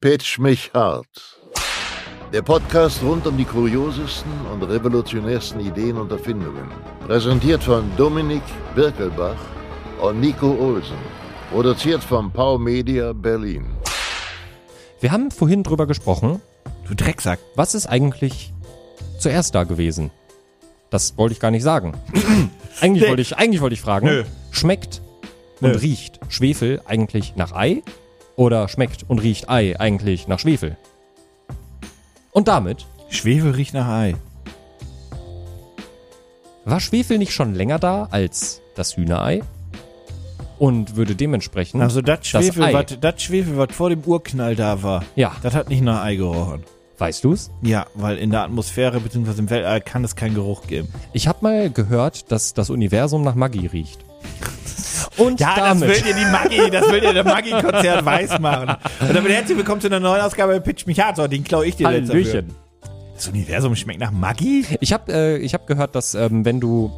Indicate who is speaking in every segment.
Speaker 1: Pitch mich hart. Der Podcast rund um die kuriosesten und revolutionärsten Ideen und Erfindungen. Präsentiert von Dominik Birkelbach und Nico Olsen. Produziert von Pau Media Berlin.
Speaker 2: Wir haben vorhin drüber gesprochen,
Speaker 3: Du Drecksack.
Speaker 2: was ist eigentlich zuerst da gewesen? Das wollte ich gar nicht sagen. eigentlich,
Speaker 3: Nee.
Speaker 2: wollte ich, eigentlich wollte ich fragen,
Speaker 3: Nö.
Speaker 2: schmeckt und
Speaker 3: Nö.
Speaker 2: riecht Schwefel eigentlich nach Ei? Oder schmeckt und riecht Ei eigentlich nach Schwefel? Und damit
Speaker 3: Schwefel riecht nach Ei.
Speaker 2: War Schwefel nicht schon länger da als das Hühnerei? Und würde dementsprechend.
Speaker 3: Also das Schwefel,
Speaker 2: Ei.
Speaker 3: was das Schwefel, was vor dem Urknall da war,
Speaker 2: Ja.
Speaker 3: das hat nicht nach Ei gerochen.
Speaker 2: weißt du's?
Speaker 3: Ja, weil in der Atmosphäre bzw. im Weltall kann es keinen Geruch geben.
Speaker 2: Ich habe mal gehört, dass das Universum nach Maggi riecht. Und damit.
Speaker 3: dir die Maggi, das will dir der Maggi-Konzert weiß machen. Und damit herzlich willkommen zu einer neuen Ausgabe Pitch mich hart, So, den klaue ich dir jetzt dafür.
Speaker 2: Hallöchen.
Speaker 3: Das Universum schmeckt nach Maggi?
Speaker 2: Ich habe äh, ich hab gehört, dass ähm, wenn du.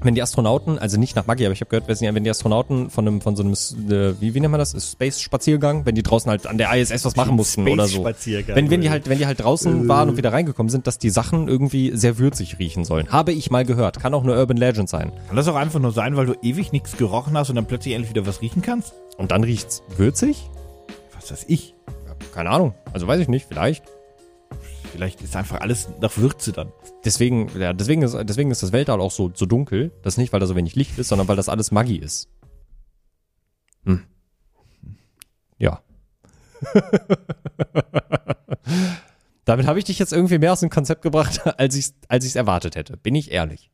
Speaker 2: Wenn die Astronauten, also nicht nach Maggi, aber ich habe gehört, weiß nicht, wenn die Astronauten von einem, von so einem, äh, wie, wie nennt man das, Space-Spaziergang, wenn die draußen halt an der ISS was machen mussten oder so.
Speaker 3: Space-Spaziergang.
Speaker 2: Wenn, wenn die halt, wenn die halt draußen waren und wieder reingekommen sind, dass die Sachen irgendwie sehr würzig riechen sollen. Habe ich mal gehört. Kann auch nur Urban Legend sein.
Speaker 3: Kann das auch einfach nur sein, weil du ewig nichts gerochen hast und dann plötzlich endlich wieder was riechen kannst?
Speaker 2: Und dann riecht's würzig?
Speaker 3: Was weiß ich?
Speaker 2: Keine Ahnung. Also weiß ich nicht, vielleicht.
Speaker 3: Vielleicht ist einfach alles nach Würze dann.
Speaker 2: Deswegen, ja, deswegen ist, deswegen ist das Weltall auch so, so dunkel. Das nicht, weil da so wenig Licht ist, sondern weil das alles Maggi ist. Hm. Ja. Damit habe ich dich jetzt irgendwie mehr aus dem Konzept gebracht, als ich es als ich's erwartet hätte. Bin ich ehrlich.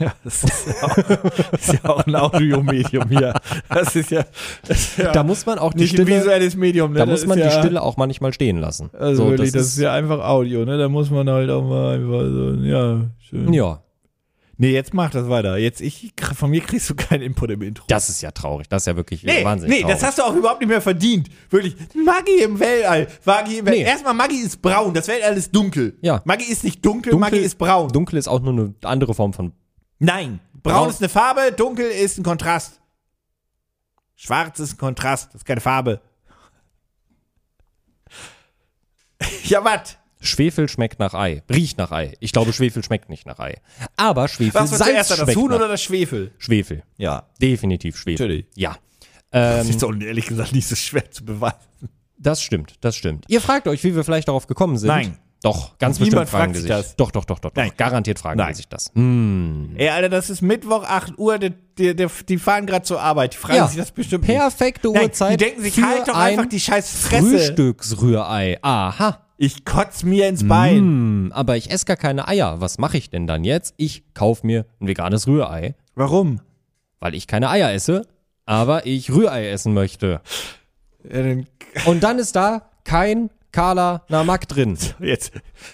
Speaker 3: Ja, das ist ja auch, ist ja auch ein Audiomedium hier. Das ist ja, das ist ja
Speaker 2: Da muss man auch die
Speaker 3: nicht ein
Speaker 2: Stille,
Speaker 3: visuelles Medium. Ne?
Speaker 2: da
Speaker 3: Das
Speaker 2: muss man
Speaker 3: ist
Speaker 2: die
Speaker 3: ja,
Speaker 2: Stille auch manchmal stehen lassen.
Speaker 3: Also
Speaker 2: So,
Speaker 3: wirklich, das, ist ja einfach Audio, ne? Da muss man halt auch mal einfach so, ja, schön.
Speaker 2: ja,
Speaker 3: Nee, jetzt mach das weiter. Jetzt, ich, von mir kriegst du keinen Input im Intro.
Speaker 2: das ist ja traurig. Das ist ja wirklich
Speaker 3: Nee,
Speaker 2: wahnsinnig
Speaker 3: nee,
Speaker 2: traurig.
Speaker 3: das hast du auch überhaupt nicht mehr verdient. Wirklich. Maggi im Weltall. Maggi im Weltall.
Speaker 2: Nee.
Speaker 3: Erstmal, Maggi ist braun. Das Weltall ist dunkel.
Speaker 2: Ja.
Speaker 3: Maggi ist nicht dunkel,
Speaker 2: Dunkel-
Speaker 3: Maggi ist braun.
Speaker 2: Dunkel ist auch nur eine andere Form von
Speaker 3: Nein. Braun,
Speaker 2: Braun-
Speaker 3: ist eine Farbe, dunkel ist ein Kontrast. Schwarz ist ein Kontrast, das ist keine Farbe. ja, wat?
Speaker 2: Schwefel schmeckt nach Ei, riecht nach Ei. Ich glaube, Schwefel schmeckt nicht nach Ei. Aber Schwefel
Speaker 3: Was war
Speaker 2: Salz
Speaker 3: zuerst da, das
Speaker 2: schmeckt
Speaker 3: Huhn
Speaker 2: nach
Speaker 3: oder das Schwefel? Ähm,
Speaker 2: Schwefel.
Speaker 3: Ja.
Speaker 2: Definitiv Schwefel.
Speaker 3: Natürlich.
Speaker 2: Ja.
Speaker 3: Das
Speaker 2: Ähm,
Speaker 3: ist auch ehrlich gesagt nicht so schwer zu beweisen.
Speaker 2: das stimmt, das stimmt. Ihr fragt euch, wie wir vielleicht darauf gekommen sind.
Speaker 3: Nein.
Speaker 2: Doch, ganz
Speaker 3: Niemand
Speaker 2: bestimmt fragen
Speaker 3: fragt
Speaker 2: die
Speaker 3: sich
Speaker 2: sich.
Speaker 3: das.
Speaker 2: Doch, doch, doch, doch.
Speaker 3: Nein.
Speaker 2: doch. Garantiert fragen
Speaker 3: Nein.
Speaker 2: die sich das. Hm.
Speaker 3: Ey, Alter, das ist Mittwoch, 8 Uhr, die, die, die, die fahren gerade zur Arbeit. Die fragen sich das bestimmt nicht.
Speaker 2: perfekte
Speaker 3: Nein,
Speaker 2: Uhrzeit.
Speaker 3: die denken sich,
Speaker 2: für
Speaker 3: halt doch
Speaker 2: ein
Speaker 3: einfach die scheiß Fresse.
Speaker 2: Frühstücksrührei. Aha.
Speaker 3: Ich kotz mir ins Bein.
Speaker 2: Hm, aber ich esse gar keine Eier. Was mache ich denn dann jetzt? Ich kaufe mir ein veganes Rührei.
Speaker 3: Warum?
Speaker 2: weil ich keine Eier esse, aber ich Rührei essen möchte.
Speaker 3: Ja, dann,
Speaker 2: Und dann ist da kein Kala Namak drin.
Speaker 3: jetzt,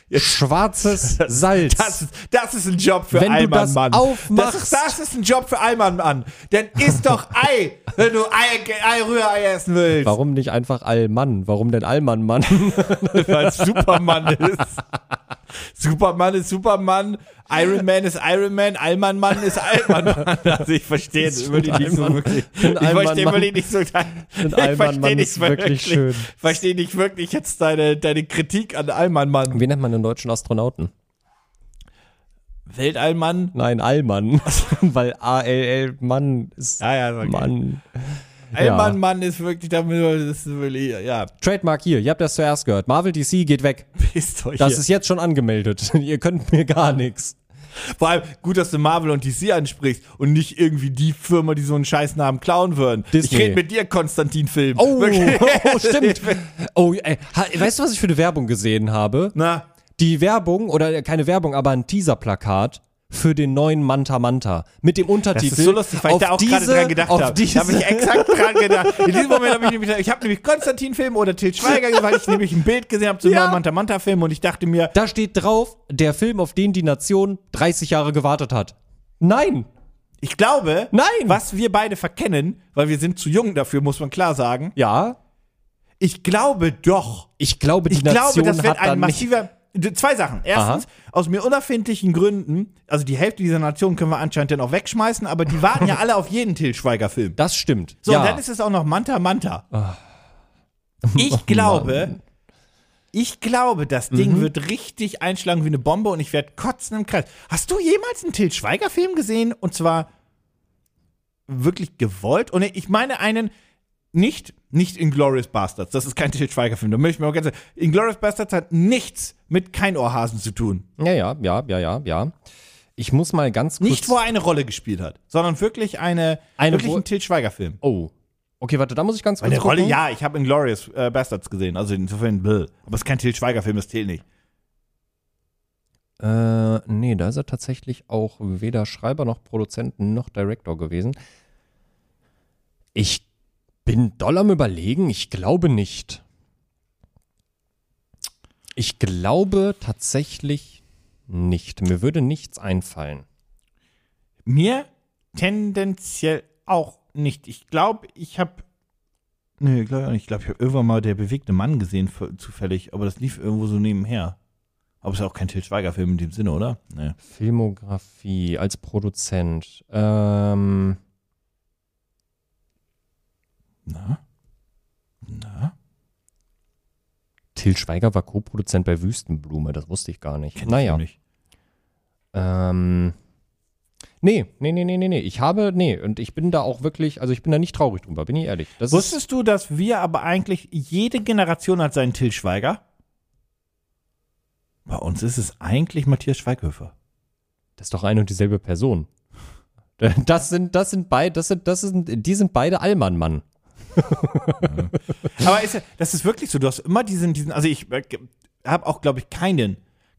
Speaker 3: jetzt
Speaker 2: Schwarzes Salz.
Speaker 3: Das, ist- das ist ein Job für
Speaker 2: Wenn du
Speaker 3: Alman
Speaker 2: das
Speaker 3: Mann.
Speaker 2: aufmachst-
Speaker 3: das, ist, das ist ein Job für Alman Mann. Denn isst doch Ei, wenn du Ei, Ei Rührei essen willst.
Speaker 2: Warum nicht einfach Allmann? Warum denn Allmann-Mann?
Speaker 3: Weil es Superman ist. Superman ist Superman, Iron Man ist Iron Man, Alman Mann ist Alman Mann. Also ich verstehe es wirklich nicht so wirklich. Ich
Speaker 2: Alman
Speaker 3: verstehe
Speaker 2: Mann-
Speaker 3: wirklich nicht so. Ich
Speaker 2: Alman Mann
Speaker 3: verstehe
Speaker 2: ist
Speaker 3: nicht
Speaker 2: wirklich schön.
Speaker 3: wirklich. Verstehe nicht wirklich jetzt deine, deine Kritik an Alman Mann.
Speaker 2: Wie nennt man den deutschen Astronauten?
Speaker 3: Weltallmann.
Speaker 2: Nein, Allmann. Weil A-L-L-Mann ist
Speaker 3: Ja, ja, okay.
Speaker 2: Mann.
Speaker 3: Alman Mann ist wirklich, da müssen wir- das ist wirklich, ja.
Speaker 2: Trademark hier, ihr habt das zuerst gehört. Marvel DC geht weg.
Speaker 3: Pisst euch
Speaker 2: Das
Speaker 3: hier.
Speaker 2: ist jetzt schon angemeldet. ihr könnt mir gar nichts.
Speaker 3: Vor allem gut, dass du Marvel und DC ansprichst und nicht irgendwie die Firma, die so einen Scheißnamen klauen würden.
Speaker 2: Disney.
Speaker 3: Ich rede mit dir, Konstantin Film.
Speaker 2: Oh,
Speaker 3: Wirklich.
Speaker 2: oh stimmt. Oh, ey, ha- weißt du, was ich für eine Werbung gesehen habe?
Speaker 3: Na,
Speaker 2: die Werbung oder äh, keine Werbung, aber ein Teaserplakat für den neuen Manta Manta mit dem
Speaker 3: das
Speaker 2: Untertitel.
Speaker 3: ist so lustig, weil ich
Speaker 2: auf
Speaker 3: da auch gerade
Speaker 2: diese-
Speaker 3: dran gedacht
Speaker 2: auf
Speaker 3: habe.
Speaker 2: Diese,
Speaker 3: Da habe ich exakt dran gedacht. In diesem Moment habe ich nämlich, ich habe nämlich Konstantin Film oder Til Schweiger gesagt, weil ich nämlich ein Bild gesehen habe zum
Speaker 2: Ja.
Speaker 3: neuen Manta Manta Film und ich dachte mir,
Speaker 2: da steht drauf, der Film, auf den die Nation 30 Jahre gewartet hat. Nein,
Speaker 3: ich glaube,
Speaker 2: Nein.
Speaker 3: was wir beide verkennen, weil wir sind zu jung dafür, muss man klar sagen.
Speaker 2: ja,
Speaker 3: Ich glaube doch.
Speaker 2: ich glaube, die
Speaker 3: Ich
Speaker 2: Nation
Speaker 3: glaube, das wird
Speaker 2: hat
Speaker 3: ein
Speaker 2: dann nicht,
Speaker 3: massiver d- zwei Sachen. Erstens, aus mir unerfindlichen Gründen, also die Hälfte dieser Nation können wir anscheinend dann auch wegschmeißen, aber die warten ja alle auf jeden Til Schweiger-Film.
Speaker 2: Das stimmt.
Speaker 3: So,
Speaker 2: ja. Ah.
Speaker 3: und dann ist es auch noch Manta Manta.
Speaker 2: Oh
Speaker 3: Ich glaube, ich glaube, das
Speaker 2: Mhm.
Speaker 3: Ding wird richtig einschlagen wie eine Bombe und ich werde kotzen im Kreis. Hast du jemals einen Til Schweiger-Film gesehen? Und zwar wirklich gewollt? Und ich meine einen nicht, nicht Inglourious Bastards. Das ist kein Til Schweiger-Film. Da möchte ich mir auch ganz Inglourious Bastards hat nichts mit kein Ohrhasen zu tun.
Speaker 2: ja, ja, ja, ja, ja, ja. Ich muss mal ganz kurz.
Speaker 3: Nicht, wo er eine Rolle gespielt hat, sondern wirklich eine,
Speaker 2: Eine
Speaker 3: wirklich
Speaker 2: Wo-
Speaker 3: ein Til Schweiger-Film.
Speaker 2: oh. Okay, warte, da muss ich ganz kurz.
Speaker 3: Eine
Speaker 2: gucken.
Speaker 3: Rolle, ja, ich habe Inglourious äh, Bastards gesehen. Also insofern, bläh. aber es ist kein Til Schweiger-Film, ist Til nicht.
Speaker 2: Äh, nee, da ist er tatsächlich auch weder Schreiber noch Produzent noch Director gewesen. Ich bin doll am Überlegen. Ich glaube nicht. Ich glaube tatsächlich nicht. Mir würde nichts einfallen.
Speaker 3: Mir tendenziell auch nicht. Ich glaube, ich habe. Nee, glaube ich auch nicht. Ich glaube, ich habe irgendwann mal der bewegte Mann gesehen, f- zufällig, aber das lief irgendwo so nebenher. Aber es ist auch kein Til Schweiger-Film in dem Sinne, oder? Nee.
Speaker 2: Filmografie als Produzent. Ähm,
Speaker 3: Na? Na?
Speaker 2: Till Schweiger war Co-Produzent bei Wüstenblume. Das wusste ich gar nicht.
Speaker 3: Kenn ich
Speaker 2: naja.
Speaker 3: noch nicht.
Speaker 2: Ähm, nee, nee, nee, nee, nee, nee. Ich habe, nee, und ich bin da auch wirklich, also ich bin da nicht traurig drüber, bin ich ehrlich. Das ist,
Speaker 3: Wusstest du, dass wir aber eigentlich, jede Generation hat seinen Til Schweiger? Bei uns ist es eigentlich Matthias Schweighöfer.
Speaker 2: das ist doch eine und dieselbe Person. Das sind, das sind beide, das sind, das sind, die sind beide Allmann-Mann.
Speaker 3: Aber ist, ja- das ist wirklich so. Du hast immer diesen, diesen also ich habe auch, glaube ich, keinen,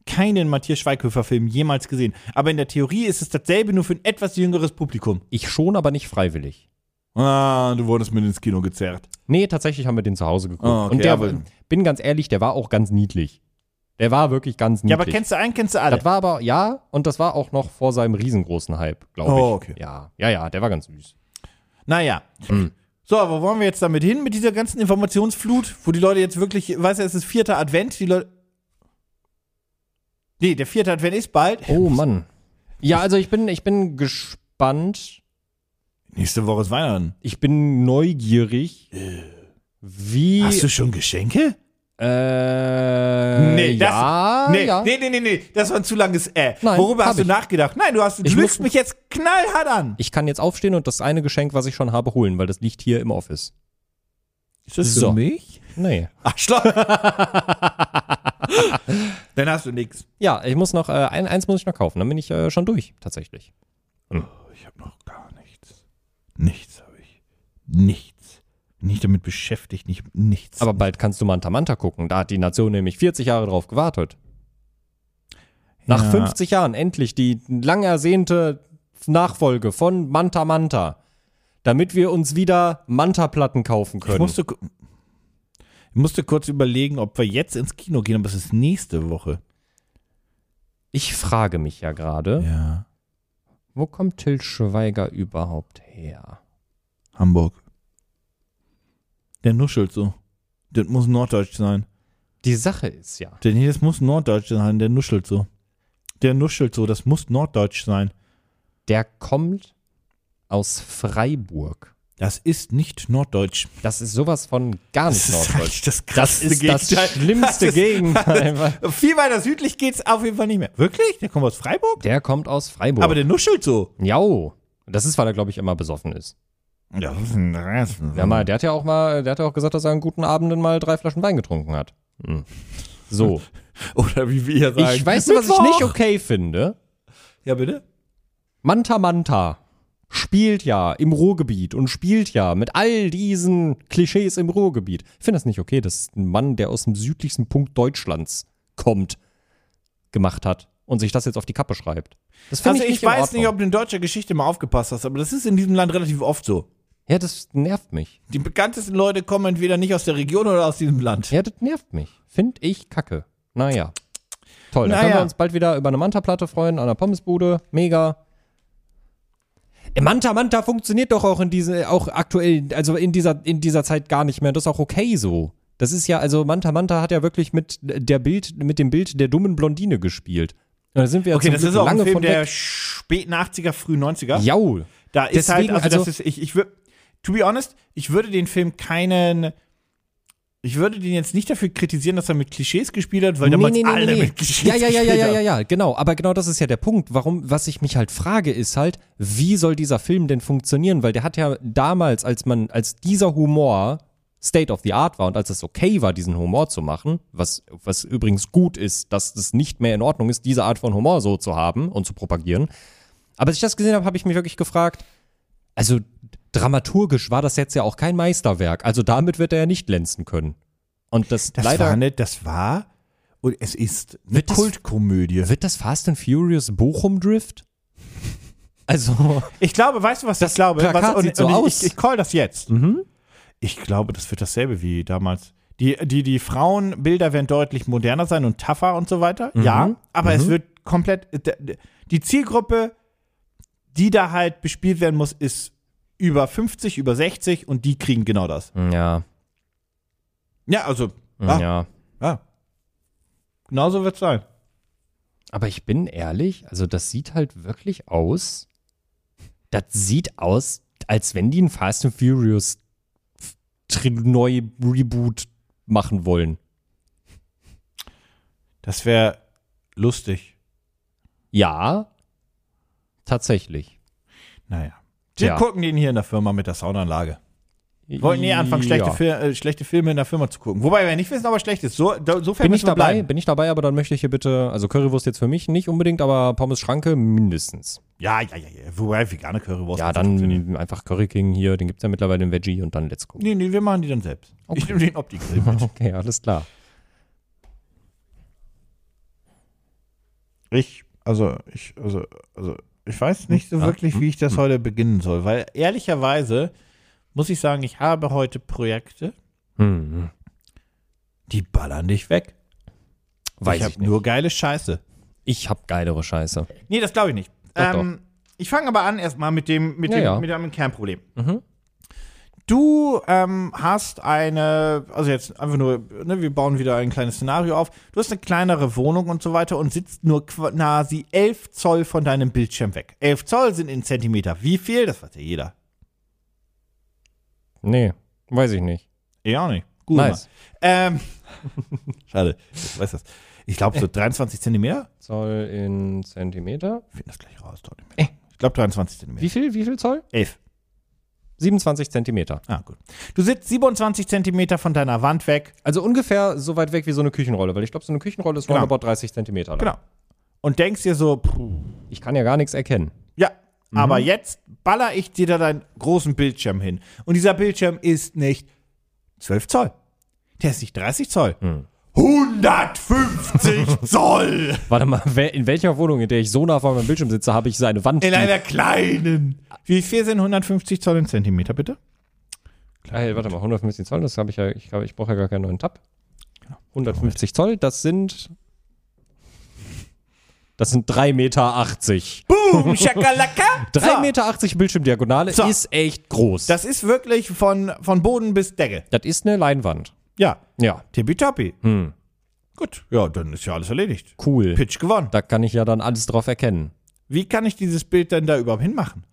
Speaker 3: keinen Matthias Schweighöfer-Film jemals gesehen. Aber in der Theorie ist es dasselbe, nur für ein etwas jüngeres Publikum.
Speaker 2: Ich schon, aber nicht freiwillig.
Speaker 3: Ah, du wurdest mit ins Kino gezerrt.
Speaker 2: Nee, tatsächlich haben wir den zu Hause geguckt.
Speaker 3: Ah, okay,
Speaker 2: und der,
Speaker 3: aber-
Speaker 2: bin ganz ehrlich, der war auch ganz niedlich. Der war wirklich ganz niedlich.
Speaker 3: Ja, aber kennst du einen, kennst du alle?
Speaker 2: Das war aber, ja, und das war auch noch vor seinem riesengroßen Hype, glaube ich.
Speaker 3: Oh, okay.
Speaker 2: Ja, ja, ja, der war ganz süß.
Speaker 3: Naja. So, aber wollen wir jetzt damit hin, mit dieser ganzen Informationsflut, wo die Leute jetzt wirklich, weißt du, es ist vierter Advent, die Leute. Nee, der vierte Advent ist bald.
Speaker 2: Oh Mann. Ja, also ich bin, ich bin gespannt.
Speaker 3: Nächste Woche ist Weihnachten.
Speaker 2: Ich bin neugierig. Wie.
Speaker 3: Hast du schon Geschenke?
Speaker 2: äh,
Speaker 3: Nee, das,
Speaker 2: ja,
Speaker 3: nee,
Speaker 2: ja.
Speaker 3: nee, nee, nee, nee, das war ein zu langes Äh.
Speaker 2: Nein,
Speaker 3: Worüber
Speaker 2: hab
Speaker 3: hast du
Speaker 2: ich.
Speaker 3: nachgedacht? Nein, du hast, du
Speaker 2: Ich
Speaker 3: lügst
Speaker 2: muss-
Speaker 3: mich jetzt knallhart an.
Speaker 2: Ich kann jetzt aufstehen und das eine Geschenk, was ich schon habe, holen, weil das liegt hier im Office.
Speaker 3: Ist das
Speaker 2: für
Speaker 3: mich?
Speaker 2: Nee.
Speaker 3: Arschloch. Dann hast du nichts.
Speaker 2: Ja, ich muss noch, äh, ein, eins muss ich noch kaufen, dann bin ich äh, schon durch, tatsächlich.
Speaker 3: Oh, Ich habe noch gar nichts. Nichts habe ich. Nichts. Nicht damit beschäftigt, nicht nichts.
Speaker 2: Aber bald kannst du Manta Manta gucken. Da hat die Nation nämlich 40 Jahre drauf gewartet. Nach
Speaker 3: Ja.
Speaker 2: 50 Jahren endlich die lang ersehnte Nachfolge von Manta Manta. Damit wir uns wieder Manta-Platten kaufen
Speaker 3: ich
Speaker 2: können.
Speaker 3: musste, ku- ich musste kurz überlegen, ob wir jetzt ins Kino gehen, aber es ist nächste Woche.
Speaker 2: Ich frage mich ja gerade,
Speaker 3: Ja.
Speaker 2: wo kommt Till Schweiger überhaupt her?
Speaker 3: Hamburg. Der nuschelt so. Das muss norddeutsch sein.
Speaker 2: Die Sache ist ja,
Speaker 3: Denn hier, das muss Norddeutsch sein, der nuschelt so. Der nuschelt so, das muss Norddeutsch sein.
Speaker 2: der kommt aus Freiburg.
Speaker 3: Das ist nicht Norddeutsch.
Speaker 2: Das ist sowas von gar nicht norddeutsch.
Speaker 3: das halt
Speaker 2: Das ist das schlimmste Gegenteil.
Speaker 3: Viel weiter südlich geht's auf jeden Fall nicht mehr. Wirklich? Der kommt aus Freiburg?
Speaker 2: Der kommt aus Freiburg.
Speaker 3: Aber der nuschelt so.
Speaker 2: Jau. Das ist, weil er, glaube ich, immer besoffen ist.
Speaker 3: Ja, das ist ein Rest.
Speaker 2: Ja, mal, der hat ja auch mal, der hat ja auch gesagt, dass er an guten Abenden mal drei Flaschen Wein getrunken hat. Hm. So.
Speaker 3: Oder wie wir sagen.
Speaker 2: Ich weiß, was ich
Speaker 3: Mittwoch.
Speaker 2: nicht okay finde.
Speaker 3: Ja, bitte?
Speaker 2: Manta Manta spielt ja im Ruhrgebiet und spielt ja mit all diesen Klischees im Ruhrgebiet. Ich finde das nicht okay, dass ein Mann, der aus dem südlichsten Punkt Deutschlands kommt, gemacht hat und sich das jetzt auf die Kappe schreibt. Das finde
Speaker 3: Also ich,
Speaker 2: ich nicht in
Speaker 3: weiß
Speaker 2: Ordnung.
Speaker 3: nicht, ob du in deutscher Geschichte mal aufgepasst hast, aber das ist in diesem Land relativ oft so.
Speaker 2: Ja, das nervt mich.
Speaker 3: Die bekanntesten Leute kommen entweder nicht aus der Region oder aus diesem Land.
Speaker 2: Ja, das nervt mich. Find ich kacke. Naja. Toll, dann
Speaker 3: Naja.
Speaker 2: können wir uns bald wieder über eine Manta-Platte freuen, an einer Pommesbude. Mega. Äh, Manta Manta funktioniert doch auch in diese, auch aktuell, also in dieser, in dieser Zeit gar nicht mehr. Das ist auch okay so. Das ist ja, also Manta Manta hat ja wirklich mit der Bild, mit dem Bild der dummen Blondine gespielt. Und da sind wir ja
Speaker 3: Okay,
Speaker 2: zum
Speaker 3: das
Speaker 2: Glück
Speaker 3: ist auch
Speaker 2: lange
Speaker 3: ein Film
Speaker 2: von
Speaker 3: der
Speaker 2: weg.
Speaker 3: späten 80er, frühen 90er.
Speaker 2: Jau.
Speaker 3: Da ist halt,
Speaker 2: Deswegen,
Speaker 3: also, das
Speaker 2: also-
Speaker 3: ist, ich, ich würde, to be honest, ich würde den Film keinen, ich würde den jetzt nicht dafür kritisieren, dass er mit Klischees gespielt hat, weil damals alle mit Klischees
Speaker 2: Ja, ja, ja,
Speaker 3: gespielt
Speaker 2: ja, ja, ja,
Speaker 3: haben.
Speaker 2: ja, genau. Aber genau das ist ja der Punkt. Warum, was ich mich halt frage, ist halt, wie soll dieser Film denn funktionieren? Weil der hat ja damals, als man, als dieser Humor State of the Art war und als es okay war, diesen Humor zu machen, was, was übrigens gut ist, dass es nicht mehr in Ordnung ist, diese Art von Humor so zu haben und zu propagieren. Aber als ich das gesehen habe, habe ich mich wirklich gefragt, also dramaturgisch war das jetzt ja auch kein Meisterwerk. Also damit wird er ja nicht glänzen können. Und das,
Speaker 3: Das
Speaker 2: leider.
Speaker 3: war eine, das war, und es ist eine
Speaker 2: Wird das-
Speaker 3: Kultkomödie.
Speaker 2: Wird das Fast and Furious Bochum Drift? Also,
Speaker 3: Ich glaube, weißt du, was
Speaker 2: Das
Speaker 3: ich glaube?
Speaker 2: Plakat
Speaker 3: was,
Speaker 2: sieht so
Speaker 3: ich,
Speaker 2: aus. Mhm.
Speaker 3: Ich, ich call das jetzt. Ich glaube, das wird dasselbe wie damals. Die, die, die Frauenbilder werden deutlich moderner sein und tougher und so weiter.
Speaker 2: Mhm.
Speaker 3: Ja, aber es wird komplett. d- d- Die Zielgruppe, die da halt bespielt werden muss, ist über 50, über 60 und die kriegen genau das.
Speaker 2: ja,
Speaker 3: Ja, also. Ah, ja.
Speaker 2: Mhm, ja.
Speaker 3: Genau so wird es sein.
Speaker 2: Aber ich bin ehrlich, also das sieht halt wirklich aus. Das sieht aus, als wenn die einen Fast and Furious tri- neu Reboot machen wollen.
Speaker 3: Das wäre lustig.
Speaker 2: Ja, tatsächlich.
Speaker 3: Naja. Wir
Speaker 2: Tja.
Speaker 3: gucken den hier in der Firma mit der Soundanlage. Wollten eh anfangen, schlechte,
Speaker 2: ja.
Speaker 3: Fil äh, schlechte Filme in der Firma zu gucken. Wobei wir nicht wissen, ob er schlecht ist. So, da, so
Speaker 2: Bin ich dabei,
Speaker 3: Bleiben.
Speaker 2: bin ich dabei, aber dann möchte ich hier bitte, also Currywurst jetzt für mich nicht unbedingt, aber Pommes Schranke mindestens.
Speaker 3: Ja, ja, ja, ja. Wobei vegane Currywurst.
Speaker 2: Ja,
Speaker 3: wird funktionieren.
Speaker 2: dann einfach Curry King hier, den gibt's ja mittlerweile im Veggie und dann let's go.
Speaker 3: Nee, nee, wir machen die dann selbst. Ich nehme den Opti-Grill mit.
Speaker 2: Okay, alles klar.
Speaker 3: Ich, also, ich, also, also, ich weiß nicht so wirklich, wie ich das heute beginnen soll, weil ehrlicherweise muss ich sagen, ich habe heute Projekte,
Speaker 2: Hm.
Speaker 3: die ballern dich weg.
Speaker 2: Weiß
Speaker 3: ich
Speaker 2: ich,
Speaker 3: habe
Speaker 2: nicht.
Speaker 3: nur geile Scheiße.
Speaker 2: Ich hab geilere Scheiße.
Speaker 3: Nee, das glaube ich nicht.
Speaker 2: Doch,
Speaker 3: ähm, Ich fange aber an erstmal mit dem, mit
Speaker 2: Ja,
Speaker 3: dem,
Speaker 2: ja.
Speaker 3: mit dem Kernproblem.
Speaker 2: Mhm.
Speaker 3: Du ähm, hast eine, also jetzt einfach nur, ne, wir bauen wieder ein kleines Szenario auf. Du hast eine kleinere Wohnung und so weiter und sitzt nur quasi 11 Zoll von deinem Bildschirm weg. 11 Zoll sind in Zentimeter. Wie viel? Das weiß ja jeder.
Speaker 2: Nee, weiß ich nicht.
Speaker 3: Ich auch nicht. Gut.
Speaker 2: Nice.
Speaker 3: Mann. Ähm, Schade. Ich weiß das. Ich glaube so 23 Zentimeter.
Speaker 2: Zoll in Zentimeter.
Speaker 3: Ich finde das gleich raus. Doch nicht mehr. Ich glaube 23 Zentimeter.
Speaker 2: Äh. Wie viel, wie viel Zoll?
Speaker 3: 11.
Speaker 2: 27 Zentimeter.
Speaker 3: Ah, gut. Du sitzt 27 Zentimeter von deiner Wand weg.
Speaker 2: Also ungefähr so weit weg wie so eine Küchenrolle, weil ich glaube, so eine Küchenrolle ist
Speaker 3: Genau.
Speaker 2: roundabout 30 Zentimeter lang.
Speaker 3: Genau. Und denkst dir so, puh,
Speaker 2: Ich kann ja gar nichts erkennen.
Speaker 3: Ja, aber jetzt baller ich dir da deinen großen Bildschirm hin. Und dieser Bildschirm ist nicht 12 Zoll. Der ist nicht 30 Zoll. 150 Zoll
Speaker 2: Warte mal, wer- in welcher Wohnung, in der ich so nah vor meinem Bildschirm sitze, habe ich seine Wand?
Speaker 3: in einer kleinen. Wie viel sind 150 Zoll in Zentimeter, bitte?
Speaker 2: Ey, Ah, warte mal, 150 Zoll, das habe ich ja, ich glaube, ich brauche ja gar keinen neuen Tab.
Speaker 3: Genau.
Speaker 2: 150 Zoll, das sind. Das sind 3,80 Meter.
Speaker 3: Boom, Uh, Schakalaka.
Speaker 2: 3,80 Meter Bildschirmdiagonale
Speaker 3: So.
Speaker 2: ist echt groß.
Speaker 3: Das ist wirklich von, von Boden bis Decke.
Speaker 2: Das ist eine Leinwand.
Speaker 3: Ja,
Speaker 2: Ja,
Speaker 3: tippitoppi. Gut, ja, dann ist ja alles erledigt.
Speaker 2: Hm. cool.
Speaker 3: Pitch gewonnen.
Speaker 2: Da kann ich ja dann alles drauf erkennen.
Speaker 3: Wie kann ich dieses Bild denn da überhaupt hinmachen?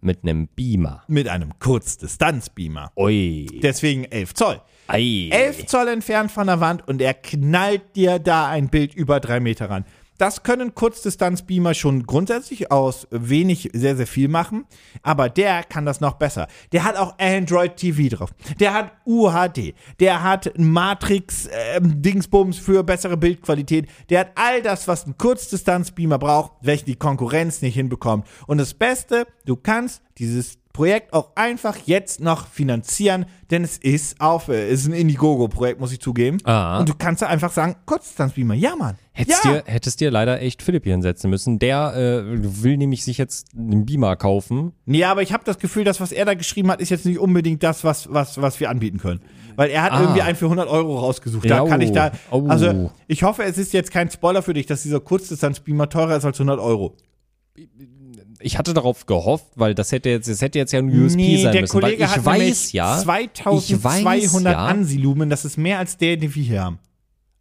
Speaker 2: Mit einem Beamer.
Speaker 3: Mit einem Kurzdistanzbeamer.
Speaker 2: Ui.
Speaker 3: Deswegen 11 Zoll.
Speaker 2: Ei.
Speaker 3: 11 Zoll entfernt von der Wand und er knallt dir da ein Bild über drei Meter ran. Das können Kurzdistanzbeamer schon grundsätzlich aus wenig sehr, sehr viel machen, aber der kann das noch besser. Der hat auch Android TV drauf. Der hat UHD. Der hat Matrix-Dingsbums für bessere Bildqualität. Der hat all das, was ein Kurzdistanzbeamer braucht, welchen die Konkurrenz nicht hinbekommt. Und das Beste, du kannst dieses Projekt auch einfach jetzt noch finanzieren, denn es ist auf, äh, es ist ein Indiegogo-Projekt, muss ich zugeben.
Speaker 2: Ah.
Speaker 3: Und du kannst da einfach sagen, Kurzdistanzbeamer, ja, Mann.
Speaker 2: Hättest,
Speaker 3: ja.
Speaker 2: dir, hättest dir leider echt Philipp hier hinsetzen müssen. Der äh, will nämlich sich jetzt einen Beamer kaufen.
Speaker 3: Nee, aber ich habe das Gefühl, das, was er da geschrieben hat, ist jetzt nicht unbedingt das, was, was, was wir anbieten können. Weil er hat
Speaker 2: Ah.
Speaker 3: irgendwie einen für 100 Euro rausgesucht. Da
Speaker 2: Jau.
Speaker 3: kann ich da,
Speaker 2: Au.
Speaker 3: also ich hoffe, es ist jetzt kein Spoiler für dich, dass dieser Kurzdistanzbeamer teurer ist als 100 Euro.
Speaker 2: ich hatte darauf gehofft, weil das hätte jetzt, das hätte jetzt ja ein USP
Speaker 3: nee,
Speaker 2: sein
Speaker 3: der
Speaker 2: müssen.
Speaker 3: Kollege
Speaker 2: weil ich
Speaker 3: hat
Speaker 2: weiß
Speaker 3: nämlich
Speaker 2: ja, ich
Speaker 3: 2200
Speaker 2: weiß ja,
Speaker 3: Ansilumen, das ist mehr als der, den wir hier haben.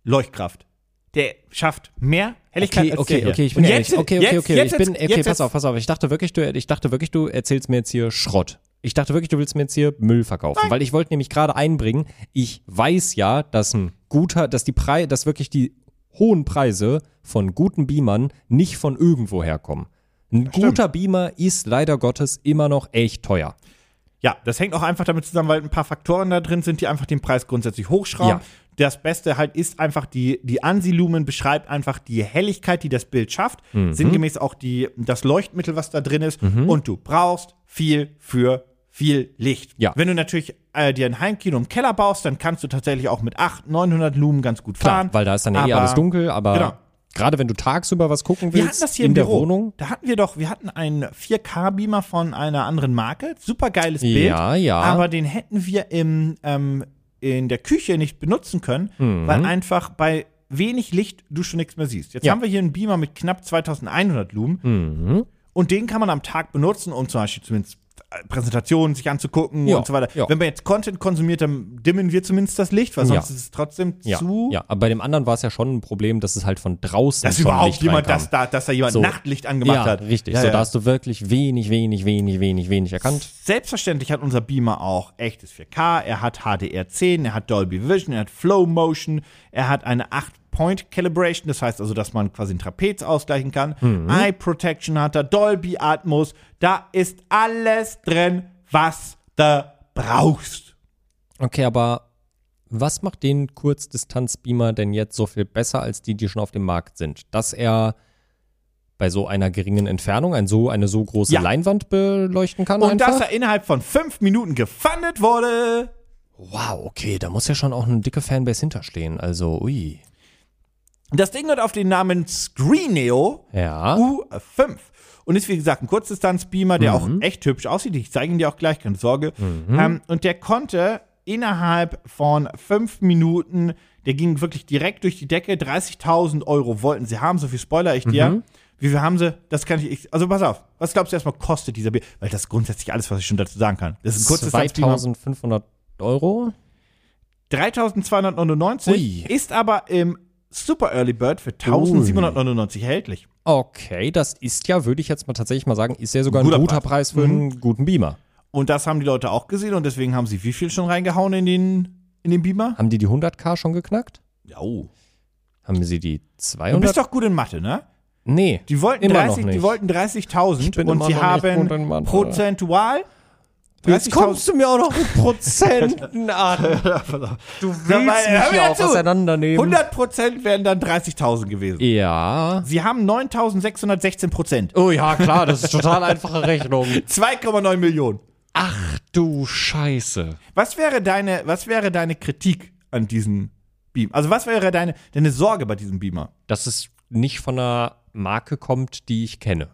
Speaker 3: Leuchtkraft. Der schafft mehr Helligkeit
Speaker 2: Okay,
Speaker 3: als
Speaker 2: okay,
Speaker 3: der
Speaker 2: okay,
Speaker 3: hier.
Speaker 2: ich bin
Speaker 3: Und
Speaker 2: ehrlich.
Speaker 3: jetzt,
Speaker 2: Okay, okay,
Speaker 3: jetzt,
Speaker 2: okay,
Speaker 3: Jetzt,
Speaker 2: ich bin,
Speaker 3: jetzt,
Speaker 2: okay,
Speaker 3: jetzt,
Speaker 2: pass auf, pass auf. Ich dachte wirklich, du, ich dachte wirklich, du erzählst mir jetzt hier Schrott. Ich dachte wirklich, du willst mir jetzt hier Müll verkaufen, weil ich wollte nämlich gerade einbringen, ich weiß ja, dass ein guter, dass die Preise, dass wirklich die hohen Preise von guten Beamern nicht von irgendwo herkommen. Ein guter Beamer ist leider Gottes immer noch echt teuer.
Speaker 3: Ja, das hängt auch einfach damit zusammen, weil ein paar Faktoren da drin sind, die einfach den Preis grundsätzlich hochschrauben.
Speaker 2: Ja.
Speaker 3: Das Beste halt ist einfach, die, die Ansilumen beschreibt einfach die Helligkeit, die das Bild schafft,
Speaker 2: Mhm.
Speaker 3: sinngemäß auch die, das Leuchtmittel, was da drin ist. Und du brauchst viel für viel Licht.
Speaker 2: Ja.
Speaker 3: Wenn du natürlich äh, dir ein Heimkino im Keller baust, dann kannst du tatsächlich auch mit 800, 900 Lumen ganz gut
Speaker 2: Klar,
Speaker 3: fahren.
Speaker 2: weil da ist dann ja eh
Speaker 3: Aber
Speaker 2: alles dunkel, aber
Speaker 3: Genau.
Speaker 2: gerade wenn du tagsüber was gucken
Speaker 3: Wir hatten
Speaker 2: willst
Speaker 3: das hier
Speaker 2: in
Speaker 3: im
Speaker 2: der
Speaker 3: Büro.
Speaker 2: Wohnung.
Speaker 3: Da hatten wir doch, wir hatten einen 4K-Beamer von einer anderen Marke. Super geiles Bild.
Speaker 2: Ja, ja.
Speaker 3: Aber den hätten wir im, ähm, in der Küche nicht benutzen können,
Speaker 2: Mhm.
Speaker 3: weil einfach bei wenig Licht du schon nichts mehr siehst. Jetzt
Speaker 2: Ja. Mhm.
Speaker 3: haben wir hier einen Beamer mit knapp 2100 Lumen. Und den kann man am Tag benutzen, um zum Beispiel zumindest äh, Präsentationen sich anzugucken
Speaker 2: Ja,
Speaker 3: und so weiter.
Speaker 2: ja.
Speaker 3: Wenn man jetzt Content konsumiert, dann dimmen wir zumindest das Licht, weil sonst
Speaker 2: Ja.
Speaker 3: ist es trotzdem
Speaker 2: Ja,
Speaker 3: zu.
Speaker 2: ja, aber bei dem anderen war es ja schon ein Problem, dass es halt von draußen
Speaker 3: Dass
Speaker 2: schon
Speaker 3: überhaupt
Speaker 2: Licht
Speaker 3: jemand,
Speaker 2: reinkam.
Speaker 3: dass da, dass da jemand
Speaker 2: So.
Speaker 3: Nachtlicht angemacht
Speaker 2: ja,
Speaker 3: hat.
Speaker 2: Richtig,
Speaker 3: Ja,
Speaker 2: so
Speaker 3: ja.
Speaker 2: da hast du wirklich wenig, wenig, wenig, wenig, wenig erkannt.
Speaker 3: Selbstverständlich hat unser Beamer auch echtes 4K, er hat HDR10, er hat Dolby Vision, er hat Flow Motion, er hat eine 8-Point Calibration, das heißt also, dass man quasi ein Trapez ausgleichen kann.
Speaker 2: Mhm.
Speaker 3: Eye Protection hat er, Dolby Atmos, da ist alles drin, was du brauchst.
Speaker 2: Okay, aber was macht den Kurzdistanzbeamer denn jetzt so viel besser als die, die schon auf dem Markt sind? Dass er bei so einer geringen Entfernung ein so, eine so große
Speaker 3: Ja.
Speaker 2: Leinwand beleuchten kann
Speaker 3: Und halt dass
Speaker 2: einfach?
Speaker 3: er innerhalb von 5 Minuten gefundet wurde.
Speaker 2: wow, okay, da muss ja schon auch eine dicke Fanbase hinterstehen. Also, ui.
Speaker 3: Das Ding hat auf den Namen Screeneo
Speaker 2: Ja.
Speaker 3: U5. Und ist, wie gesagt, ein Kurzdistanzbeamer, der auch echt hübsch aussieht. Ich zeige ihn dir auch gleich, keine Sorge. Ähm, und der konnte innerhalb von fünf Minuten, der ging wirklich direkt durch die Decke. 30.000 Euro wollten sie haben, so viel Spoiler ich dir. Wie viel haben sie? Das kann ich, ich. Also pass auf, was glaubst du erstmal kostet dieser Bier? Weil das ist grundsätzlich alles, was ich schon dazu sagen kann. Das ist ein Kurzdistanzbeamer.
Speaker 2: 2500 Euro?
Speaker 3: 3.299
Speaker 2: Ui.
Speaker 3: ist aber im Super Early Bird für 1.799 erhältlich.
Speaker 2: Okay, das ist ja, würde ich jetzt mal tatsächlich mal sagen, ist ja sogar ein guter,
Speaker 3: Guter Mhm.
Speaker 2: Preis. für einen guten Beamer.
Speaker 3: Und das haben die Leute auch gesehen und deswegen haben sie wie viel schon reingehauen in den, in den Beamer?
Speaker 2: Haben die die 100k schon geknackt?
Speaker 3: Ja. Oh.
Speaker 2: Haben sie die
Speaker 3: Du bist
Speaker 2: 200?
Speaker 3: doch gut in Mathe, ne?
Speaker 2: nee.
Speaker 3: Die wollten
Speaker 2: Immer noch
Speaker 3: 30 die
Speaker 2: nicht.
Speaker 3: wollten 30.000
Speaker 2: bin
Speaker 3: und
Speaker 2: immer
Speaker 3: sie
Speaker 2: noch nicht gut in
Speaker 3: haben
Speaker 2: Mathe.
Speaker 3: prozentual
Speaker 2: Jetzt
Speaker 3: 30.000
Speaker 2: kommst du mir auch noch mit Prozenten an. Du willst
Speaker 3: hör
Speaker 2: mich
Speaker 3: mir
Speaker 2: ja auch
Speaker 3: zu.
Speaker 2: auseinandernehmen.
Speaker 3: 100% wären dann 30.000 gewesen.
Speaker 2: Ja.
Speaker 3: Sie haben 9.616 Prozent.
Speaker 2: Oh ja, klar, das ist total einfache Rechnung.
Speaker 3: 2,9 Millionen.
Speaker 2: Ach du Scheiße.
Speaker 3: Was wäre deine, was wäre deine Kritik an diesem Beam? Also was wäre deine, deine Sorge bei diesem Beamer?
Speaker 2: Dass es nicht von einer Marke kommt, die ich kenne.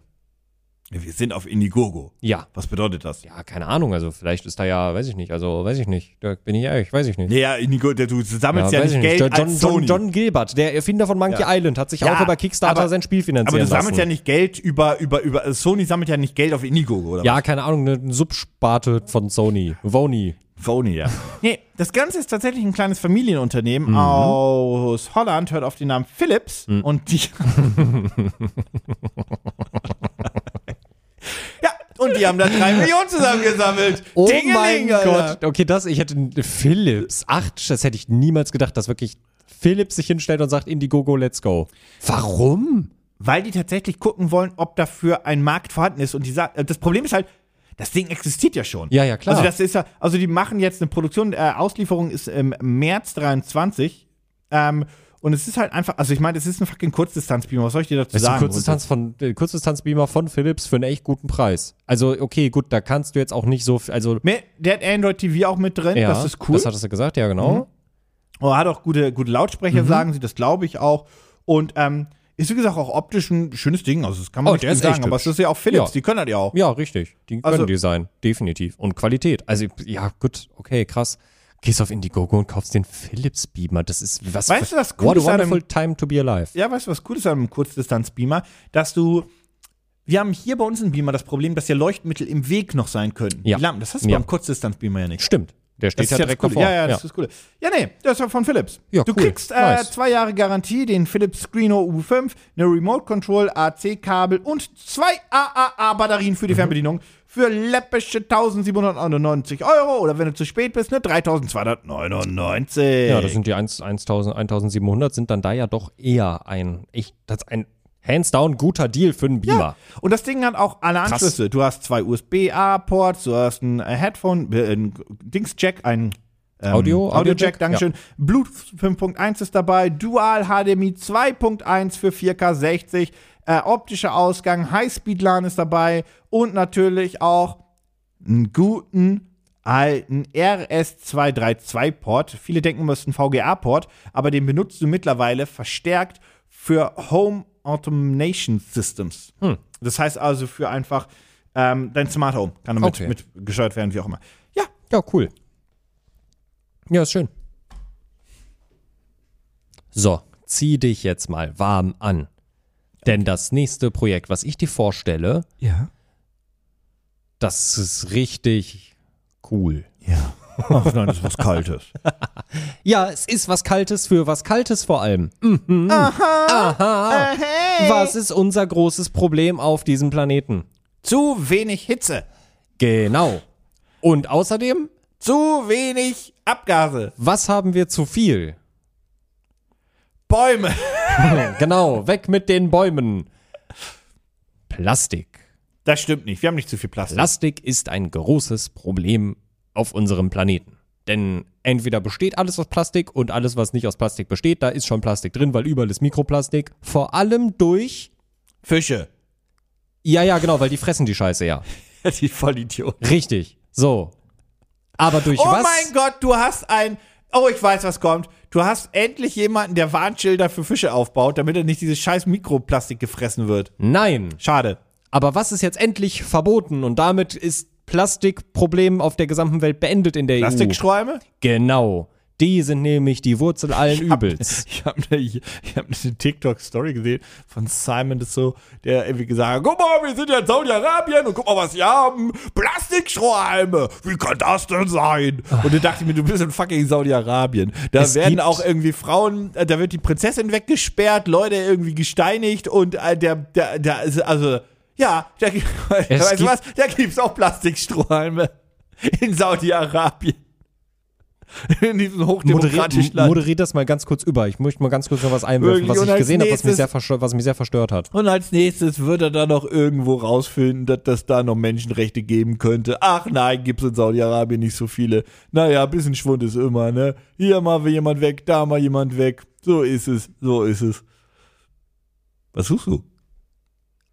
Speaker 3: Ja, Wir sind auf Indiegogo.
Speaker 2: Ja.
Speaker 3: Was bedeutet das?
Speaker 2: Ja, keine Ahnung. Also vielleicht ist da ja, weiß ich nicht. Also weiß ich nicht. Da bin ich ehrlich, weiß ich nicht.
Speaker 3: Naja, Indigo, der- du sammelst ja,
Speaker 2: weiß
Speaker 3: nicht
Speaker 2: ich
Speaker 3: Geld
Speaker 2: John,
Speaker 3: als
Speaker 2: John,
Speaker 3: Sony.
Speaker 2: John Gilbert, der Erfinder von Monkey
Speaker 3: Ja.
Speaker 2: Island, hat sich
Speaker 3: Ja,
Speaker 2: auch über Kickstarter
Speaker 3: aber-
Speaker 2: sein Spiel finanzieren
Speaker 3: Aber du
Speaker 2: lassen.
Speaker 3: sammelst ja nicht Geld über, über, über äh, Sony sammelt ja nicht Geld auf Indiegogo, oder?
Speaker 2: Ja, keine Ahnung, eine Subsparte von Sony. Vony.
Speaker 3: Sony, ja. Mhm. nee, das Ganze ist tatsächlich ein kleines Familienunternehmen aus Holland, hört auf den Namen Philips und die. ja, und die haben da drei Millionen zusammengesammelt.
Speaker 2: Oh
Speaker 3: Dingeling,
Speaker 2: mein
Speaker 3: Alter.
Speaker 2: Gott. Okay, das, ich hätte Philips. Ach, das hätte ich niemals gedacht, dass wirklich Philips sich hinstellt und sagt, Indiegogo, let's go. Warum?
Speaker 3: weil die tatsächlich gucken wollen, ob dafür ein Markt vorhanden ist. Und die sagen, das Problem ist halt, das Ding existiert ja schon.
Speaker 2: Ja, ja, klar.
Speaker 3: Also das ist ja, also die machen jetzt eine Produktion, äh, Auslieferung ist im März 23. Ähm, und es ist halt einfach, also ich meine, es ist ein fucking Kurzdistanzbeamer. Was soll ich dir dazu
Speaker 2: Das ist ein
Speaker 3: sagen?
Speaker 2: Kurzdistanz von, äh, Kurzdistanzbeamer von Philips für einen echt guten Preis. Also, okay, gut, da kannst du jetzt auch nicht so, viel- also,
Speaker 3: Mehr- Ne, Der hat Android TV auch mit drin,
Speaker 2: ja,
Speaker 3: das ist cool.
Speaker 2: Das hattest du gesagt, ja, genau.
Speaker 3: Oh, hat auch gute, gute Lautsprecher,
Speaker 2: Mhm.
Speaker 3: sagen sie, das glaube ich auch. Und ähm, ist wie gesagt auch optisch ein schönes Ding. Also das kann man
Speaker 2: Oh,
Speaker 3: nicht
Speaker 2: der ist
Speaker 3: sagen,
Speaker 2: echt
Speaker 3: aber
Speaker 2: hübsch.
Speaker 3: es ist ja auch
Speaker 2: Ja.
Speaker 3: Philips, die können das ja auch.
Speaker 2: Ja, richtig. Die
Speaker 3: Also-
Speaker 2: können die sein. Definitiv. Und Qualität. Also, ja, gut, okay, krass. Gehst auf Indiegogo und kaufst den Philips Beamer. Das ist was.
Speaker 3: Weißt du, was cool
Speaker 2: What a
Speaker 3: ist an
Speaker 2: wonderful time to be alive.
Speaker 3: ja, weißt du, was cool ist an einem Kurzdistanzbeamer, dass du Wir haben hier bei uns im Beamer das Problem, dass ja Leuchtmittel im Weg noch sein können.
Speaker 2: Ja.
Speaker 3: Die Lampen, das hast du
Speaker 2: Ja.
Speaker 3: beim Kurzdistanzbeamer ja nicht.
Speaker 2: Stimmt. Der steht ja
Speaker 3: das
Speaker 2: direkt
Speaker 3: Coole.
Speaker 2: davor.
Speaker 3: Ja, ja, das ist das Coole. Ja, nee, das ist ja von Philips.
Speaker 2: Ja,
Speaker 3: du
Speaker 2: cool.
Speaker 3: kriegst äh,
Speaker 2: Nice.
Speaker 3: zwei Jahre Garantie, den Philips Screeno U5, eine Remote Control, AC-Kabel und zwei AAA-Batterien für die
Speaker 2: Mhm.
Speaker 3: Fernbedienung für läppische 1799 Euro oder wenn du zu spät bist, ne, 3299.
Speaker 2: Ja, das sind die 1, 1000, 1700 sind dann da ja doch eher ein echt das ist ein hands down guter Deal für einen Beamer.
Speaker 3: Und das Ding hat auch alle Anschlüsse. Du hast zwei USB-A-Ports, du hast ein äh, Headphone, äh, ein Dings-Jack, ein ähm,
Speaker 2: Audio-
Speaker 3: Audio-Jack,
Speaker 2: Audio-Jack,
Speaker 3: Dankeschön. Bluetooth 5.1 ist dabei, Dual HDMI 2.1 für 4K 60, äh, optischer Ausgang, High-Speed-LAN ist dabei und natürlich auch einen guten alten RS232-Port. Viele denken immer, es ist ein VGA-Port, aber den benutzt du mittlerweile verstärkt für Home Automation Systems. Das heißt also für einfach ähm, dein Smart Home. Kann damit
Speaker 2: Okay.
Speaker 3: mit gesteuert werden, wie auch immer. Ja,
Speaker 2: Ja, cool. Ja, ist schön. So, zieh dich jetzt mal warm an. Denn das nächste Projekt, was ich dir vorstelle,
Speaker 3: Ja.
Speaker 2: das ist richtig cool.
Speaker 3: Ja. Ach nein, das ist was Kaltes.
Speaker 2: Ja, es ist was Kaltes für was Kaltes vor allem. Mhm.
Speaker 3: Äh, hey.
Speaker 2: Was ist unser großes Problem auf diesem Planeten?
Speaker 3: Zu wenig Hitze.
Speaker 2: Genau. Und außerdem,
Speaker 3: Zu wenig Abgase.
Speaker 2: was haben wir zu viel?
Speaker 3: Bäume.
Speaker 2: Genau, weg mit den Bäumen. Plastik.
Speaker 3: Das stimmt nicht. Wir haben nicht zu viel Plastik.
Speaker 2: Plastik ist ein großes Problem auf unserem Planeten. Denn entweder besteht alles aus Plastik und alles, was nicht aus Plastik besteht, da ist schon Plastik drin, weil überall ist Mikroplastik. Vor allem durch.
Speaker 3: Fische.
Speaker 2: Ja, ja, genau, weil die fressen die Scheiße ja.
Speaker 3: Die Vollidiot.
Speaker 2: Richtig. So. Aber durch
Speaker 3: Oh
Speaker 2: was?
Speaker 3: mein Gott, du hast ein. Oh, ich weiß, was kommt. Du hast endlich jemanden, der Warnschilder für Fische aufbaut, damit er nicht dieses scheiß Mikroplastik gefressen wird.
Speaker 2: Nein.
Speaker 3: Schade.
Speaker 2: Aber was ist jetzt endlich verboten? Und damit ist Plastikproblem auf der gesamten Welt beendet in der E EU.
Speaker 3: Plastiksträume?
Speaker 2: Genau. Die sind nämlich die Wurzel allen Übels.
Speaker 3: Ich habe eine, ich hab eine TikTok-Story gesehen von Simon das so, der irgendwie gesagt hat, guck mal, wir sind ja in Saudi-Arabien und guck mal, was wir haben. Plastikschräume. Wie kann das denn sein? Und da dachte ich mir, du bist in fucking Saudi-Arabien. Da
Speaker 2: Ah. Es
Speaker 3: werden
Speaker 2: gibt-
Speaker 3: auch irgendwie Frauen, äh, da wird die Prinzessin weggesperrt, Leute irgendwie gesteinigt und äh, der, der, der, ist- also, ja, da, gibt- weißt du
Speaker 2: gibt-
Speaker 3: was? Da gibt's auch Plastiksträume. In Saudi-Arabien. In diesem hochdemokratischen
Speaker 2: Moderier,
Speaker 3: Land.
Speaker 2: moderiert das mal ganz kurz über. Ich möchte mal ganz kurz noch was einwerfen,
Speaker 3: Wirklich, und
Speaker 2: was ich
Speaker 3: als
Speaker 2: gesehen habe, was mich,
Speaker 3: nächstes-
Speaker 2: sehr verstört, was mich sehr verstört hat.
Speaker 3: Und als nächstes wird er dann noch irgendwo rausfinden, dass das da noch Menschenrechte geben könnte. Ach nein, gibt's in Saudi-Arabien nicht so viele. Naja, bisschen Schwund ist immer, ne? Hier mal will jemand weg, da mal jemand weg. So ist es, so ist es. Was suchst du?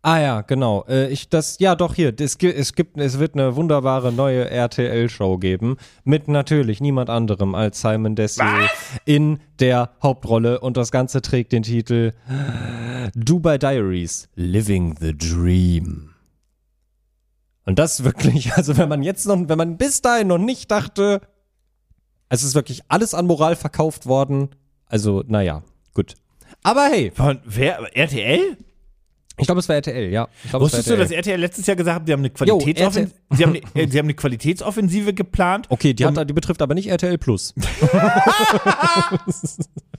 Speaker 2: Ah ja, genau. Äh, ich das ja doch hier. Es, gi- es gibt, es wird eine wunderbare neue RTL-Show geben mit natürlich niemand anderem als Simon Dessau in der Hauptrolle und das Ganze trägt den Titel Dubai Diaries: Living the Dream. Und das wirklich, also wenn man jetzt noch, wenn man bis dahin noch nicht dachte, es ist wirklich alles an Moral verkauft worden. Also naja, gut. Aber hey,
Speaker 3: Von wer? RTL?
Speaker 2: ich glaube, es war RTL, ja. Ich glaub, es war
Speaker 3: Wusstest du,
Speaker 2: RTL.
Speaker 3: dass RTL letztes Jahr gesagt hat, sie haben eine,
Speaker 2: Jo,
Speaker 3: Qualitätsoffen sie haben eine, äh, sie haben eine Qualitätsoffensive geplant?
Speaker 2: Okay, die, hat, die betrifft aber nicht RTL Plus.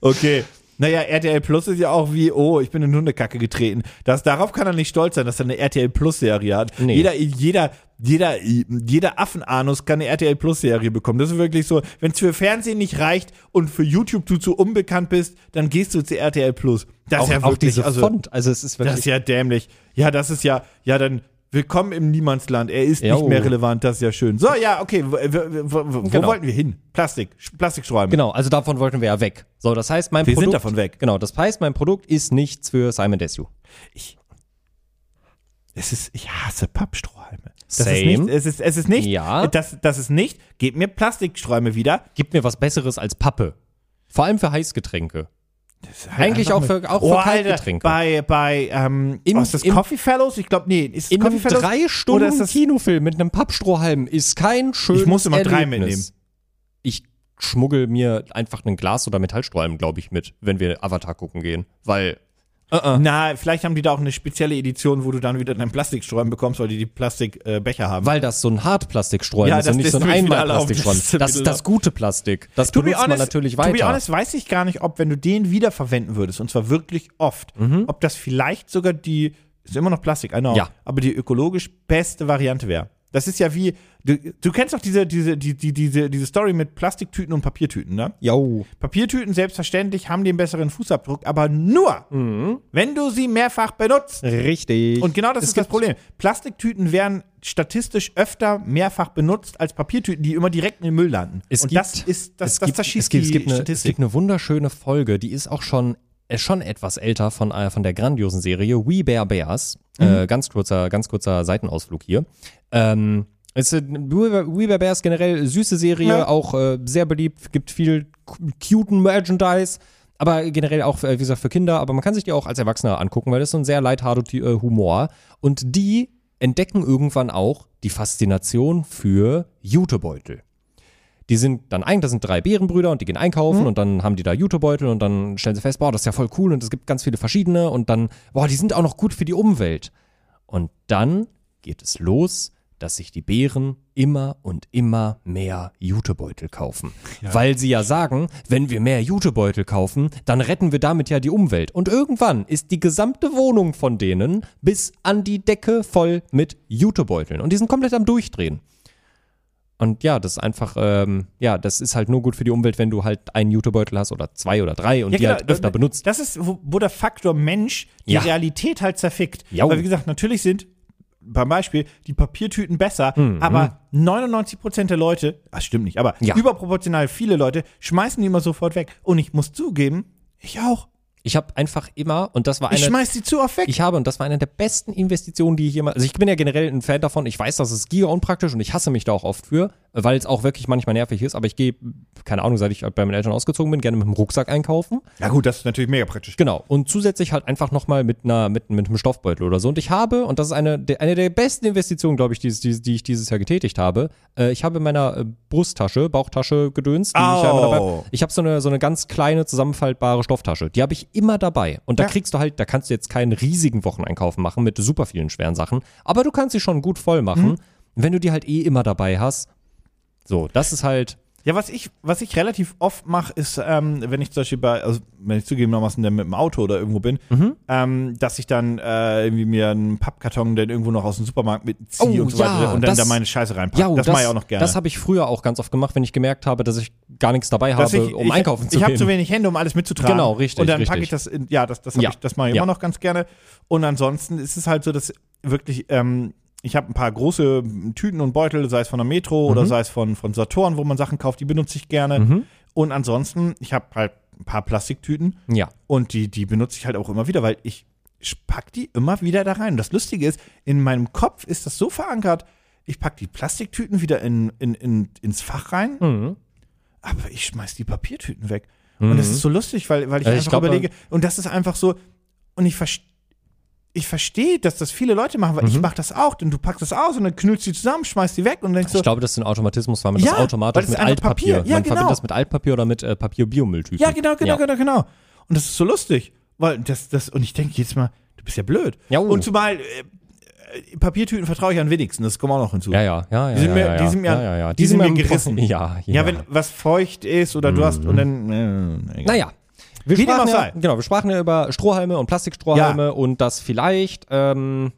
Speaker 3: Okay. Naja, RTL Plus ist ja auch wie, oh, ich bin in Hundekacke getreten. Das, darauf kann er nicht stolz sein, dass er eine RTL Plus-Serie hat.
Speaker 2: Nee.
Speaker 3: Jeder, jeder, jeder, jeder Affenanus kann eine RTL Plus-Serie bekommen. Das ist wirklich so, wenn es für Fernsehen nicht reicht und für YouTube du zu unbekannt bist, dann gehst du zu RTL Plus. Das
Speaker 2: auch,
Speaker 3: ist ja
Speaker 2: auch
Speaker 3: wirklich,
Speaker 2: diese
Speaker 3: also,
Speaker 2: Font. Also es ist
Speaker 3: das ist
Speaker 2: wirklich.
Speaker 3: ja dämlich. Ja, das ist ja, ja, dann willkommen im Niemandsland. Er ist
Speaker 2: Jo.
Speaker 3: nicht mehr relevant, das ist ja schön. So, ja, okay, wo, wo, wo, wo
Speaker 2: Genau.
Speaker 3: wollten wir hin? Plastik, Sch- Plastikschräume.
Speaker 2: Genau, also davon wollten wir ja weg. So, das heißt, mein
Speaker 3: Wir
Speaker 2: Produkt.
Speaker 3: sind davon weg.
Speaker 2: Genau, das heißt, mein Produkt ist nichts für Simon Desue.
Speaker 3: Es ist, ich hasse Pappsträume. Das
Speaker 2: Same.
Speaker 3: Ist nicht, es, ist, es ist nicht,
Speaker 2: Ja.
Speaker 3: das, das ist nicht, gebt mir Plastiksträume wieder.
Speaker 2: Gib mir was Besseres als Pappe. Vor allem für Heißgetränke. Eigentlich auch für, auch
Speaker 3: halt Oh,
Speaker 2: für
Speaker 3: Alter,
Speaker 2: Kaltgetränke.
Speaker 3: bei, bei, ähm,
Speaker 2: Im-
Speaker 3: oh, ist das
Speaker 2: im-
Speaker 3: Coffee Fellows? Ich glaube, nee, ist das
Speaker 2: In
Speaker 3: Coffee
Speaker 2: einem
Speaker 3: Fellows?
Speaker 2: drei Stunden
Speaker 3: Oder ist das,
Speaker 2: Kinofilm mit einem Pappstrohhalm ist kein schönes
Speaker 3: Ich muss immer drei
Speaker 2: Erlebnis.
Speaker 3: mitnehmen.
Speaker 2: Ich schmuggel mir einfach ein Glas oder Metallstrohhalm, glaube ich, mit, wenn wir Avatar gucken gehen. Weil
Speaker 3: Ah. Na, vielleicht haben die da auch eine spezielle Edition, wo du dann wieder deinen Plastikstrohhalm bekommst, weil die die Plastikbecher äh, Becher haben.
Speaker 2: Weil das so ein Hartplastikstreuen
Speaker 3: Ja,
Speaker 2: ist und
Speaker 3: das
Speaker 2: nicht so
Speaker 3: ist
Speaker 2: ein
Speaker 3: nämlich wieder
Speaker 2: Einmalplastikstreuen.
Speaker 3: erlaubt. Das ist
Speaker 2: Das ist
Speaker 3: wieder
Speaker 2: das gute Plastik. Das benutzt man natürlich
Speaker 3: To be
Speaker 2: weiter.
Speaker 3: honest, weiß ich gar nicht, ob wenn du den wiederverwenden würdest, und zwar wirklich oft, ob das vielleicht sogar die, ist immer noch Plastik, I know,
Speaker 2: Mhm. Ja.
Speaker 3: aber die ökologisch beste Variante wäre. Das ist ja wie, du, du kennst doch diese, diese, die, die, diese, diese Story mit Plastiktüten und Papiertüten, ne?
Speaker 2: Yo.
Speaker 3: Papiertüten selbstverständlich haben den besseren Fußabdruck, aber nur,
Speaker 2: Mhm.
Speaker 3: wenn du sie mehrfach benutzt.
Speaker 2: Richtig.
Speaker 3: Und genau das
Speaker 2: Es
Speaker 3: ist das
Speaker 2: gibt-
Speaker 3: Problem. Plastiktüten werden statistisch öfter mehrfach benutzt als Papiertüten, die immer direkt in den Müll landen.
Speaker 2: Es
Speaker 3: Und
Speaker 2: gibt-
Speaker 3: das ist das,
Speaker 2: es
Speaker 3: das
Speaker 2: gibt,
Speaker 3: zerschießt
Speaker 2: es gibt, es gibt
Speaker 3: die
Speaker 2: eine, Es
Speaker 3: Statistik.
Speaker 2: gibt eine wunderschöne Folge, die ist auch schon, äh, schon etwas älter von, äh, von der grandiosen Serie We Bear Bears.
Speaker 3: Mhm.
Speaker 2: Äh, ganz, kurzer, ganz kurzer Seitenausflug hier. Ähm, es ist, We Bear- We Bear Bears generell süße Serie,
Speaker 3: Ja.
Speaker 2: auch äh, sehr beliebt, gibt viel cu- cuten Merchandise. Aber generell auch, äh, wie gesagt, für Kinder. Aber man kann sich die auch als Erwachsener angucken, weil das ist so ein sehr leitharter Humor. Und die entdecken irgendwann auch die Faszination für Jutebeutel die sind dann eigentlich, das sind drei Bärenbrüder und die gehen einkaufen und dann haben die da Jutebeutel und dann stellen sie fest, boah, das ist ja voll cool und es gibt ganz viele verschiedene und dann, boah, die sind auch noch gut für die Umwelt. Und dann geht es los, dass sich die Bären immer und immer mehr Jutebeutel kaufen. Weil sie ja sagen, wenn wir mehr Jutebeutel kaufen, dann retten wir damit ja die Umwelt. Und irgendwann ist die gesamte Wohnung von denen bis an die Decke voll mit Jutebeuteln. Und die sind komplett am Durchdrehen. Und ja, das ist einfach, ähm, ja, das ist halt nur gut für die Umwelt, wenn du halt einen Jutebeutel hast oder zwei oder drei und die halt öfter
Speaker 3: genau, das-
Speaker 2: benutzt.
Speaker 3: Das ist, wo, wo der Faktor Mensch die
Speaker 2: Ja.
Speaker 3: Realität halt zerfickt.
Speaker 2: Jau.
Speaker 3: Weil, wie gesagt, natürlich sind beim Beispiel die Papiertüten besser, aber 99% der Leute, das stimmt nicht, aber
Speaker 2: Mhm. Ja.
Speaker 3: überproportional viele Leute schmeißen die immer sofort weg. Und ich muss zugeben, ich auch.
Speaker 2: Ich habe einfach immer, und das war
Speaker 3: Ich
Speaker 2: eine
Speaker 3: schmeiß die zu oft weg.
Speaker 2: Ich habe, und das war eine der besten Investitionen, die ich jemals. Also ich bin ja generell ein Fan davon. Ich weiß, das ist giga unpraktisch und ich hasse mich da auch oft für, weil es auch wirklich manchmal nervig ist. Aber ich gehe, keine Ahnung, seit ich bei meinen Eltern ausgezogen bin, gerne mit dem Rucksack einkaufen.
Speaker 3: ja gut, das ist natürlich mega praktisch.
Speaker 2: Genau. Und zusätzlich halt einfach nochmal mit einer, mit, mit einem Stoffbeutel oder so. Und ich habe, und das ist eine, der- eine der besten Investitionen, glaube ich, die, die, die ich dieses Jahr getätigt habe, äh, ich habe in meiner äh, Brusttasche, Bauchtasche gedönst, die ich ja immer
Speaker 3: Au.
Speaker 2: dabei ich habe so eine, so eine ganz kleine zusammenfaltbare Stofftasche. Die habe ich immer dabei. Und da
Speaker 3: Ja.
Speaker 2: kriegst du halt, da kannst du jetzt keinen riesigen Wocheneinkauf machen mit super vielen schweren Sachen. Aber du kannst sie schon gut voll machen,
Speaker 3: Mhm.
Speaker 2: wenn du die halt eh immer dabei hast. So, das ist halt.
Speaker 3: Ja, was ich, was ich relativ oft mache, ist, ähm, wenn ich zum Beispiel bei, also wenn ich zugegebenermaßen dann mit dem Auto oder irgendwo bin,
Speaker 2: Mhm.
Speaker 3: ähm, dass ich dann äh, irgendwie mir einen Pappkarton dann irgendwo noch aus dem Supermarkt mitziehe
Speaker 2: Oh,
Speaker 3: und so
Speaker 2: ja,
Speaker 3: weiter und dann
Speaker 2: das- oh,
Speaker 3: da meine Scheiße reinpacke. das mache ich auch noch gerne.
Speaker 2: Das habe ich früher auch ganz oft gemacht, wenn ich gemerkt habe, dass ich gar nichts dabei
Speaker 3: Dass
Speaker 2: habe, um einkaufen zu
Speaker 3: ich
Speaker 2: gehen.
Speaker 3: habe zu wenig Hände, um alles mitzutragen.
Speaker 2: Genau, richtig,
Speaker 3: Und dann packe
Speaker 2: richtig.
Speaker 3: ich das in, ja, das, das, hab
Speaker 2: Ja.
Speaker 3: ich, das mache ich
Speaker 2: Ja.
Speaker 3: immer noch ganz gerne. Und ansonsten ist es halt so, dass wirklich, ähm, ich habe ein paar große Tüten und Beutel, sei es von der Metro
Speaker 2: Mhm.
Speaker 3: oder sei es von, von Saturn, wo man Sachen kauft, die benutze ich gerne. Und ansonsten, ich habe halt ein paar Plastiktüten
Speaker 2: ja.
Speaker 3: und die, die benutze ich halt auch immer wieder, weil ich ich pack die immer wieder da rein. Und das Lustige ist, in meinem Kopf ist das so verankert, ich pack die Plastiktüten wieder in, in, in, ins Fach rein,
Speaker 2: Mhm.
Speaker 3: aber ich schmeiß die Papiertüten weg. Und das ist so lustig, weil, weil ich
Speaker 2: Äh, Mhm. ich
Speaker 3: einfach
Speaker 2: glaub,
Speaker 3: überlege, und das ist einfach so, und ich verstehe, ich verstehe, dass das viele Leute machen,
Speaker 2: Mhm.
Speaker 3: weil ich mache das auch. Denn du packst das aus und dann knüllst die zusammen, schmeißt die weg und denkst so,
Speaker 2: Ich glaube, das ist ein Automatismus, weil man
Speaker 3: Ja,
Speaker 2: das automatisch
Speaker 3: weil das
Speaker 2: mit
Speaker 3: einfach
Speaker 2: Altpapier.
Speaker 3: Papier- ja,
Speaker 2: man
Speaker 3: genau.
Speaker 2: verbindet das mit Altpapier oder mit äh, Papier-Biomülltüten.
Speaker 3: ja, genau, genau,
Speaker 2: Ja.
Speaker 3: genau, genau. Und das ist so lustig, weil das, das, und ich denke jedes Mal, du bist ja blöd.
Speaker 2: Ja, uh.
Speaker 3: Und zumal, äh, äh, Papiertüten vertraue ich am wenigsten, das kommt auch noch hinzu.
Speaker 2: Ja, ja, ja, ja.
Speaker 3: Die sind
Speaker 2: ja,
Speaker 3: mir-
Speaker 2: ja,
Speaker 3: die sind mir-
Speaker 2: ja, ja, ja.
Speaker 3: die sind mir
Speaker 2: im-
Speaker 3: gerissen.
Speaker 2: Ja, ja. Mhm.
Speaker 3: Ja, wenn was feucht ist oder du hast und dann. Äh, egal.
Speaker 2: naja. Wir
Speaker 3: Wie dem
Speaker 2: sprachen
Speaker 3: auch
Speaker 2: ja,
Speaker 3: sei.
Speaker 2: genau, wir sprachen ja über Strohhalme und Plastikstrohhalme und dass vielleicht, ähm,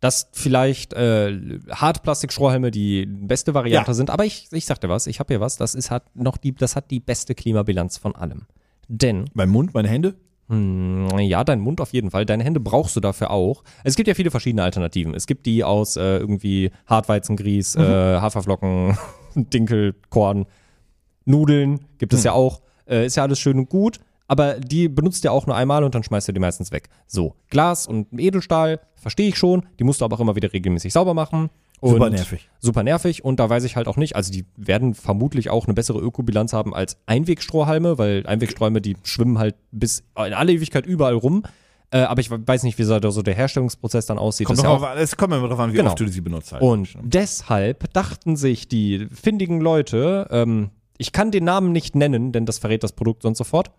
Speaker 2: dass vielleicht äh, Hartplastikstrohhalme die beste Variante
Speaker 3: Ja.
Speaker 2: sind. Aber ich, ich sag dir was, ich habe hier was, das ist hat noch die, das hat die beste Klimabilanz von allem. Denn
Speaker 3: Mein Mund, meine Hände.
Speaker 2: Ähm, Ja, dein Mund auf jeden Fall. Deine Hände brauchst du dafür auch. Es gibt ja viele verschiedene Alternativen. Es gibt die aus äh, irgendwie Hartweizengrieß,
Speaker 3: Mhm.
Speaker 2: äh, Haferflocken, Dinkelkorn, Nudeln gibt
Speaker 3: Mhm.
Speaker 2: es ja auch. Äh, ist ja alles schön und gut, aber die benutzt ihr auch nur einmal und dann schmeißt ihr die meistens weg. So, Glas und Edelstahl, verstehe ich schon. Die musst du aber auch immer wieder regelmäßig sauber machen. Und
Speaker 3: Super nervig.
Speaker 2: Super nervig und da weiß ich halt auch nicht, also die werden vermutlich auch eine bessere Ökobilanz haben als Einwegstrohhalme, weil Einwegstrohhalme, die schwimmen halt bis in alle Ewigkeit überall rum. Äh, aber ich weiß nicht, wie so so der Herstellungsprozess dann aussieht.
Speaker 3: Kommt
Speaker 2: Das ist
Speaker 3: noch
Speaker 2: ja auch-
Speaker 3: auf, an- es kommt immer drauf an, wie
Speaker 2: Genau.
Speaker 3: oft du sie benutzt halt.
Speaker 2: und deshalb dachten sich die findigen Leute, ähm, ich kann den Namen nicht nennen, denn das verrät das Produkt sonst sofort.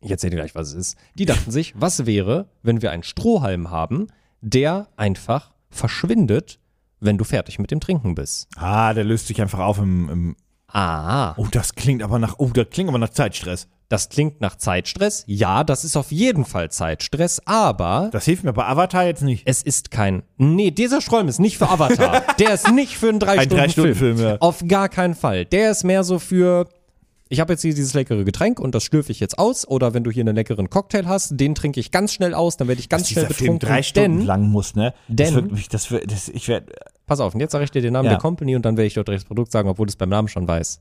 Speaker 2: ich erzähle dir gleich, was es ist. Die dachten sich, was wäre, wenn wir einen Strohhalm haben, der einfach verschwindet, wenn du fertig mit dem Trinken bist.
Speaker 3: Ah, der löst sich einfach auf im, im
Speaker 2: Ah,
Speaker 3: Oh, das klingt aber nach Oh, das klingt aber nach Zeitstress.
Speaker 2: das klingt nach Zeitstress. Ja, das ist auf jeden Fall Zeitstress, aber
Speaker 3: Das hilft mir bei Avatar jetzt nicht.
Speaker 2: es ist kein. Nee, dieser Sträum ist nicht für Avatar. Der ist nicht für einen
Speaker 3: Ein
Speaker 2: 3-Stunden-Film.
Speaker 3: Drei-Stunden-Film, ja.
Speaker 2: Auf gar keinen Fall. Der ist mehr so für. Ich habe jetzt hier dieses leckere Getränk und das schlürfe ich jetzt aus. Oder wenn du hier einen leckeren Cocktail hast, den trinke ich ganz schnell aus, dann werde ich ganz schnell
Speaker 3: Dieser Film
Speaker 2: betrunken.
Speaker 3: drei Stunden
Speaker 2: denn,
Speaker 3: lang muss, ne?
Speaker 2: denn-
Speaker 3: das wird mich, das wird, das, ich werde.
Speaker 2: pass auf, und jetzt sage ich dir den Namen
Speaker 3: Ja.
Speaker 2: der Company und dann werde ich dort das Produkt sagen, obwohl du es beim Namen schon weißt.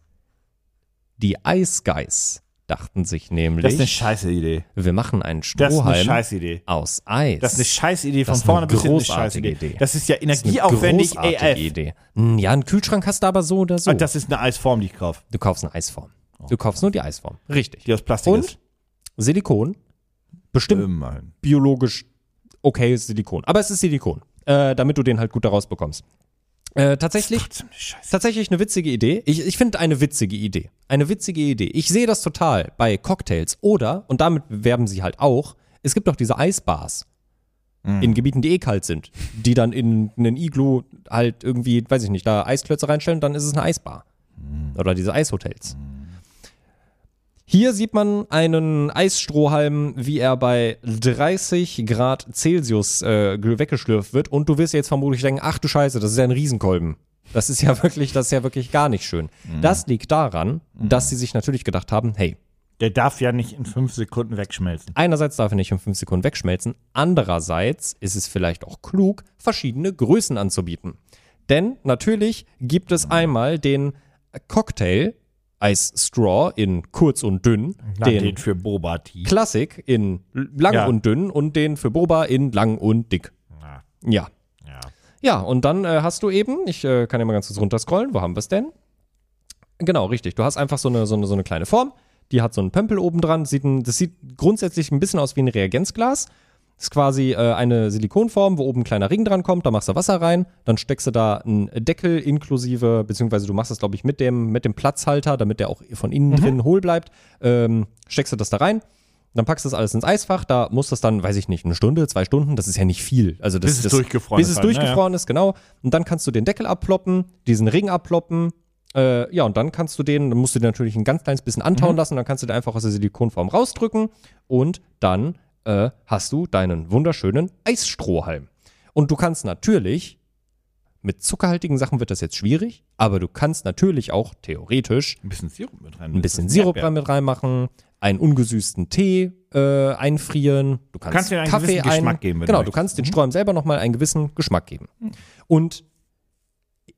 Speaker 2: Die Ice Guys dachten sich
Speaker 3: Das ist eine
Speaker 2: nämlich,
Speaker 3: scheiße Idee.
Speaker 2: wir machen einen
Speaker 3: Das ist eine
Speaker 2: Strohhalm
Speaker 3: scheiße Idee.
Speaker 2: aus Eis.
Speaker 3: Das ist eine scheiß Idee von
Speaker 2: Das ist
Speaker 3: vorne
Speaker 2: eine
Speaker 3: bis hinten. Eine scheiß
Speaker 2: großartige
Speaker 3: Idee.
Speaker 2: Idee.
Speaker 3: Das ist ja
Speaker 2: Das ist eine
Speaker 3: energieaufwendig
Speaker 2: großartige
Speaker 3: AF.
Speaker 2: Idee. Hm, Ja, einen Kühlschrank hast du aber so oder so.
Speaker 3: Und das ist eine Eisform, die ich kaufe,
Speaker 2: du kaufst eine Eisform. Du kaufst nur die Eisform. Richtig.
Speaker 3: die aus Plastik
Speaker 2: Und?
Speaker 3: ist.
Speaker 2: Silikon.
Speaker 3: Ähm.
Speaker 2: Bestimmt
Speaker 3: Immerhin.
Speaker 2: biologisch okayes Silikon. Aber es ist Silikon. Äh, damit du den halt gut daraus bekommst. Äh, tatsächlich,
Speaker 3: Trotzdem eine Scheiße.
Speaker 2: tatsächlich eine witzige Idee. Ich, ich finde eine witzige Idee. Eine witzige Idee. Ich sehe das total bei Cocktails oder, und damit werben sie halt auch, es gibt doch diese Eisbars. In Gebieten, die eh kalt sind, die dann in einen Iglu halt irgendwie, weiß ich nicht, da Eisklötze reinstellen, dann ist es eine Eisbar. Oder diese Eishotels. Hier sieht man einen Eisstrohhalm, wie er bei 30 Grad Celsius äh, ge- weggeschlürft wird. Und du wirst jetzt vermutlich denken, ach du Scheiße, das ist ja ein Riesenkolben. Das ist ja wirklich, das ist ja wirklich gar nicht schön. Das liegt daran, dass sie sich natürlich gedacht haben, hey,
Speaker 3: Der darf ja nicht in fünf Sekunden wegschmelzen.
Speaker 2: Einerseits darf er nicht in fünf Sekunden wegschmelzen, andererseits ist es vielleicht auch klug, verschiedene Größen anzubieten. Denn natürlich gibt es einmal den Cocktail Ice Straw in kurz und dünn,
Speaker 3: Na,
Speaker 2: den,
Speaker 3: den für Bobati.
Speaker 2: Classic in lang
Speaker 3: Ja.
Speaker 2: und dünn und den für Boba in lang und dick.
Speaker 3: Na,
Speaker 2: Ja.
Speaker 3: ja.
Speaker 2: Ja, und dann äh, hast du eben, ich äh, kann ja mal ganz kurz runterscrollen, wo haben wir es denn? Genau, richtig. Du hast einfach so eine, so eine, so eine kleine Form, die hat so einen Pömpel oben dran. Sieht ein, das sieht grundsätzlich ein bisschen aus wie ein Reagenzglas. Ist quasi äh, eine Silikonform, wo oben ein kleiner Ring dran kommt, da machst du Wasser rein, dann steckst du da einen Deckel inklusive, beziehungsweise du machst das, glaube ich, mit dem, mit dem Platzhalter, damit der auch von innen
Speaker 3: Mhm.
Speaker 2: drin hohl bleibt, ähm, steckst du das da rein, dann packst du das alles ins Eisfach, da muss das dann, weiß ich nicht, eine Stunde, zwei Stunden, das ist ja nicht viel. Also das,
Speaker 3: Bis es
Speaker 2: das,
Speaker 3: durchgefroren
Speaker 2: bis
Speaker 3: ist
Speaker 2: es
Speaker 3: halt, ne?
Speaker 2: durchgefroren durchgefroren ist, genau. Und dann kannst du den Deckel abploppen, diesen Ring abploppen. Äh, ja, und dann kannst du den, dann musst du den natürlich ein ganz kleines bisschen antauen lassen. Dann kannst du den einfach aus der Silikonform rausdrücken. Und dann äh, hast du deinen wunderschönen Eisstrohhalm. Und du kannst natürlich, mit zuckerhaltigen Sachen wird das jetzt schwierig, aber du kannst natürlich auch theoretisch
Speaker 3: Ein bisschen Sirup mit rein.
Speaker 2: ein bisschen Sirup
Speaker 3: Erdbeeren.
Speaker 2: mit reinmachen, einen ungesüßten Tee äh, einfrieren, du kannst,
Speaker 3: Kannst dir einen
Speaker 2: Kaffee
Speaker 3: gewissen
Speaker 2: ein,
Speaker 3: Geschmack geben, wenn du
Speaker 2: genau, du
Speaker 3: möchtest. Mhm.
Speaker 2: kannst den Sträumen selber nochmal einen gewissen Geschmack geben. Und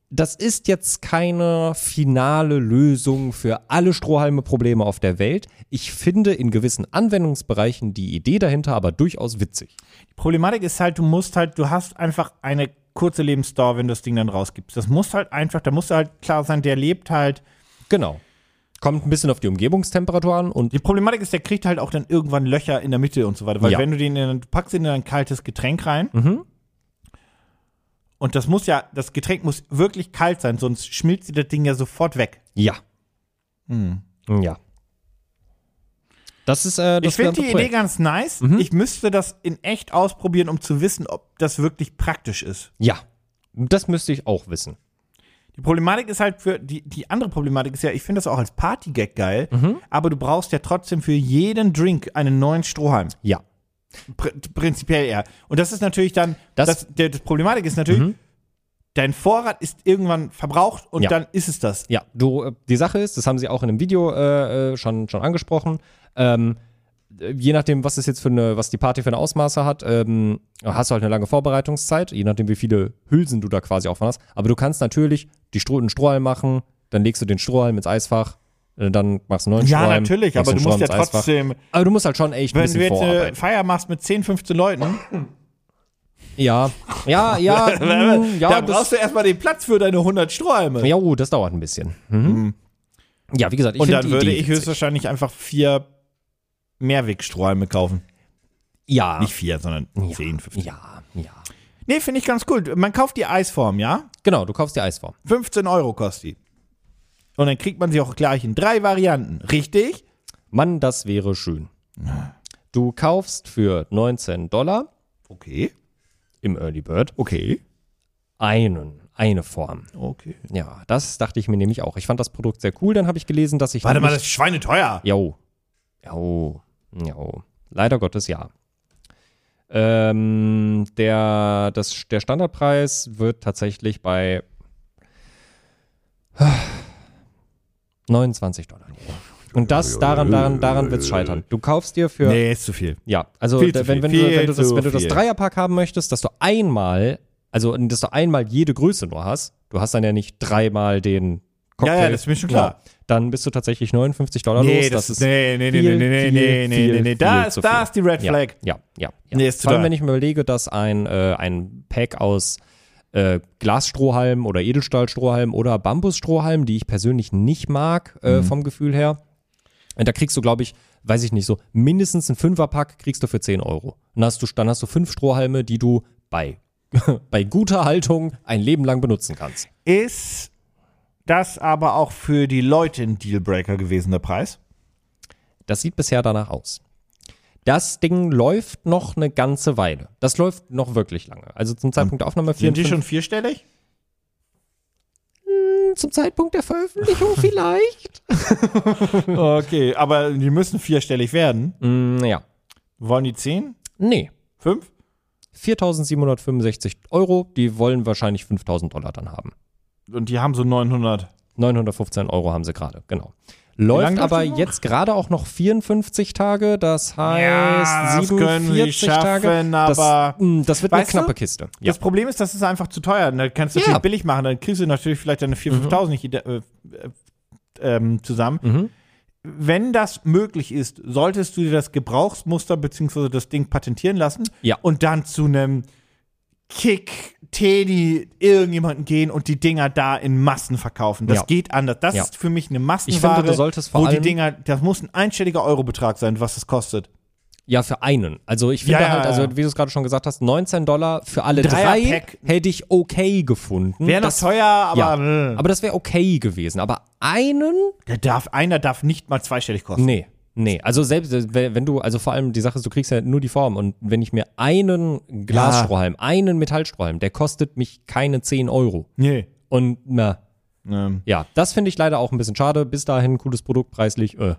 Speaker 2: das ist jetzt keine finale Lösung für alle Strohhalme-Probleme auf der Welt. Ich finde in gewissen Anwendungsbereichen die Idee dahinter aber durchaus witzig.
Speaker 3: Die Problematik ist halt, du musst halt, du hast einfach eine kurze Lebensdauer, wenn du das Ding dann rausgibst. Das muss halt einfach, da muss halt klar sein, der lebt halt.
Speaker 2: Genau. Kommt ein bisschen auf die Umgebungstemperatur an und
Speaker 3: Die Problematik ist, der kriegt halt auch dann irgendwann Löcher in der Mitte und so weiter. Weil
Speaker 2: Ja. Mhm.
Speaker 3: wenn du den in, du packst ihn in ein kaltes Getränk rein. Und das muss ja, das Getränk muss wirklich kalt sein, sonst schmilzt dir das Ding ja sofort weg.
Speaker 2: ja.
Speaker 3: Mhm.
Speaker 2: Ja. Das ist äh, das
Speaker 3: ich finde
Speaker 2: ganze
Speaker 3: die Idee
Speaker 2: Projekt. Mhm.
Speaker 3: ganz nice. Ich müsste das in echt ausprobieren, um zu wissen, ob das wirklich praktisch ist.
Speaker 2: Ja, das müsste ich auch wissen.
Speaker 3: Die Problematik ist halt für die, die andere Problematik ist ja, ich finde das auch als Partygag geil,
Speaker 2: Mhm.
Speaker 3: aber du brauchst ja trotzdem für jeden Drink einen neuen Strohhalm.
Speaker 2: Ja.
Speaker 3: Pr prinzipiell eher. Und das ist natürlich dann
Speaker 2: Das- Mhm.
Speaker 3: das, der, das Problematik ist natürlich, dein Vorrat ist irgendwann verbraucht und
Speaker 2: Ja.
Speaker 3: dann ist es das.
Speaker 2: Ja, du, äh, die Sache ist, das haben sie auch in einem Video äh, äh, schon, schon angesprochen, ähm, äh, je nachdem, was es jetzt für eine, was die Party für eine Ausmaße hat, ähm, hast du halt eine lange Vorbereitungszeit, je nachdem, wie viele Hülsen du da quasi auch von hast. Aber du kannst natürlich die Stroh, einen Strohhalm machen, dann legst du den Strohhalm ins Eisfach, äh, dann machst du einen neuen
Speaker 3: Ja,
Speaker 2: Strohhalm.
Speaker 3: natürlich,
Speaker 2: legst
Speaker 3: aber
Speaker 2: den
Speaker 3: du musst ja
Speaker 2: Strohhalm ins Eisfach.
Speaker 3: trotzdem,
Speaker 2: Aber du musst halt schon echt ein
Speaker 3: wenn
Speaker 2: bisschen
Speaker 3: du jetzt äh, eine
Speaker 2: vorarbeiten. Mhm.
Speaker 3: Feier machst mit 10, 15 Leuten,
Speaker 2: Ja, ja, ja, mm, ja,
Speaker 3: da
Speaker 2: das-
Speaker 3: äh, brauchst du erstmal den Platz für deine 100 Strohhalme.
Speaker 2: ja, oh, das dauert ein bisschen. Mhm. Ja, wie gesagt, ich
Speaker 3: Und
Speaker 2: finde
Speaker 3: dann
Speaker 2: die
Speaker 3: würde
Speaker 2: Idee
Speaker 3: ich
Speaker 2: witzig.
Speaker 3: höchstwahrscheinlich einfach vier Mehrwegstrohhalme kaufen.
Speaker 2: Ah. ja.
Speaker 3: Nicht vier, sondern zehn, 15.
Speaker 2: Ja, ja.
Speaker 3: Nee, finde ich ganz cool. Man kauft die Eisform, ja?
Speaker 2: Genau, du kaufst die Eisform.
Speaker 3: 15 Euro kostet die. Und dann kriegt man sie auch gleich in drei Varianten, richtig?
Speaker 2: Mann, das wäre schön. Du kaufst für 19 Dollar
Speaker 3: Okay.
Speaker 2: im Early Bird
Speaker 3: Okay.
Speaker 2: einen, eine Form.
Speaker 3: Okay.
Speaker 2: Ja, das dachte ich mir nämlich auch. Ich fand das Produkt sehr cool. Dann habe ich gelesen, dass ich.
Speaker 3: Warte mal,
Speaker 2: nämlich-
Speaker 3: das ist schweineteuer.
Speaker 2: Jo. Jo. Jo. Leider Gottes ja. Ähm, der, das, der Standardpreis wird tatsächlich bei 29 Dollar. liegen. Und das, daran, daran, daran wird es scheitern. Du kaufst dir für.
Speaker 3: Nee, ist zu viel.
Speaker 2: Ja, also
Speaker 3: Viel zu
Speaker 2: da- wenn, wenn, du,
Speaker 3: viel,
Speaker 2: wenn,
Speaker 3: viel
Speaker 2: du das,
Speaker 3: zu
Speaker 2: wenn du das
Speaker 3: viel.
Speaker 2: Dreierpack haben möchtest, dass du einmal, also dass du einmal jede Größe nur hast, du hast dann ja nicht dreimal den Cocktail.
Speaker 3: Ja, ja, das ist mir schon klar.
Speaker 2: Ja, dann bist du tatsächlich 59 Dollar los.
Speaker 3: nee, nee, nee,
Speaker 2: viel,
Speaker 3: nee, nee,
Speaker 2: viel,
Speaker 3: nee, nee,
Speaker 2: viel,
Speaker 3: nee, nee,
Speaker 2: viel
Speaker 3: da
Speaker 2: zu
Speaker 3: ist, da
Speaker 2: viel.
Speaker 3: ist die Red
Speaker 2: ja,
Speaker 3: Flag.
Speaker 2: Ja, ja. ja.
Speaker 3: Nee, ist
Speaker 2: Vor allem,
Speaker 3: total.
Speaker 2: wenn ich mir überlege, dass ein, äh, ein Pack aus äh, Glasstrohhalm oder Edelstahlstrohhalm oder Bambusstrohhalm, die ich persönlich nicht mag,
Speaker 3: Mhm.
Speaker 2: äh, vom Gefühl her, und da kriegst du, glaube ich, weiß ich nicht, so mindestens ein Fünferpack kriegst du für 10 Euro. Dann hast du, dann hast du fünf Strohhalme, die du bei, bei guter Haltung ein Leben lang benutzen kannst.
Speaker 3: Ist das aber auch für die Leute ein Dealbreaker gewesen, der Preis?
Speaker 2: Das sieht bisher danach aus. Das Ding läuft noch eine ganze Weile. Das läuft noch wirklich lange. Also zum Zeitpunkt der Aufnahme
Speaker 3: Sind die
Speaker 2: 54,
Speaker 3: schon vierstellig?
Speaker 2: zum Zeitpunkt der Veröffentlichung vielleicht.
Speaker 3: Okay, aber die müssen vierstellig werden.
Speaker 2: Mm, ja.
Speaker 3: Wollen die zehn?
Speaker 2: Nee.
Speaker 3: Fünf?
Speaker 2: 4.765 Euro, die wollen wahrscheinlich 5.000 Dollar dann haben.
Speaker 3: Und die haben so 900.
Speaker 2: 915 Euro haben sie gerade, genau. Läuft
Speaker 3: lange
Speaker 2: aber
Speaker 3: läuft die noch?
Speaker 2: jetzt gerade auch noch 54 Tage, das heißt
Speaker 3: Ja, das können die
Speaker 2: 47 Tage.
Speaker 3: schaffen, aber-
Speaker 2: das, mm, das wird
Speaker 3: Weißt du?
Speaker 2: eine knappe Kiste. Ja.
Speaker 3: Das Problem ist, das ist einfach zu teuer. Da kannst du
Speaker 2: Ja. Mhm.
Speaker 3: natürlich billig machen. Dann kriegst du natürlich vielleicht deine 4.000, 5.000 nicht äh, äh, ähm, zusammen.
Speaker 2: Mhm.
Speaker 3: Wenn das möglich ist, solltest du dir das Gebrauchsmuster bzw. das Ding patentieren lassen
Speaker 2: Ja.
Speaker 3: und dann zu einem Kick, Teddy, irgendjemanden gehen und die Dinger da in Massen verkaufen. Das
Speaker 2: Ja.
Speaker 3: geht anders. Das
Speaker 2: Ja.
Speaker 3: ist für mich eine
Speaker 2: finde,
Speaker 3: Massenware.
Speaker 2: du solltest vor
Speaker 3: wo die
Speaker 2: allem-
Speaker 3: Dinger, das muss ein einstelliger Eurobetrag sein, was das kostet.
Speaker 2: Ja, für einen. Also ich finde
Speaker 3: Ja, ja,
Speaker 2: halt, also
Speaker 3: ja.
Speaker 2: wie du es gerade schon gesagt hast, 19 Dollar für alle drei
Speaker 3: Dreierpack.
Speaker 2: hätte ich okay gefunden.
Speaker 3: Wäre noch
Speaker 2: das,
Speaker 3: teuer, aber, äh.
Speaker 2: ja,
Speaker 3: mh.
Speaker 2: aber das wäre okay gewesen. Aber einen?
Speaker 3: der darf, einer darf nicht mal zweistellig kosten.
Speaker 2: Nee. Nee, also selbst äh, wenn wenn du, also vor allem die Sache ist, du kriegst ja nur die Form und wenn ich mir einen Glasstrohhalm, einen Metallstrohhalm, der kostet mich keine 10 Euro.
Speaker 3: Nee.
Speaker 2: Und na,
Speaker 3: Ähm.
Speaker 2: ja, das finde ich leider auch ein bisschen schade. Bis dahin cooles Produkt preislich. Äh.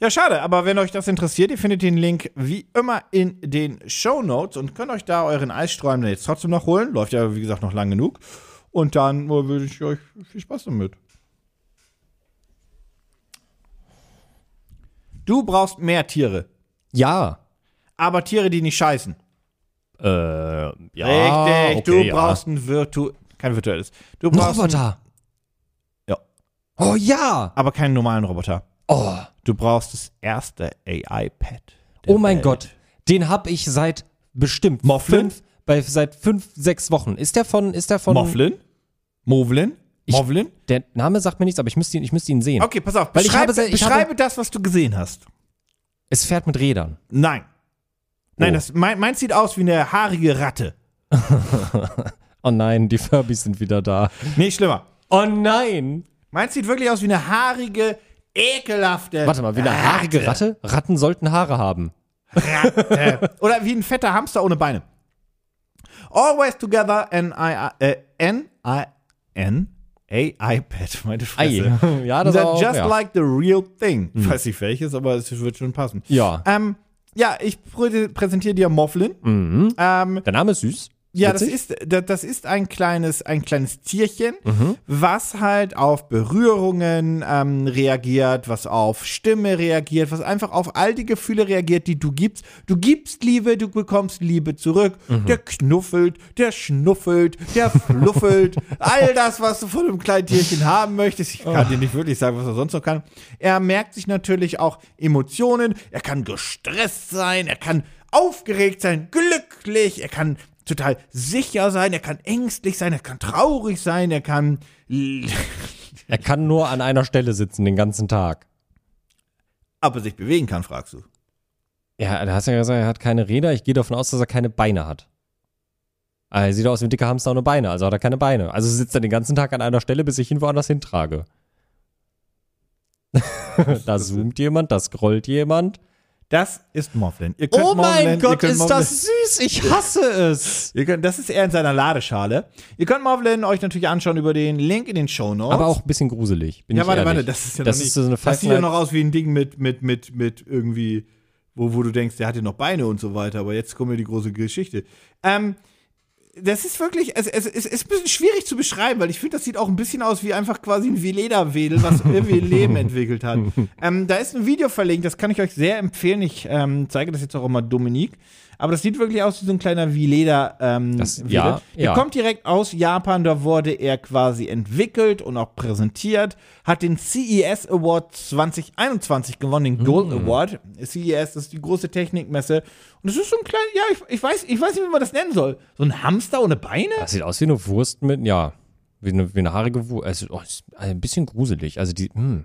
Speaker 3: Ja, schade, aber wenn euch das interessiert, ihr findet den Link wie immer in den Show Notes und könnt euch da euren Eissträumler jetzt trotzdem noch holen. Läuft ja, wie gesagt, noch lang genug. Und dann äh, wünsche ich euch viel Spaß damit. Du brauchst mehr Tiere,
Speaker 2: Ja.
Speaker 3: aber Tiere, die nicht scheißen.
Speaker 2: Äh, ja. okay,
Speaker 3: Richtig, du
Speaker 2: ja.
Speaker 3: brauchst ein Virtu kein virtuelles. Du
Speaker 2: einen
Speaker 3: brauchst ein,
Speaker 2: Roboter.
Speaker 3: Ja.
Speaker 2: Oh ja.
Speaker 3: aber keinen normalen Roboter.
Speaker 2: Oh.
Speaker 3: Du brauchst das erste AI-Pad.
Speaker 2: Oh mein Gott, den hab ich seit bestimmt
Speaker 3: Moflin?
Speaker 2: fünf, bei, seit fünf, sechs Wochen. Ist der von, ist der von,
Speaker 3: Moflin? Movlin? Movlin?
Speaker 2: der Name sagt mir nichts, aber ich müsste ihn, ich müsste ihn sehen.
Speaker 3: Okay, pass auf.
Speaker 2: Weil ich
Speaker 3: beschreib,
Speaker 2: habe sehr- ich
Speaker 3: beschreibe
Speaker 2: habe-
Speaker 3: das, was du gesehen hast.
Speaker 2: Es fährt mit Rädern.
Speaker 3: Nein. Nein,
Speaker 2: Oh.
Speaker 3: das, mein, meins sieht aus wie eine haarige Ratte.
Speaker 2: Oh nein, die Furbies sind wieder da.
Speaker 3: Nee, schlimmer.
Speaker 2: Oh nein.
Speaker 3: Meins sieht wirklich aus wie eine haarige, ekelhafte.
Speaker 2: Warte mal, wie eine
Speaker 3: Ah,
Speaker 2: haarige Ratte? Ratten sollten Haare haben.
Speaker 3: Ratte. Oder wie ein fetter Hamster ohne Beine. Always together an I, äh, N, I, N, A, iPad, meine
Speaker 2: Ei.
Speaker 3: Fresse.
Speaker 2: Ja, das
Speaker 3: They're
Speaker 2: auch,
Speaker 3: just
Speaker 2: ja. Hm.
Speaker 3: like the real thing. Weiß nicht welches, aber es wird schon passen.
Speaker 2: Ja.
Speaker 3: Ähm, ja, ich prä- präsentiere dir Moflin.
Speaker 2: Mhm.
Speaker 3: Ähm,
Speaker 2: Der Name ist süß.
Speaker 3: Ja, das
Speaker 2: Witzig.
Speaker 3: ist, da- das ist ein kleines, ein kleines Tierchen, was halt auf Berührungen ähm, reagiert, was auf Stimme reagiert, was einfach auf all die Gefühle reagiert, die du gibst. Du gibst Liebe, du bekommst Liebe zurück. Der knuffelt, der schnuffelt, der fluffelt. all das, was du von einem kleinen Tierchen haben möchtest. Ich kann dir nicht wirklich sagen, was er sonst noch kann. Er merkt sich natürlich auch Emotionen. Er kann gestresst sein, er kann aufgeregt sein, glücklich, er kann total sicher sein, er kann ängstlich sein, er kann traurig sein, er kann.
Speaker 2: Er kann nur an einer Stelle sitzen den ganzen Tag.
Speaker 3: Aber sich bewegen kann, fragst du.
Speaker 2: Ja, da hast du ja gesagt, er hat keine Räder. Ich gehe davon aus, dass er keine Beine hat. Aber er sieht aus wie ein dicker Hamster ohne Beine, also hat er keine Beine. Also sitzt er den ganzen Tag an einer Stelle, bis ich ihn woanders hintrage. da zoomt jemand, da scrollt jemand.
Speaker 3: Das ist Morphland. Ihr könnt
Speaker 2: Oh mein
Speaker 3: Morphland- ihr
Speaker 2: Gott,
Speaker 3: könnt
Speaker 2: ist
Speaker 3: Morphland-
Speaker 2: das süß. Ich hasse es.
Speaker 3: Ihr könnt, das ist eher in seiner Ladeschale. Ihr könnt Morphland euch natürlich anschauen über den Link in den Show Notes.
Speaker 2: Aber auch ein bisschen gruselig. Bin
Speaker 3: ja,
Speaker 2: ich
Speaker 3: warte,
Speaker 2: ehrlich.
Speaker 3: warte, das ist ja
Speaker 2: das
Speaker 3: noch nicht.
Speaker 2: Ist so eine
Speaker 3: das
Speaker 2: Five
Speaker 3: sieht ja
Speaker 2: Nights-
Speaker 3: noch aus wie ein Ding mit, mit, mit, mit irgendwie, wo, wo du denkst, der hatte noch Beine und so weiter, aber jetzt kommt ja die große Geschichte. Ähm, das ist wirklich, es, es, es ist ein bisschen schwierig zu beschreiben, weil ich finde, das sieht auch ein bisschen aus wie einfach quasi ein Veleda-Wedel, was irgendwie ein Leben entwickelt hat. Ähm, da ist ein Video verlinkt, das kann ich euch sehr empfehlen. Ich ähm, zeige das jetzt auch immer Dominik. Aber das sieht wirklich aus wie so ein kleiner Vileda. Ähm,
Speaker 2: Das-
Speaker 3: Wedel.
Speaker 2: ja,
Speaker 3: Der
Speaker 2: ja.
Speaker 3: kommt kommt direkt aus Japan, da wurde er quasi entwickelt und auch präsentiert, hat den CES Award 2021 gewonnen, den Gold
Speaker 2: Hm.
Speaker 3: Award. CES ist die große Technikmesse und es ist so ein kleiner, ja, ich, ich, weiß, ich weiß nicht, wie man das nennen soll. So ein Hamster ohne Beine?
Speaker 2: Das sieht aus wie eine Wurst mit, ja, wie eine, wie eine haarige Wurst. Also, oh, ist ein bisschen gruselig. Also die, hm.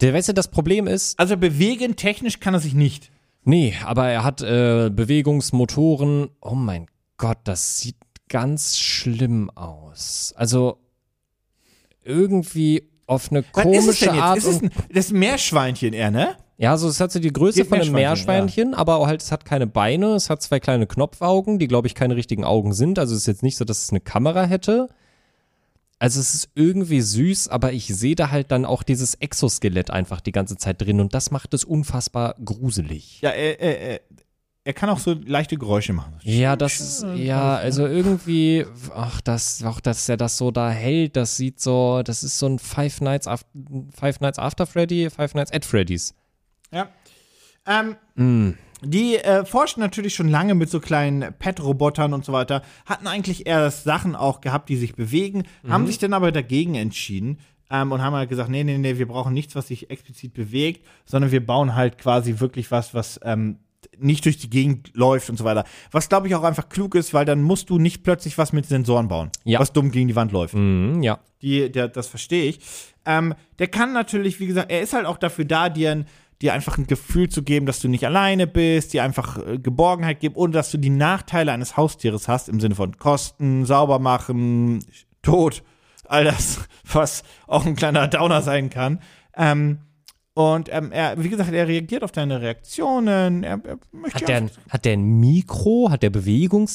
Speaker 2: Der, weißt du, das Problem ist,
Speaker 3: Also bewegen technisch kann er sich nicht.
Speaker 2: nee, aber er hat äh, Bewegungsmotoren. Oh mein Gott, das sieht ganz schlimm aus. Also irgendwie auf eine
Speaker 3: Was
Speaker 2: komische
Speaker 3: ist es denn jetzt?
Speaker 2: Art
Speaker 3: ist es
Speaker 2: und
Speaker 3: ein, das ist ein Meerschweinchen eher, ne?
Speaker 2: Ja, so es hat so die Größe
Speaker 3: Geht
Speaker 2: von einem
Speaker 3: Meerschweinchen,
Speaker 2: Meerschweinchen, aber halt es hat keine Beine, es hat zwei kleine Knopfaugen, die glaube ich keine richtigen Augen sind. Also es ist jetzt nicht so, dass es eine Kamera hätte. Also es ist irgendwie süß, aber ich sehe da halt dann auch dieses Exoskelett einfach die ganze Zeit drin und das macht es unfassbar gruselig.
Speaker 3: Ja, er, er, er, er kann auch so leichte Geräusche machen.
Speaker 2: Ja, das ist, ja, also irgendwie, ach, das, auch, dass er das so da hält, das sieht so, das ist so ein Five Nights, Af Five Nights After Freddy, Five Nights at Freddy's.
Speaker 3: Ja. Ähm, Die äh, forschen natürlich schon lange mit so kleinen Pet-Robotern und so weiter, hatten eigentlich eher das Sachen auch gehabt, die sich bewegen, haben sich dann aber dagegen entschieden ähm, und haben halt gesagt, nee, nee, nee, wir brauchen nichts, was sich explizit bewegt, sondern wir bauen halt quasi wirklich was, was ähm, nicht durch die Gegend läuft und so weiter. Was, glaube ich, auch einfach klug ist, weil dann musst du nicht plötzlich was mit Sensoren bauen,
Speaker 2: Ja.
Speaker 3: was dumm gegen die Wand läuft.
Speaker 2: Mhm, ja.
Speaker 3: Die, der, das verstehe ich. Ähm, der kann natürlich, wie gesagt, er ist halt auch dafür da, dir, ein, dir einfach ein Gefühl zu geben, dass du nicht alleine bist, dir einfach äh, Geborgenheit gibt, ohne dass du die Nachteile eines Haustieres hast, im Sinne von Kosten, sauber machen, Tod, all das, was auch ein kleiner Downer sein kann. Ähm, und ähm, er, wie gesagt, er reagiert auf deine Reaktionen. Er, er möchte
Speaker 2: Hat der,
Speaker 3: einfach-
Speaker 2: ein- hat der ein Mikro? Hat der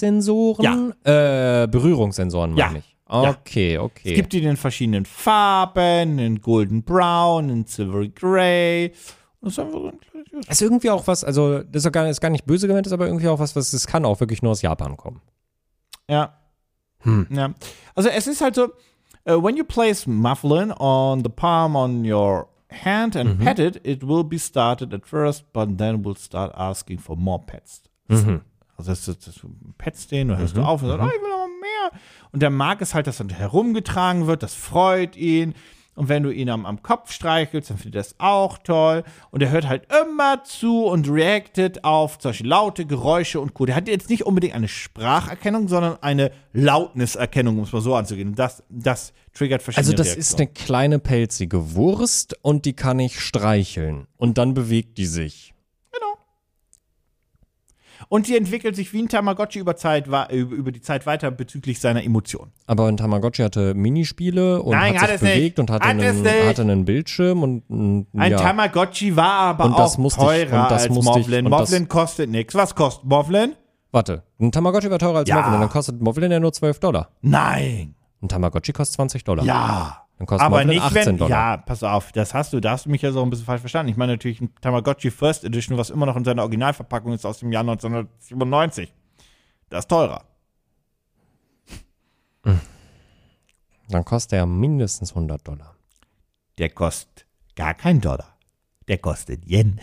Speaker 2: Bewegungssensoren? Ja. Äh, Berührungssensoren,
Speaker 3: Ja.
Speaker 2: meine ich. Okay, okay.
Speaker 3: Es gibt die in den verschiedenen Farben, in Golden Brown, in Silvery Grey. Das ist einfach so ein kleines-
Speaker 2: ist irgendwie auch was, also das ist, auch gar, ist gar nicht böse gemeint, ist aber irgendwie auch was, was das kann auch wirklich nur aus Japan kommen.
Speaker 3: Ja. ja. Also es ist halt so, äh, when you place mufflin on the palm on your hand and pet it, it will be started at first, but then will start asking for more pets. Also das, das, das du petzt den, du hörst
Speaker 2: Mhm.
Speaker 3: du auf und sagst, oh, ich will noch mehr. Und der mag es halt, dass dann herumgetragen wird, das freut ihn. Und wenn du ihn am, am Kopf streichelst, dann findet er es auch toll. Und er hört halt immer zu und reactet auf zum Beispiel laute Geräusche und Co. Der hat jetzt nicht unbedingt eine Spracherkennung, sondern eine Lautniserkennung, um es mal so anzugehen. Und das, das triggert
Speaker 2: Also
Speaker 3: verschiedene
Speaker 2: das ist
Speaker 3: Reaktionen.
Speaker 2: eine kleine pelzige Wurst und die kann ich streicheln. Und dann bewegt die sich.
Speaker 3: Genau. Und sie entwickelt sich wie ein Tamagotchi über, Zeit, wa- über über die Zeit weiter bezüglich seiner Emotionen.
Speaker 2: Aber ein Tamagotchi hatte Minispiele und
Speaker 3: Nein,
Speaker 2: hat
Speaker 3: hat
Speaker 2: sich
Speaker 3: es nicht.
Speaker 2: bewegt und hatte,
Speaker 3: Hat es
Speaker 2: einen,
Speaker 3: nicht.
Speaker 2: hatte einen Bildschirm und ein,
Speaker 3: Ein
Speaker 2: ja.
Speaker 3: Tamagotchi war aber
Speaker 2: Und das
Speaker 3: auch
Speaker 2: musste ich-
Speaker 3: teurer
Speaker 2: und das
Speaker 3: als
Speaker 2: musste ich-
Speaker 3: Moblin.
Speaker 2: und das-
Speaker 3: Moblin kostet nichts. Was kostet Moblin?
Speaker 2: Warte, ein Tamagotchi war teurer als
Speaker 3: Ja.
Speaker 2: Moblin, dann kostet Moblin ja nur 12 Dollar.
Speaker 3: Nein.
Speaker 2: Ein Tamagotchi kostet 20 Dollar.
Speaker 3: Ja.
Speaker 2: Dann kostet
Speaker 3: Aber
Speaker 2: Moblin
Speaker 3: nicht,
Speaker 2: 18
Speaker 3: wenn.
Speaker 2: Dollar.
Speaker 3: Ja, pass auf, das hast du, da hast du mich ja so ein bisschen falsch verstanden. Ich meine natürlich ein Tamagotchi First Edition, was immer noch in seiner Originalverpackung ist aus dem Jahr 1997. Das ist teurer.
Speaker 2: Dann kostet er mindestens 100 Dollar.
Speaker 3: Der kostet gar keinen Dollar. Der kostet Yen.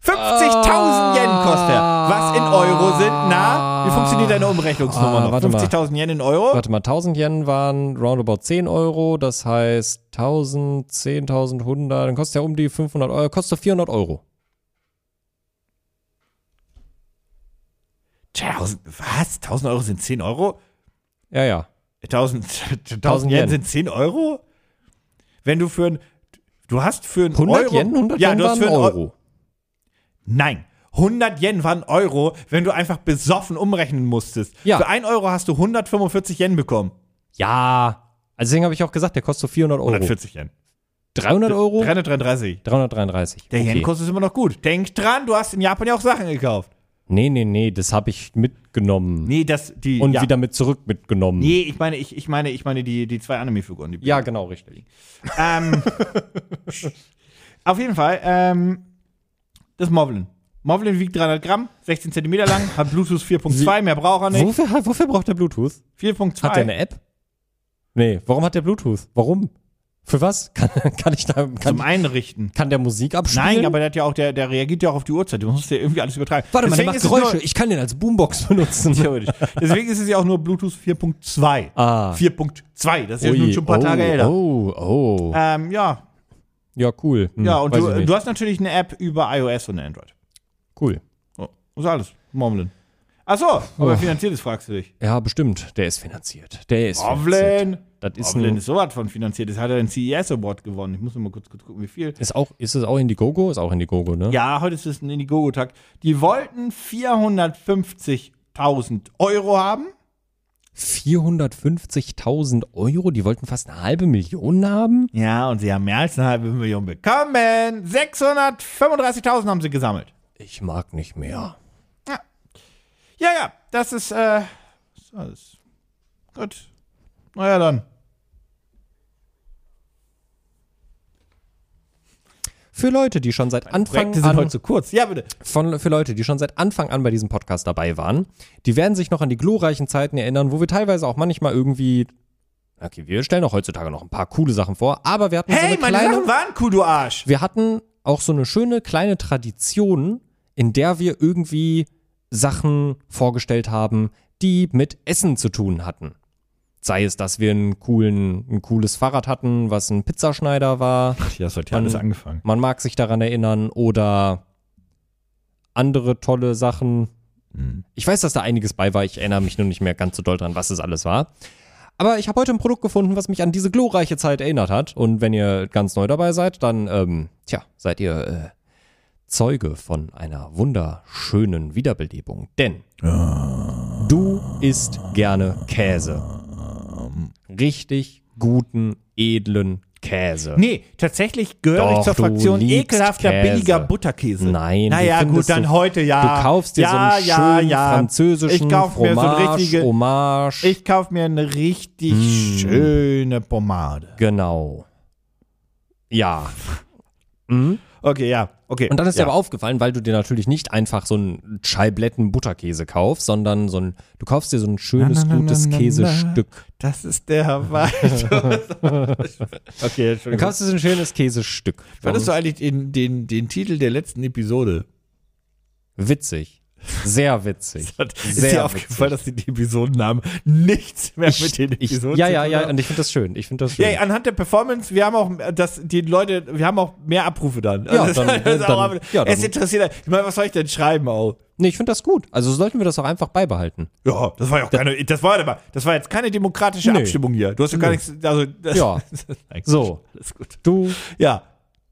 Speaker 3: 50.000 Yen kostet er. Was in Euro sind? Na, wie funktioniert deine Umrechnungsnummer
Speaker 2: Ah,
Speaker 3: noch?
Speaker 2: warte mal.
Speaker 3: 50.000 Yen in Euro?
Speaker 2: Warte mal, 1000 Yen waren roundabout 10 Euro, das heißt 1000, 10.000, 100, dann kostet er um die 500 Euro, kostet 400 Euro.
Speaker 3: 1000, was? 1000 Euro sind 10 Euro?
Speaker 2: Ja, ja.
Speaker 3: 1000, 1000 Yen
Speaker 2: Yen.
Speaker 3: sind 10 Euro? Wenn du für ein. Du hast für ein
Speaker 2: 100
Speaker 3: Euro.
Speaker 2: Yen, 100
Speaker 3: ja,
Speaker 2: Yen
Speaker 3: du hast
Speaker 2: waren
Speaker 3: für ein
Speaker 2: Euro.
Speaker 3: Euro. Nein. 100 Yen waren Euro, wenn du einfach besoffen umrechnen musstest.
Speaker 2: Ja.
Speaker 3: Für 1 Euro hast du 145 Yen bekommen.
Speaker 2: Ja, also deswegen habe ich auch gesagt, der kostet so 400 Euro.
Speaker 3: 140 Yen.
Speaker 2: 300
Speaker 3: Oh.
Speaker 2: Euro?
Speaker 3: 333.
Speaker 2: 333.
Speaker 3: Der
Speaker 2: okay.
Speaker 3: Yen-Kurs ist immer noch gut. Denk dran, du hast in Japan ja auch Sachen gekauft.
Speaker 2: Nee, nee, nee, das habe ich mitgenommen.
Speaker 3: Nee, das, die.
Speaker 2: Und
Speaker 3: ja.
Speaker 2: wieder mit zurück mitgenommen.
Speaker 3: Nee, ich meine, ich, ich meine, ich meine die, die zwei Anime-Figuren. die-
Speaker 2: Ja, genau, richtig.
Speaker 3: Ähm, auf jeden Fall, ähm, das Moblin. Moblin wiegt 300 Gramm, 16 Zentimeter lang, hat Bluetooth 4.2, mehr braucht er nicht.
Speaker 2: Wofür, wofür braucht der Bluetooth? Hat der
Speaker 3: 4.2.
Speaker 2: eine App? Nee, warum hat der Bluetooth? Warum? Für was? Kann, kann ich da,
Speaker 3: Zum
Speaker 2: kann,
Speaker 3: Einrichten.
Speaker 2: kann der Musik abspielen?
Speaker 3: Nein, aber der hat ja auch, der, der reagiert ja auch auf die Uhrzeit. Du musst ja irgendwie alles übertragen.
Speaker 2: Warte mal, der
Speaker 3: Deswegen
Speaker 2: macht
Speaker 3: ist es nur-
Speaker 2: Geräusche. Ich kann den als Boombox benutzen.
Speaker 3: Theoretisch. Deswegen ist es ja auch nur Bluetooth 4.2.
Speaker 2: Ah.
Speaker 3: 4.2, das ist ja nun schon ein paar
Speaker 2: oh,
Speaker 3: Tage älter.
Speaker 2: Oh, oh.
Speaker 3: Ähm, ja,
Speaker 2: Ja, cool. Hm,
Speaker 3: ja, und
Speaker 2: weiß ich
Speaker 3: du,
Speaker 2: nicht.
Speaker 3: du hast natürlich eine App über iOS und Android.
Speaker 2: cool.
Speaker 3: Oh, ist alles. Moblin. Achso, aber er finanziert Oh. ist, fragst du dich.
Speaker 2: Ja, bestimmt. Der ist finanziert. Der ist finanziert.
Speaker 3: Ovlen.
Speaker 2: Das ist,
Speaker 3: Ovlen
Speaker 2: ein,
Speaker 3: ist sowas von finanziert. Das hat er den CES Award gewonnen. Ich muss noch mal kurz, kurz gucken, wie viel.
Speaker 2: ist auch, ist es auch Indiegogo? Ist auch Indiegogo, ne?
Speaker 3: Ja, heute ist es ein Indiegogo-Tag. Die wollten 450.000 Euro haben.
Speaker 2: 450.000 Euro? Die wollten fast eine halbe Million haben?
Speaker 3: Ja, und sie haben mehr als eine halbe Million bekommen. 635.000 haben sie gesammelt.
Speaker 2: Ich mag nicht mehr.
Speaker 3: Ja, ja, das ist, äh, ist alles. Gut. Naja, dann.
Speaker 2: Für Leute, die schon seit Anfang
Speaker 3: Projekte sind
Speaker 2: an
Speaker 3: heute zu kurz. Ja, bitte.
Speaker 2: von, für Leute, die schon seit Anfang an bei diesem Podcast dabei waren, die werden sich noch an die glorreichen Zeiten erinnern, wo wir teilweise auch manchmal irgendwie. Okay, wir stellen auch heutzutage noch ein paar coole Sachen vor, aber wir hatten so
Speaker 3: Hey,
Speaker 2: eine
Speaker 3: meine
Speaker 2: kleine.
Speaker 3: Sachen waren cool, du Arsch.
Speaker 2: wir hatten auch so eine schöne kleine Tradition, in der wir irgendwie Sachen vorgestellt haben, die mit Essen zu tun hatten. Sei es, dass wir einen coolen, ein cooles Fahrrad hatten, was ein Pizzaschneider war.
Speaker 3: Ja, das hat
Speaker 2: ja alles
Speaker 3: angefangen.
Speaker 2: Man mag sich daran erinnern oder andere tolle Sachen. Ich weiß, dass da einiges bei war. Ich erinnere mich nur nicht mehr ganz so doll dran, was es alles war. Aber ich habe heute ein Produkt gefunden, was mich an diese glorreiche Zeit erinnert hat. Und wenn ihr ganz neu dabei seid, dann, ähm, tja, seid ihr äh, Zeuge von einer wunderschönen Wiederbelebung. Denn du isst gerne Käse. Richtig guten, edlen Käse.
Speaker 3: Nee, tatsächlich gehöre ich
Speaker 2: Doch,
Speaker 3: zur
Speaker 2: du
Speaker 3: Fraktion
Speaker 2: liebst
Speaker 3: ekelhafter,
Speaker 2: Käse.
Speaker 3: billiger Butterkäse.
Speaker 2: Nein, du
Speaker 3: Naja, gut,
Speaker 2: findest
Speaker 3: dann
Speaker 2: du-
Speaker 3: heute ja.
Speaker 2: Du kaufst dir so einen schönen französischen
Speaker 3: Ich kauf mir so
Speaker 2: Fromage, um- Mm.
Speaker 3: richtige,
Speaker 2: Hommage.
Speaker 3: Ich kauf mir eine richtig schöne Pomade.
Speaker 2: genau. Ja.
Speaker 3: Okay, ja, okay.
Speaker 2: Und dann ist
Speaker 3: ja.
Speaker 2: dir aber aufgefallen, weil du dir natürlich nicht einfach so einen Scheibletten Butterkäse kaufst, sondern so ein, du kaufst dir so ein schönes,
Speaker 3: Na, na, na,
Speaker 2: gutes
Speaker 3: na, na,
Speaker 2: Käsestück.
Speaker 3: Das ist der Hawaii. okay,
Speaker 2: Du
Speaker 3: Entschuldigung.
Speaker 2: kaufst dir so ein schönes Käsestück.
Speaker 3: Fandest du eigentlich den, den, den Titel der letzten Episode?
Speaker 2: Witzig. Sehr witzig.
Speaker 3: Ist
Speaker 2: Sehr
Speaker 3: dir aufgefallen, dass die die Episodennamen nichts mehr mit den
Speaker 2: Ich,
Speaker 3: Episoden
Speaker 2: ja,
Speaker 3: zu
Speaker 2: ja,
Speaker 3: tun
Speaker 2: ja,
Speaker 3: haben?
Speaker 2: und ich finde das schön. Ich finde das schön.
Speaker 3: Ja, anhand der Performance, wir haben auch, äh, das, die Leute, wir haben auch mehr Abrufe dann. Also,
Speaker 2: Ja, dann-
Speaker 3: das ist auch,
Speaker 2: dann- ja, dann-
Speaker 3: es interessiert, ich meine, was soll ich denn schreiben auch?
Speaker 2: Nee, ich finde das gut. Also sollten wir das auch einfach beibehalten.
Speaker 3: Ja, das war ja auch keine, das war, ja mal, das war jetzt keine demokratische
Speaker 2: Nee.
Speaker 3: Abstimmung hier. Du hast ja gar nichts, also, das,
Speaker 2: Ja. So.
Speaker 3: Alles gut.
Speaker 2: Du
Speaker 3: Ja.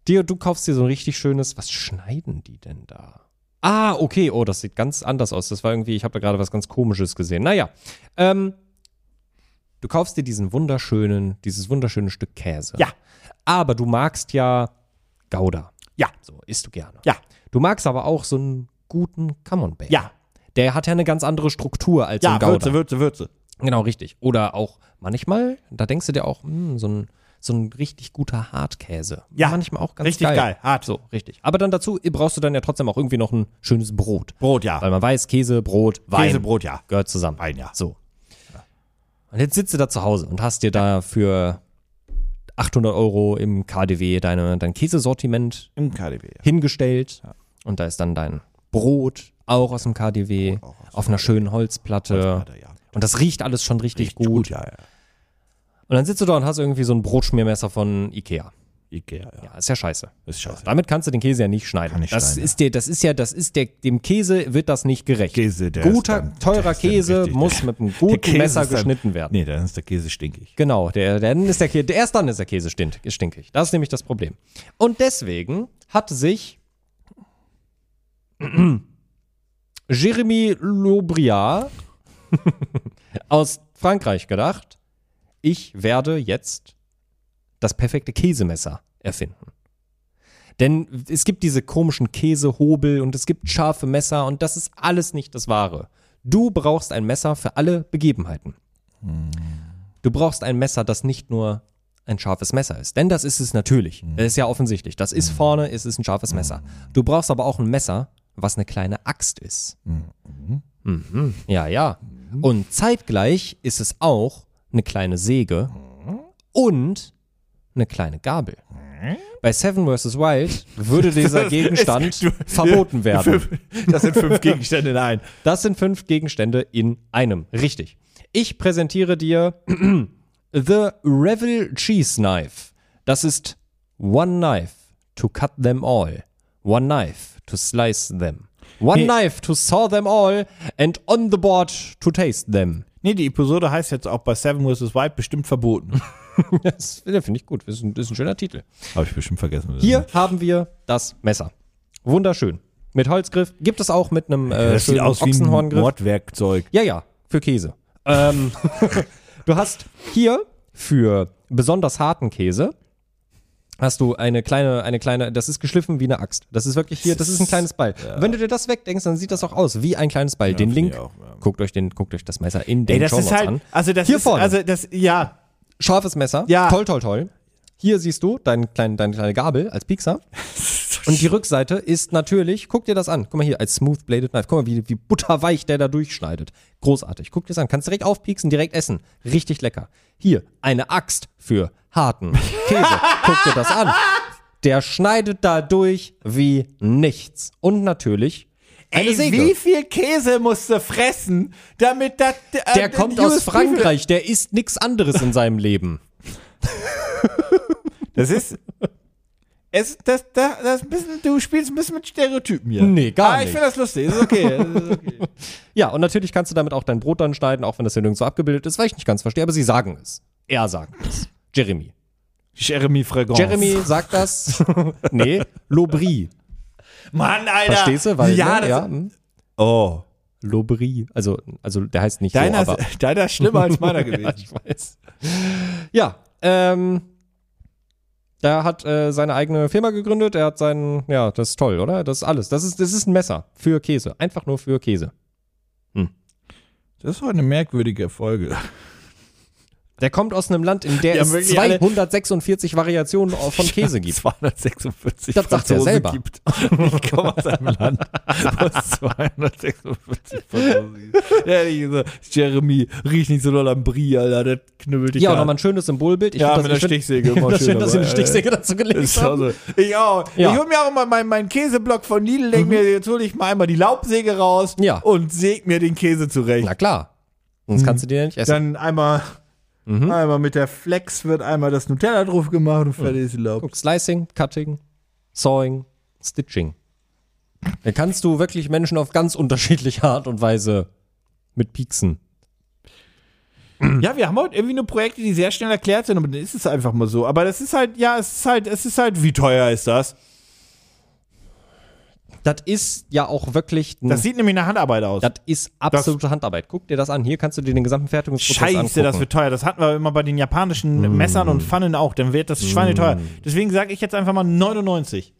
Speaker 2: Dir, du kaufst dir so ein richtig schönes. Was schneiden die denn da? Ah, okay. Oh, das sieht ganz anders aus. Das war irgendwie, ich habe da gerade was ganz Komisches gesehen. Naja. Ähm, du kaufst dir diesen wunderschönen, dieses wunderschöne Stück Käse.
Speaker 3: Ja.
Speaker 2: Aber du magst ja Gouda.
Speaker 3: Ja.
Speaker 2: So, isst du gerne.
Speaker 3: Ja.
Speaker 2: Du magst aber auch so einen guten Camembert.
Speaker 3: Ja.
Speaker 2: Der hat ja eine ganz andere Struktur als ein
Speaker 3: Ja,
Speaker 2: Gouda.
Speaker 3: Würze, Würze, Würze.
Speaker 2: Genau, richtig. Oder auch manchmal, da denkst du dir auch, hm, so ein, so ein richtig guter Hartkäse.
Speaker 3: Ja,
Speaker 2: Manchmal auch ganz
Speaker 3: richtig
Speaker 2: geil.
Speaker 3: geil, hart.
Speaker 2: So, richtig. Aber dann dazu brauchst du dann ja trotzdem auch irgendwie noch ein schönes Brot.
Speaker 3: Brot, ja.
Speaker 2: Weil man weiß, Käse, Brot, Wein.
Speaker 3: Käsebrot, ja.
Speaker 2: Gehört zusammen.
Speaker 3: Wein, ja.
Speaker 2: So. Und jetzt sitzt du da zu Hause und hast dir da für 800 Euro im KDW deine, dein Käsesortiment
Speaker 3: Im KDB. ja.
Speaker 2: hingestellt. Und da ist dann dein Brot, auch aus dem KDW, auf einer schönen Holzplatte.
Speaker 3: Holzplatte, ja.
Speaker 2: Und das riecht alles schon richtig,
Speaker 3: Gut.
Speaker 2: gut.
Speaker 3: ja, ja.
Speaker 2: Und dann sitzt du da und hast irgendwie so ein Brotschmiermesser von Ikea.
Speaker 3: Ikea, ja.
Speaker 2: Ja, ist ja scheiße.
Speaker 3: Ist scheiße.
Speaker 2: Damit kannst du den Käse ja nicht schneiden.
Speaker 3: Kann ich
Speaker 2: das
Speaker 3: schneiden,
Speaker 2: ist dir, das ist ja, das ist der, dem Käse wird das nicht gerecht.
Speaker 3: Käse, der ist
Speaker 2: Guter,
Speaker 3: dann- der
Speaker 2: teurer
Speaker 3: ist dann
Speaker 2: Käse
Speaker 3: richtig-
Speaker 2: muss mit einem guten
Speaker 3: Käse
Speaker 2: Messer
Speaker 3: ist dann-
Speaker 2: geschnitten werden.
Speaker 3: Nee, dann ist der Käse stinkig.
Speaker 2: Genau, der, der, dann ist der, Käse- der, erst dann ist der Käse stint- stinkig. Das ist nämlich das Problem. Und deswegen hat sich Jeremy Lobria aus Frankreich gedacht, ich werde jetzt das perfekte Käsemesser erfinden. Denn es gibt diese komischen Käsehobel und es gibt scharfe Messer und das ist alles nicht das Wahre. Du brauchst ein Messer für alle Begebenheiten. Du brauchst ein Messer, das nicht nur ein scharfes Messer ist. Denn das ist es natürlich. Das ist ja offensichtlich. Das ist vorne, es ist ein scharfes Messer. Du brauchst aber auch ein Messer, was eine kleine Axt ist. Mhm. Ja, ja. Und zeitgleich ist es auch eine kleine Säge und eine kleine Gabel. Bei Seven vs. Wild würde dieser Gegenstand verboten werden.
Speaker 3: Das sind fünf Gegenstände in einem.
Speaker 2: Das sind fünf Gegenstände in einem. Richtig. Ich präsentiere dir The Revel Cheese Knife. Das ist one knife to cut them all. One knife to slice them. One
Speaker 3: Nee.
Speaker 2: knife to saw them all and on the board to taste them.
Speaker 3: Nee, die Episode heißt jetzt auch bei Seven vs. Wild bestimmt verboten.
Speaker 2: Das finde ich gut. Das ist ein, das ist ein schöner Titel.
Speaker 3: Habe ich bestimmt vergessen.
Speaker 2: Hier haben wir das Messer. Wunderschön. Mit Holzgriff. Gibt es auch mit einem äh,
Speaker 3: das sieht
Speaker 2: schönen
Speaker 3: aus wie ein
Speaker 2: Ochsenhorngriff.
Speaker 3: Mordwerkzeug.
Speaker 2: Ja, ja, für Käse. Ähm, du hast hier für besonders harten Käse hast du eine kleine, eine kleine, das ist geschliffen wie eine Axt. Das ist wirklich hier, das ist ein kleines Beil. Wenn du dir das wegdenkst, dann sieht das auch aus wie ein kleines Beil. den
Speaker 3: finde
Speaker 2: Link,
Speaker 3: ich auch, ja.
Speaker 2: guckt euch den, guckt euch das Messer in den
Speaker 3: Ey, das
Speaker 2: Show
Speaker 3: ist
Speaker 2: Notes
Speaker 3: halt,
Speaker 2: an.
Speaker 3: also das
Speaker 2: Hier
Speaker 3: ist,
Speaker 2: vorne.
Speaker 3: also das, ja,
Speaker 2: Scharfes Messer.
Speaker 3: Ja.
Speaker 2: Toll, toll, toll. Hier siehst du deinen kleinen, deine kleine Gabel als Piekser. Und die Rückseite ist natürlich, guck dir das an. Guck mal hier, als Smooth Bladed Knife. Guck mal, wie, wie butterweich der da durchschneidet. Großartig. Guck dir das an. Kannst direkt aufpieksen, direkt essen. Richtig lecker. Hier, eine Axt für harten Käse. guck dir das an. Der schneidet da durch wie nichts. Und natürlich eine
Speaker 3: Ey,
Speaker 2: Säge.
Speaker 3: wie viel Käse musst du fressen, damit das. Äh,
Speaker 2: der kommt aus
Speaker 3: USP
Speaker 2: Frankreich. Der isst nichts anderes in seinem Leben.
Speaker 3: Das ist. Es, das, das, das ist ein bisschen, du spielst ein bisschen mit Stereotypen hier.
Speaker 2: Nee, gar
Speaker 3: Aber
Speaker 2: nicht.
Speaker 3: ich finde das lustig. Ist okay. Ist okay.
Speaker 2: Ja, und natürlich kannst du damit auch dein Brot dann schneiden, auch wenn das hier nirgendwo abgebildet ist, weil ich nicht ganz verstehe, aber sie sagen es. Er sagt es. Jeremy.
Speaker 3: Jeremy Fragrance.
Speaker 2: Jeremy sagt das. nee, Lobry.
Speaker 3: Mann, Alter.
Speaker 2: Verstehst du? Weil,
Speaker 3: ja,
Speaker 2: ne,
Speaker 3: das,
Speaker 2: ja, hm.
Speaker 3: Oh.
Speaker 2: Lobry. Also, also der heißt nicht
Speaker 3: Deiner,
Speaker 2: so, aber.
Speaker 3: ist, deiner ist schlimmer als meiner
Speaker 2: ja,
Speaker 3: gewesen.
Speaker 2: ich weiß. Ja, ähm. Der hat äh, seine eigene Firma gegründet, er hat seinen, ja, das ist toll, oder? Das ist alles. Das ist, das ist ein Messer für Käse. Einfach nur für Käse.
Speaker 3: Das war eine merkwürdige Folge.
Speaker 2: Der kommt aus einem Land, in der
Speaker 3: Die haben
Speaker 2: es
Speaker 3: wirklich alle-
Speaker 2: 246 Variationen von Käse gibt.
Speaker 3: 246
Speaker 2: Das sagt er
Speaker 3: Franzosen
Speaker 2: selber.
Speaker 3: gibt. Ich komme aus einem Land, wo es 246 Franzosen gibt. Ehrlich gesagt, Jeremy riecht nicht so doll am Brie, Alter. Das knüppelt dich
Speaker 2: Ja, und
Speaker 3: an.
Speaker 2: nochmal ein schönes Symbolbild. Ich
Speaker 3: Ja,
Speaker 2: find
Speaker 3: mit der
Speaker 2: ich find-
Speaker 3: Stichsäge immer
Speaker 2: das schön,
Speaker 3: schön
Speaker 2: dass sie eine
Speaker 3: dabei,
Speaker 2: Stichsäge dazu gelegt
Speaker 3: Ist
Speaker 2: haben.
Speaker 3: also, ich auch.
Speaker 2: Ja. Mhm.
Speaker 3: Ich hol mir auch mal meinen meinen Käseblock von Lidl, leg mir, jetzt hole ich mal einmal die Laubsäge raus
Speaker 2: Ja.
Speaker 3: und säg mir den Käse zurecht.
Speaker 2: Na klar. Sonst kannst du die ja nicht essen.
Speaker 3: Hm. Dann einmal, einmal mit der Flex wird einmal das Nutella drauf gemacht und fertig ist die Laub.
Speaker 2: Guck, Slicing, Cutting, Sawing, Stitching. Da kannst du wirklich Menschen auf ganz unterschiedliche Art und Weise mit pieksen.
Speaker 3: Ja, wir haben heute irgendwie nur Projekte, die sehr schnell erklärt sind, aber dann ist es einfach mal so. Aber das ist halt, ja, es ist halt, es ist halt, wie teuer ist das?
Speaker 2: Das ist ja auch wirklich ein,
Speaker 3: Das
Speaker 2: das,
Speaker 3: sieht nämlich nach Handarbeit aus.
Speaker 2: ist absolute Handarbeit. Guck dir das an. Hier kannst du dir den gesamten Fertigungsprozess
Speaker 3: Scheiße,
Speaker 2: angucken.
Speaker 3: das Mm. wird teuer. Das hatten wir immer bei den japanischen Messern und Pfannen auch. Dann wird das schweineteuer. Deswegen sage ich jetzt einfach mal 99.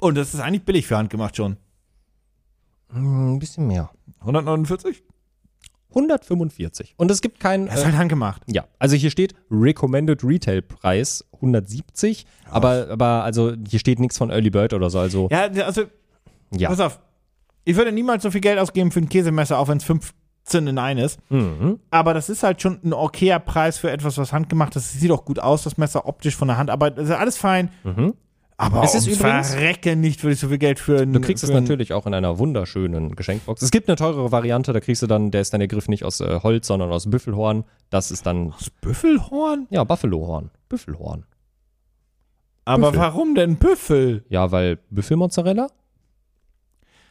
Speaker 3: Und das ist eigentlich billig für handgemacht schon.
Speaker 2: Hm, ein bisschen mehr.
Speaker 3: 149?
Speaker 2: 145. Und es gibt keinen.
Speaker 3: Das ist halt handgemacht.
Speaker 2: Ja, also hier steht Recommended Retail Preis 170, aber, aber also hier steht nichts von Early Bird oder so, also
Speaker 3: Ja, also,
Speaker 2: ja.
Speaker 3: pass auf. Ich würde niemals so viel Geld ausgeben für ein Käsemesser, auch wenn es 15 in 1 ist.
Speaker 2: Mhm.
Speaker 3: Aber das ist halt schon ein okayer Preis für etwas, was handgemacht ist. Es sieht auch gut aus, das Messer optisch von der Handarbeit. Also alles fein. Aber
Speaker 2: Mhm. Es ist
Speaker 3: ums
Speaker 2: übrigens-
Speaker 3: Verrecken nicht würde ich so viel Geld für ein.
Speaker 2: Du kriegst
Speaker 3: für
Speaker 2: es
Speaker 3: ein-
Speaker 2: natürlich auch in einer wunderschönen Geschenkbox. Es gibt eine teurere Variante, da kriegst du dann, der ist dann der Griff nicht aus äh, Holz, sondern aus Büffelhorn. Das ist dann,
Speaker 3: Das Büffelhorn?
Speaker 2: ja, Buffalohorn. Büffelhorn.
Speaker 3: Aber
Speaker 2: Büffel.
Speaker 3: warum denn Büffel?
Speaker 2: Ja, weil Büffelmozzarella?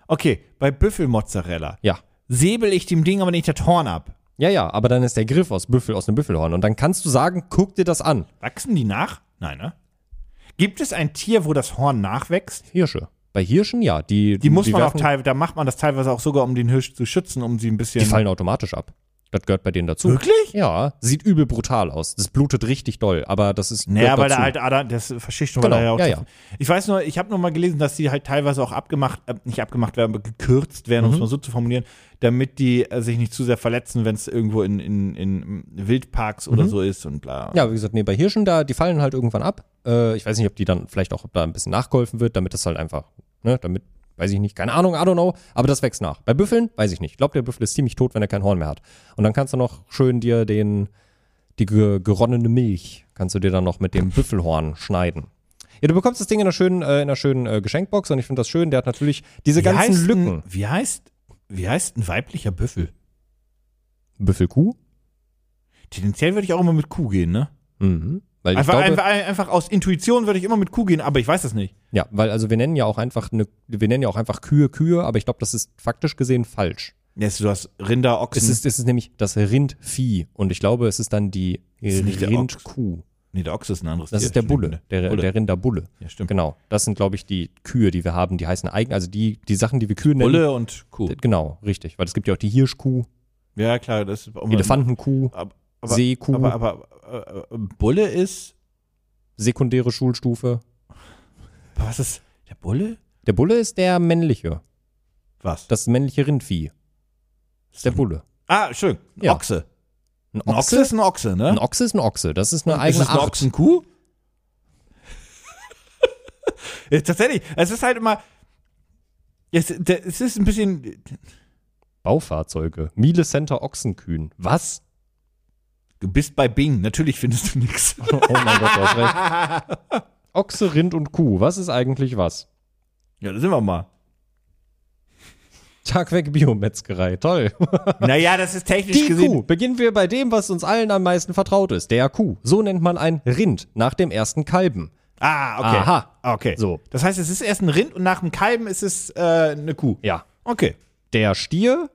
Speaker 3: Okay, bei Büffelmozzarella
Speaker 2: Ja.
Speaker 3: säbel ich dem Ding aber nicht das Horn ab.
Speaker 2: Ja, ja, aber dann ist der Griff aus Büffel, aus einem Büffelhorn. Und dann kannst du sagen, guck dir das an.
Speaker 3: Wachsen die nach? Nein, ne? Gibt es ein Tier, wo das Horn nachwächst?
Speaker 2: Hirsche. Bei Hirschen, ja. Die,
Speaker 3: Die muss man auch
Speaker 2: werfen-
Speaker 3: teilweise, da macht man das teilweise auch sogar, um den Hirsch zu schützen, um sie ein bisschen.
Speaker 2: Die fallen automatisch ab. Das gehört bei denen dazu.
Speaker 3: Wirklich?
Speaker 2: Ja, sieht übel brutal aus. Das blutet richtig doll, aber das ist.
Speaker 3: Naja,
Speaker 2: gehört
Speaker 3: weil da
Speaker 2: dazu.
Speaker 3: halt Adam, das Verschichtung
Speaker 2: Genau,
Speaker 3: war da ja auch.
Speaker 2: ja,
Speaker 3: drin. Ich weiß nur, ich habe nur mal gelesen, dass die halt teilweise auch abgemacht, äh, nicht abgemacht werden, aber gekürzt werden,
Speaker 2: Mhm.
Speaker 3: um es mal so zu formulieren, damit die äh, sich nicht zu sehr verletzen, wenn es irgendwo in, in, in Wildparks oder so ist und bla.
Speaker 2: Mhm. Ja, wie gesagt, nee, bei Hirschen da, die fallen halt irgendwann ab. Äh, ich weiß nicht, ob die dann vielleicht auch, ob da ein bisschen nachgeholfen wird, damit das halt einfach, ne, damit, weiß ich nicht, keine Ahnung, I don't know, aber das wächst nach. Bei Büffeln, weiß ich nicht. Ich glaube, der Büffel ist ziemlich tot, wenn er kein Horn mehr hat. Und dann kannst du noch schön dir den, die ge geronnene Milch, kannst du dir dann noch mit dem Büffelhorn schneiden. Ja, du bekommst das Ding in einer schönen, äh, in einer schönen äh, Geschenkbox und ich finde das schön. Der hat natürlich diese ganzen
Speaker 3: heißt
Speaker 2: Lücken.
Speaker 3: Ein, wie, heißt, wie heißt ein weiblicher Büffel?
Speaker 2: Büffelkuh?
Speaker 3: Tendenziell würde ich auch immer mit Kuh gehen, ne?
Speaker 2: Mhm. Weil ich
Speaker 3: Einfach,
Speaker 2: glaube,
Speaker 3: einfach, einfach aus Intuition würde ich immer mit Kuh gehen, aber ich weiß das nicht.
Speaker 2: Ja, weil also wir nennen ja auch einfach eine, wir nennen ja auch einfach Kühe Kühe, aber ich glaube, das ist faktisch gesehen falsch.
Speaker 3: Yes, du hast Rinder, Ochsen.
Speaker 2: Es ist, es ist nämlich das Rindvieh und ich glaube, es ist dann die
Speaker 3: ist nicht der
Speaker 2: Rindkuh.
Speaker 3: nee, der Ochse ist ein anderes
Speaker 2: Das
Speaker 3: Tier.
Speaker 2: ist der Bulle,
Speaker 3: Stimmt,
Speaker 2: der,
Speaker 3: Bulle.
Speaker 2: der Rinderbulle.
Speaker 3: ja, stimmt.
Speaker 2: Genau, das sind glaube ich die Kühe, die wir haben, die heißen eigen, also die die Sachen, die wir Kühe nennen.
Speaker 3: Bulle und Kuh.
Speaker 2: Genau, richtig, weil es gibt ja auch die Hirschkuh,
Speaker 3: Ja, klar, das ist auch immer-
Speaker 2: Elefantenkuh,
Speaker 3: Ab- aber-
Speaker 2: Seekuh,
Speaker 3: Aber, aber, aber äh, Bulle ist.
Speaker 2: sekundäre Schulstufe.
Speaker 3: Was ist. Der Bulle?
Speaker 2: Der Bulle ist der männliche,
Speaker 3: Was?
Speaker 2: das männliche Rindvieh. Ist der Bulle.
Speaker 3: ah, schön. Ein
Speaker 2: Ja.
Speaker 3: Ochse.
Speaker 2: Ein
Speaker 3: Ein Ochse
Speaker 2: Ochse,
Speaker 3: ist ein Ochse, ne?
Speaker 2: ein Ochse ist ein Ochse, das ist eine
Speaker 3: ist
Speaker 2: eigene
Speaker 3: es eine
Speaker 2: Art.
Speaker 3: Ochsenkuh? Ja, Tatsächlich. Es ist halt immer. Es, der- es ist ein bisschen.
Speaker 2: Baufahrzeuge. Miele Center Ochsenkühen. Was?
Speaker 3: Du bist bei Bing. Natürlich findest du nichts.
Speaker 2: Oh mein Gott, du hast recht. Ochse, Rind und Kuh. Was ist eigentlich was?
Speaker 3: Ja, da sind wir mal.
Speaker 2: Tag weg Biometzgerei. Toll.
Speaker 3: Naja, das ist technisch
Speaker 2: Die
Speaker 3: gesehen.
Speaker 2: Kuh. Beginnen wir bei dem, was uns allen am meisten vertraut ist. Der Kuh. So nennt man ein Rind nach dem ersten Kalben.
Speaker 3: Ah, okay.
Speaker 2: Aha.
Speaker 3: Ah, Okay.
Speaker 2: So.
Speaker 3: Das heißt, es ist erst ein Rind und nach dem Kalben ist es äh, eine Kuh.
Speaker 2: Ja.
Speaker 3: Okay.
Speaker 2: Der Stier.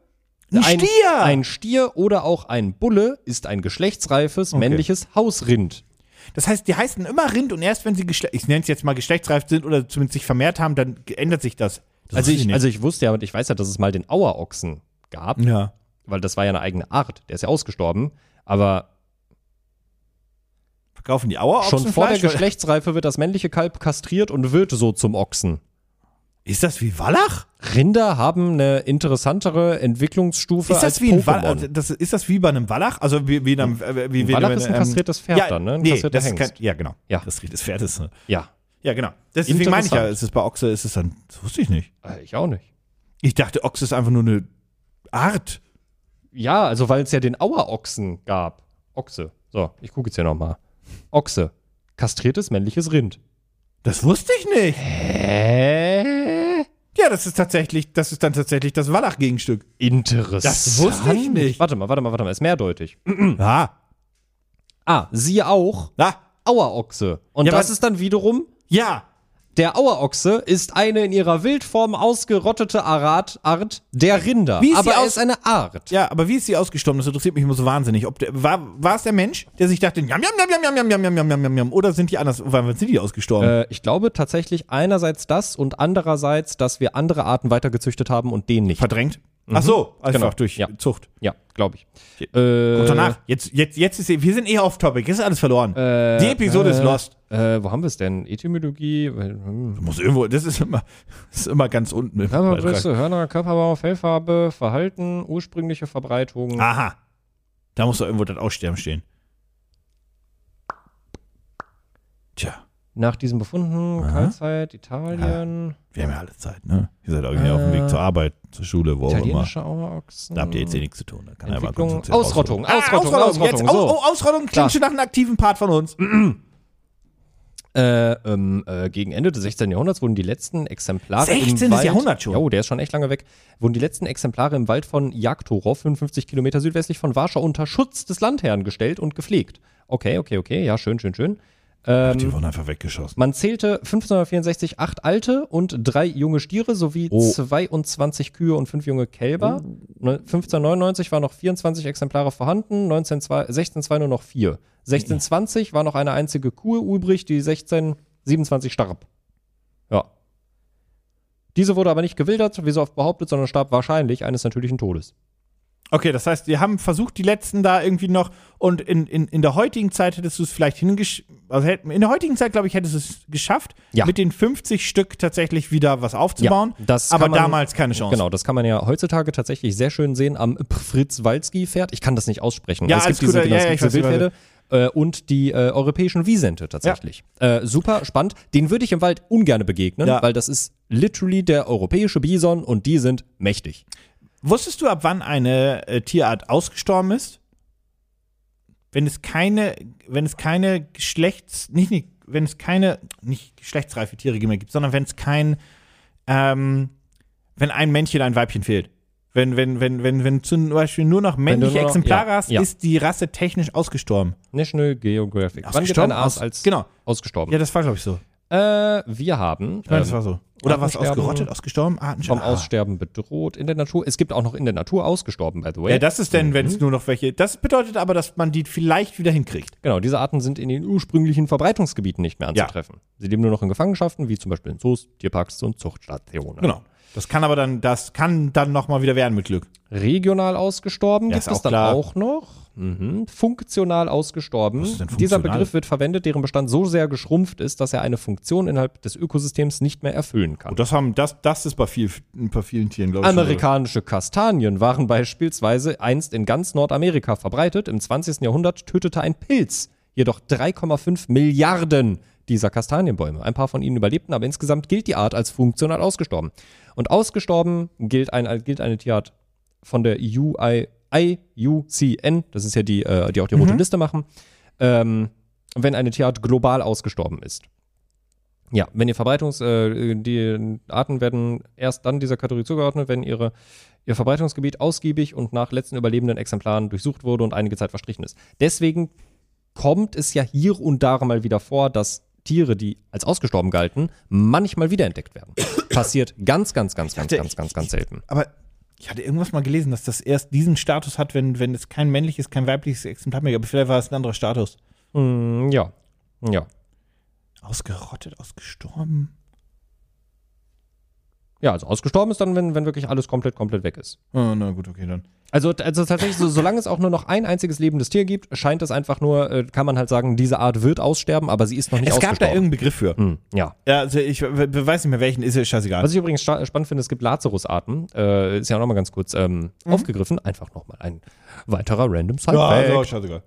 Speaker 3: Ein Stier!
Speaker 2: Ein Stier oder auch ein Bulle ist ein geschlechtsreifes männliches Hausrind.
Speaker 3: Das heißt, die heißen immer Rind und erst wenn sie geschle- ich nenne es jetzt mal geschlechtsreif sind oder zumindest sich vermehrt haben, dann ändert sich das. das
Speaker 2: Also
Speaker 3: wusste
Speaker 2: ich,
Speaker 3: nicht.
Speaker 2: also ich wusste ja und ich weiß ja, dass es mal den Auerochsen gab.
Speaker 3: ja.
Speaker 2: weil das war ja eine eigene Art. Der ist ja ausgestorben. Aber
Speaker 3: Verkaufen die Auer
Speaker 2: schon vor der
Speaker 3: Ochsenfleisch?
Speaker 2: Geschlechtsreife wird das männliche Kalb kastriert und wird so zum Ochsen.
Speaker 3: Ist das wie Wallach?
Speaker 2: Rinder haben eine interessantere Entwicklungsstufe
Speaker 3: Ist
Speaker 2: als
Speaker 3: das wie ein Wallach?
Speaker 2: Pokémon.
Speaker 3: Also das, ist das wie bei einem Wallach? Also wie, wie in einem äh, wie, wie
Speaker 2: Wallach
Speaker 3: in einem,
Speaker 2: ist ein kastriertes Pferd
Speaker 3: ja,
Speaker 2: dann, ne? Ein
Speaker 3: nee,
Speaker 2: kastrierter
Speaker 3: das ist kein,
Speaker 2: Hengst.
Speaker 3: ja, genau.
Speaker 2: Ja.
Speaker 3: Kastriertes Pferd ist. Ne?
Speaker 2: ja,
Speaker 3: Ja, genau. Deswegen meine ich ja,
Speaker 2: Interessant.
Speaker 3: ist es bei Ochse ist es dann das wusste ich nicht.
Speaker 2: Äh, ich auch nicht.
Speaker 3: Ich dachte, Ochse ist einfach nur eine Art.
Speaker 2: Ja, also weil es ja den Auerochsen gab. Ochse. So, ich gucke jetzt hier nochmal. Ochse. Kastriertes männliches Rind.
Speaker 3: Das wusste ich nicht.
Speaker 2: Äh?
Speaker 3: Ja, das ist tatsächlich, das ist dann tatsächlich das Wallach Gegenstück.
Speaker 2: Interessant.
Speaker 3: Das wusste ich nicht.
Speaker 2: Warte mal, warte mal, warte mal. Ist mehrdeutig.
Speaker 3: Ah.
Speaker 2: Ah, siehe auch
Speaker 3: Na,
Speaker 2: Auerochse. Und
Speaker 3: Ja,
Speaker 2: das
Speaker 3: aber-
Speaker 2: ist dann wiederum
Speaker 3: ja.
Speaker 2: Der Auerochse ist eine in ihrer Wildform ausgerottete Arat, Art der Rinder.
Speaker 3: Wie ist
Speaker 2: aber
Speaker 3: sie
Speaker 2: er
Speaker 3: aus-
Speaker 2: ist eine Art.
Speaker 3: Ja, aber wie ist sie ausgestorben? Das interessiert mich immer so wahnsinnig. Ob der, war, war es der Mensch, der sich dachte, jam, jam, jam, jam, jam, jam, jam, jam, jam, jam, jam, jam, oder sind die anders? Wann sind die ausgestorben?
Speaker 2: Äh, ich glaube tatsächlich einerseits das und andererseits, dass wir andere Arten weitergezüchtet haben und den nicht.
Speaker 3: Verdrängt? Ach so, einfach
Speaker 2: Genau,
Speaker 3: durch
Speaker 2: ja. Äh,
Speaker 3: Zucht.
Speaker 2: Ja, glaube ich.
Speaker 3: Und danach, jetzt, jetzt, jetzt ist, wir sind eh off topic, jetzt ist alles verloren. die Episode ist lost.
Speaker 2: Äh, wo haben wir es denn? Etymologie? Hm.
Speaker 3: Muss irgendwo, das ist immer, das ist immer ganz unten im Beitrag.
Speaker 2: Körpergröße, Hörner, Körperbau, Fellfarbe, Verhalten, ursprüngliche Verbreitung.
Speaker 3: Aha. Da muss doch irgendwo das Aussterben stehen. Tja,
Speaker 2: Nach diesem Befunden, Kaltzeit, Italien,
Speaker 3: wir haben ja alle Zeit, ne? Ihr seid auch hier auf dem
Speaker 2: Äh,
Speaker 3: Weg zur Arbeit, zur Schule, wo auch immer.
Speaker 2: italienische Auerochsen.
Speaker 3: Da habt ihr jetzt eh nichts zu tun. Da kann einmal
Speaker 2: Entwicklung,
Speaker 3: konzentriert raus-
Speaker 2: Ausrottung,
Speaker 3: Ah,
Speaker 2: Ausrottung,
Speaker 3: Ausrottung,
Speaker 2: Ausrottung,
Speaker 3: jetzt,
Speaker 2: so.
Speaker 3: oh, oh, Ausrottung klingt
Speaker 2: Klar. Mhm.
Speaker 3: schon nach einem aktiven Part von uns.
Speaker 2: Äh, ähm, äh, gegen Ende des 16. Jahrhunderts wurden die letzten Exemplare
Speaker 3: 16.
Speaker 2: im Wald,
Speaker 3: Jahrhundert schon?
Speaker 2: Jo, der ist schon echt lange weg. Wurden die letzten Exemplare im Wald von Jagdtorow, 55 Kilometer südwestlich von Warschau, unter Schutz des Landherrn gestellt und gepflegt. Okay, okay, okay, ja, schön, schön, schön. Ähm,
Speaker 3: Die wurden einfach weggeschossen.
Speaker 2: Man zählte 1564 acht alte und drei junge Stiere sowie 22 Kühe und fünf junge Kälber. Ne, 1599 waren noch 24 Exemplare vorhanden, 1602 nur noch vier. 1620 war noch eine einzige Kuh übrig, die 1627 starb. Ja. Diese wurde aber nicht gewildert, wie so oft behauptet, sondern starb wahrscheinlich eines natürlichen Todes.
Speaker 3: Okay, das heißt, wir haben versucht, die letzten da irgendwie noch und in, in, in der heutigen Zeit hättest du es vielleicht hingesch... Also hätt- in der heutigen Zeit, glaube ich, hättest du es geschafft,
Speaker 2: Ja.
Speaker 3: mit den 50 Stück tatsächlich wieder was aufzubauen.
Speaker 2: das kann
Speaker 3: aber
Speaker 2: man-
Speaker 3: damals keine Chance.
Speaker 2: Genau, das kann man ja heutzutage tatsächlich sehr schön sehen am Fritz-Walski-Pferd. Ich kann das nicht aussprechen.
Speaker 3: Ja,
Speaker 2: es
Speaker 3: alles
Speaker 2: gibt diese,
Speaker 3: gut,
Speaker 2: genau,
Speaker 3: ja,
Speaker 2: es
Speaker 3: ja,
Speaker 2: gibt
Speaker 3: ich weiß,
Speaker 2: diese
Speaker 3: ich weiß.
Speaker 2: Wildpferde. Äh, und die äh, europäischen Wiesente tatsächlich. Äh, super spannend. Den würde ich im Wald ungern begegnen,
Speaker 3: Ja.
Speaker 2: weil das ist literally der europäische Bison und die sind mächtig.
Speaker 3: Wusstest du, ab wann eine äh, Tierart ausgestorben ist? Wenn es keine, wenn es keine Geschlechts, nicht, nicht wenn es keine, nicht geschlechtsreife Tiere mehr gibt, sondern wenn es kein, ähm, wenn ein Männchen ein Weibchen fehlt. Wenn, wenn, wenn, wenn, wenn zum Beispiel nur noch männliche
Speaker 2: nur noch-
Speaker 3: Exemplare
Speaker 2: ja,
Speaker 3: hast,
Speaker 2: ja.
Speaker 3: ist die Rasse technisch ausgestorben.
Speaker 2: National Geographic. Wann geht
Speaker 3: Ausgestorben?
Speaker 2: eine Art
Speaker 3: Aus-
Speaker 2: als
Speaker 3: genau. Ja,
Speaker 2: ausgestorben?
Speaker 3: das war, glaube ich, so.
Speaker 2: Äh, wir haben
Speaker 3: Ich meine,
Speaker 2: ähm,
Speaker 3: das war so. Oder was
Speaker 2: Artensterben-
Speaker 3: ausgerottet, ausgestorben? Artensterben. Ah.
Speaker 2: vom Aussterben bedroht in der Natur. Es gibt auch noch in der Natur ausgestorben, by the way.
Speaker 3: Ja, das ist denn,
Speaker 2: Mhm.
Speaker 3: wenn es nur noch welche. Das bedeutet aber, dass man die vielleicht wieder hinkriegt.
Speaker 2: Genau, diese Arten sind in den ursprünglichen Verbreitungsgebieten nicht mehr anzutreffen. Sie leben nur noch in Gefangenschaften, wie zum Beispiel in Zoos, Tierparks und Zuchtstationen.
Speaker 3: Genau. Das kann aber dann, das kann dann nochmal wieder werden mit Glück.
Speaker 2: Regional ausgestorben
Speaker 3: Ja,
Speaker 2: gibt
Speaker 3: ist
Speaker 2: es
Speaker 3: auch
Speaker 2: dann
Speaker 3: klar.
Speaker 2: auch noch. Mhm. Funktional ausgestorben.
Speaker 3: ist denn
Speaker 2: Dieser
Speaker 3: funktional?
Speaker 2: Begriff wird verwendet, deren Bestand so sehr geschrumpft ist, dass er eine Funktion innerhalb des Ökosystems nicht mehr erfüllen kann.
Speaker 3: Und das haben, das, das ist bei, viel, bei vielen Tieren, glaube ich. schon so.
Speaker 2: Amerikanische Kastanien waren beispielsweise einst in ganz Nordamerika verbreitet. Im 20. Jahrhundert tötete ein Pilz jedoch 3,5 Milliarden dieser Kastanienbäume. Ein paar von ihnen überlebten, aber insgesamt gilt die Art als funktional ausgestorben. Und ausgestorben gilt, ein, gilt eine Tierart von der UI, IUCN, das ist ja die, äh, die auch die rote Liste machen, ähm, wenn eine Tierart global ausgestorben ist. Ja, wenn ihr Verbreitungs, äh, die Arten werden erst dann dieser Kategorie zugeordnet, wenn ihre, ihr Verbreitungsgebiet ausgiebig und nach letzten überlebenden Exemplaren durchsucht wurde und einige Zeit verstrichen ist. Deswegen kommt es ja hier und da mal wieder vor, dass Tiere, die als ausgestorben galten, manchmal wiederentdeckt werden. Passiert ganz, ganz, ganz, ganz,
Speaker 3: dachte,
Speaker 2: ganz, ganz, ganz selten.
Speaker 3: Aber ich hatte irgendwas mal gelesen, dass das erst diesen Status hat, wenn, wenn es kein männliches, kein weibliches Exemplar mehr gibt. Aber Vielleicht war es ein anderer Status.
Speaker 2: Mm, ja, ja.
Speaker 3: Ausgerottet, ausgestorben.
Speaker 2: Ja, also ausgestorben ist dann, wenn, wenn wirklich alles komplett, komplett weg ist.
Speaker 3: Oh, na gut, okay, dann.
Speaker 2: Also, also tatsächlich, so, solange es auch nur noch ein einziges lebendes Tier gibt, scheint es einfach nur, äh, kann man halt sagen, diese Art wird aussterben, aber sie ist noch nicht
Speaker 3: Es gab da
Speaker 2: ausgestorben.
Speaker 3: irgendeinen Begriff für.
Speaker 2: Hm, ja.
Speaker 3: Ja, also ich we- we- weiß nicht mehr welchen, ist ja scheißegal.
Speaker 2: Was ich übrigens sta- spannend finde, es gibt Lazarus-Arten, äh, ist ja auch nochmal ganz kurz ähm, aufgegriffen, einfach nochmal ein weiterer random side
Speaker 3: Mhm. ja,
Speaker 2: fact
Speaker 3: also, scheißegal.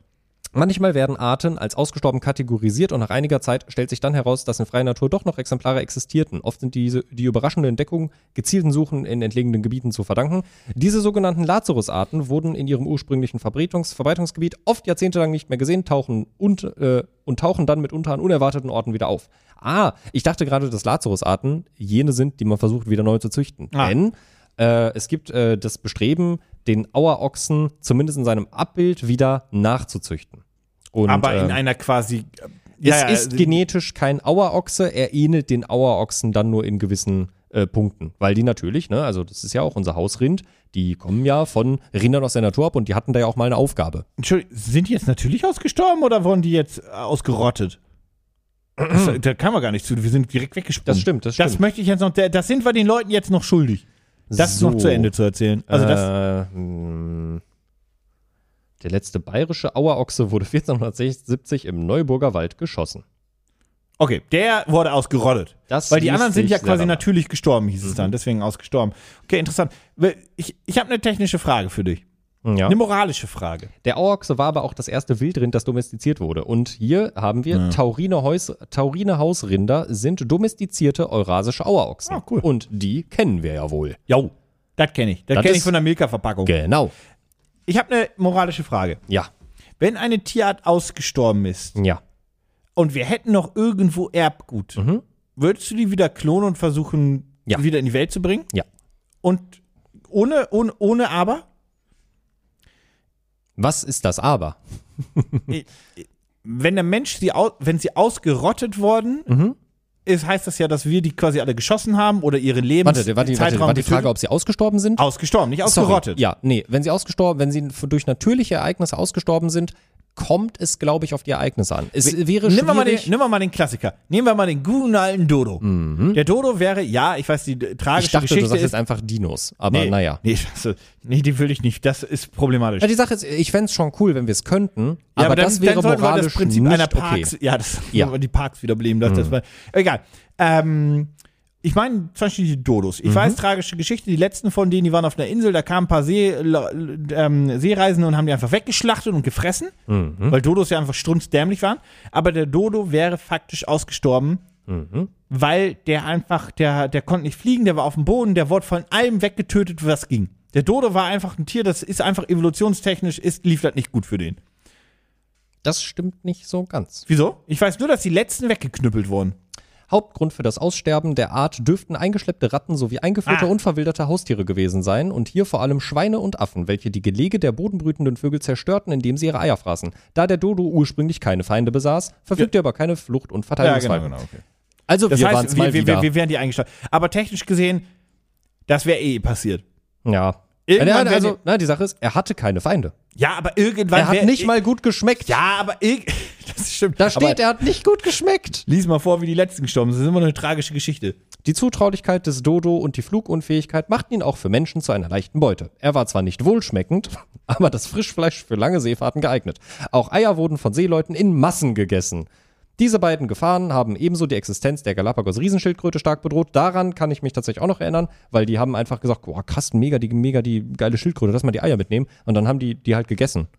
Speaker 2: Manchmal werden Arten als ausgestorben kategorisiert und nach einiger Zeit stellt sich dann heraus, dass in freier Natur doch noch Exemplare existierten. Oft sind diese die überraschende Entdeckung gezielten Suchen in entlegenen Gebieten zu verdanken. Diese sogenannten Lazarus-Arten wurden in ihrem ursprünglichen Verbreitungs Verbreitungsgebiet oft jahrzehntelang nicht mehr gesehen, tauchen und, äh, und tauchen dann mitunter an unerwarteten Orten wieder auf. Ah, ich dachte gerade, dass Lazarus-Arten jene sind, die man versucht wieder neu zu züchten.
Speaker 3: Ah.
Speaker 2: Denn äh, es gibt äh, das Bestreben, den Auerochsen zumindest in seinem Abbild wieder nachzuzüchten. Und,
Speaker 3: Aber in
Speaker 2: ähm,
Speaker 3: einer quasi. äh,
Speaker 2: es
Speaker 3: ja, ja,
Speaker 2: ist
Speaker 3: also-
Speaker 2: genetisch kein Auerochse, er ähnelt den Auerochsen dann nur in gewissen äh, Punkten. Weil die natürlich, ne, also das ist ja auch unser Hausrind, die kommen ja von Rindern aus der Natur ab und die hatten da ja auch mal eine Aufgabe.
Speaker 3: Entschuldigung, sind die jetzt natürlich ausgestorben oder wurden die jetzt äh, ausgerottet? Das, da kann man gar nicht zu. Wir sind direkt weggesprungen.
Speaker 2: Das stimmt, das
Speaker 3: Das
Speaker 2: stimmt.
Speaker 3: möchte ich jetzt noch. Das sind wir den Leuten jetzt noch schuldig. Das
Speaker 2: So.
Speaker 3: noch zu Ende zu erzählen. Also das,
Speaker 2: Äh, mh. der letzte bayerische Auerochse wurde 1470 im Neuburger Wald geschossen.
Speaker 3: okay, der wurde ausgerottet.
Speaker 2: Das
Speaker 3: Weil die
Speaker 2: liest
Speaker 3: anderen sind
Speaker 2: sich Mhm.
Speaker 3: ja
Speaker 2: sehr
Speaker 3: quasi
Speaker 2: danach.
Speaker 3: natürlich gestorben, hieß es dann. Deswegen ausgestorben. Okay, interessant. Ich, ich habe eine technische Frage für dich.
Speaker 2: Ja.
Speaker 3: Eine moralische Frage.
Speaker 2: Der Auerochse war aber auch das erste Wildrind, das domestiziert wurde. Und hier haben wir taurine, Heus, taurine Hausrinder sind domestizierte eurasische Auerochsen.
Speaker 3: Ah, cool.
Speaker 2: Und die kennen wir ja wohl.
Speaker 3: Jo, das kenne ich. Das
Speaker 2: Das
Speaker 3: kenne ich
Speaker 2: ist-
Speaker 3: von der Milka-Verpackung.
Speaker 2: Genau.
Speaker 3: Ich habe eine moralische Frage.
Speaker 2: Ja,
Speaker 3: Wenn eine Tierart ausgestorben ist,
Speaker 2: ja.
Speaker 3: und wir hätten noch irgendwo Erbgut, würdest du die wieder klonen und versuchen,
Speaker 2: Mhm. Ja.
Speaker 3: wieder in die Welt zu bringen?
Speaker 2: Ja.
Speaker 3: Und ohne, ohne, ohne aber?
Speaker 2: Was ist das aber?
Speaker 3: Wenn der Mensch sie, au wenn sie ausgerottet worden
Speaker 2: Mhm.
Speaker 3: ist, heißt das ja, dass wir die quasi alle geschossen haben oder ihre Leben.
Speaker 2: Warte, warte, warte, warte die Frage, ob sie ausgestorben sind?
Speaker 3: Ausgestorben, nicht
Speaker 2: Sorry.
Speaker 3: ausgerottet.
Speaker 2: Ja, nee, wenn sie ausgestorben, wenn sie durch natürliche Ereignisse ausgestorben sind, kommt es, glaube ich, auf die Ereignisse an. Es wäre
Speaker 3: Nimm wir, mal den,
Speaker 2: schwierig-
Speaker 3: nimm wir mal den Klassiker. Nehmen wir mal den guten alten Dodo. Der Dodo wäre, ja, ich weiß, die äh, tragische
Speaker 2: Mhm. ich dachte,
Speaker 3: Geschichte
Speaker 2: du sagst
Speaker 3: ist.
Speaker 2: jetzt einfach Dinos, aber
Speaker 3: nee,
Speaker 2: naja.
Speaker 3: Nee, das, nee, die will ich nicht. Das ist problematisch.
Speaker 2: Ja, die Sache ist, ich fänd's schon cool, wenn wir es könnten, aber,
Speaker 3: dann-
Speaker 2: das wäre
Speaker 3: dann sollten wir
Speaker 2: moralisch
Speaker 3: das Prinzip
Speaker 2: nicht
Speaker 3: einer
Speaker 2: okay.
Speaker 3: Parks, ja, das
Speaker 2: Ja. Mhm.
Speaker 3: ja. die Parks wiederbeleben lassen. Das war, egal. Ähm, ich meine zum Beispiel die Dodos. Ich
Speaker 2: Mhm.
Speaker 3: weiß, tragische Geschichte, die letzten von denen, die waren auf einer Insel, da kamen ein paar See, äh, ähm, Seereisende und haben die einfach weggeschlachtet und gefressen,
Speaker 2: Mhm.
Speaker 3: weil Dodos ja einfach strunzdämlich waren. Aber der Dodo wäre faktisch ausgestorben,
Speaker 2: Mhm.
Speaker 3: weil der einfach, der, der konnte nicht fliegen, der war auf dem Boden, der wurde von allem weggetötet, was ging. Der Dodo war einfach ein Tier, das ist einfach evolutionstechnisch, ist, lief das nicht gut für den.
Speaker 2: Das stimmt nicht so ganz.
Speaker 3: Wieso? Ich weiß nur, dass die letzten weggeknüppelt wurden.
Speaker 2: Hauptgrund für das Aussterben der Art dürften eingeschleppte Ratten sowie eingeführte,
Speaker 3: Ah.
Speaker 2: unverwilderte Haustiere gewesen sein und hier vor allem Schweine und Affen, welche die Gelege der bodenbrütenden Vögel zerstörten, indem sie ihre Eier fraßen. Da der Dodo ursprünglich keine Feinde besaß, verfügte er über keine Flucht- und
Speaker 3: Ah,
Speaker 2: Verteidigungswaffen.
Speaker 3: Okay.
Speaker 2: Also
Speaker 3: genau, Das
Speaker 2: wir waren
Speaker 3: heißt,
Speaker 2: es mal
Speaker 3: wir, wir,
Speaker 2: wieder.
Speaker 3: wir, wir wären die eingeschlagen. Aber technisch gesehen, das wäre eh passiert.
Speaker 2: ja.
Speaker 3: Irgendwann
Speaker 2: Ja,
Speaker 3: werden
Speaker 2: also, na, die Sache ist, er hatte keine Feinde.
Speaker 3: Ja, aber irgendwann
Speaker 2: Er hat
Speaker 3: wär-
Speaker 2: nicht mal gut geschmeckt.
Speaker 3: Ja, aber irg- das stimmt.
Speaker 2: Da steht,
Speaker 3: aber,
Speaker 2: er hat nicht gut geschmeckt.
Speaker 3: Lies mal vor, wie die letzten gestorben sind. Das ist immer noch eine tragische Geschichte.
Speaker 2: Die Zutraulichkeit des Dodo und die Flugunfähigkeit machten ihn auch für Menschen zu einer leichten Beute. Er war zwar nicht wohlschmeckend, aber das Frischfleisch für lange Seefahrten geeignet. Auch Eier wurden von Seeleuten in Massen gegessen. Diese beiden Gefahren haben ebenso die Existenz der Galapagos-Riesenschildkröte stark bedroht. Daran kann ich mich tatsächlich auch noch erinnern, weil die haben einfach gesagt, boah, krass, mega die, mega die geile Schildkröte, lass mal die Eier mitnehmen. Und dann haben die die halt gegessen.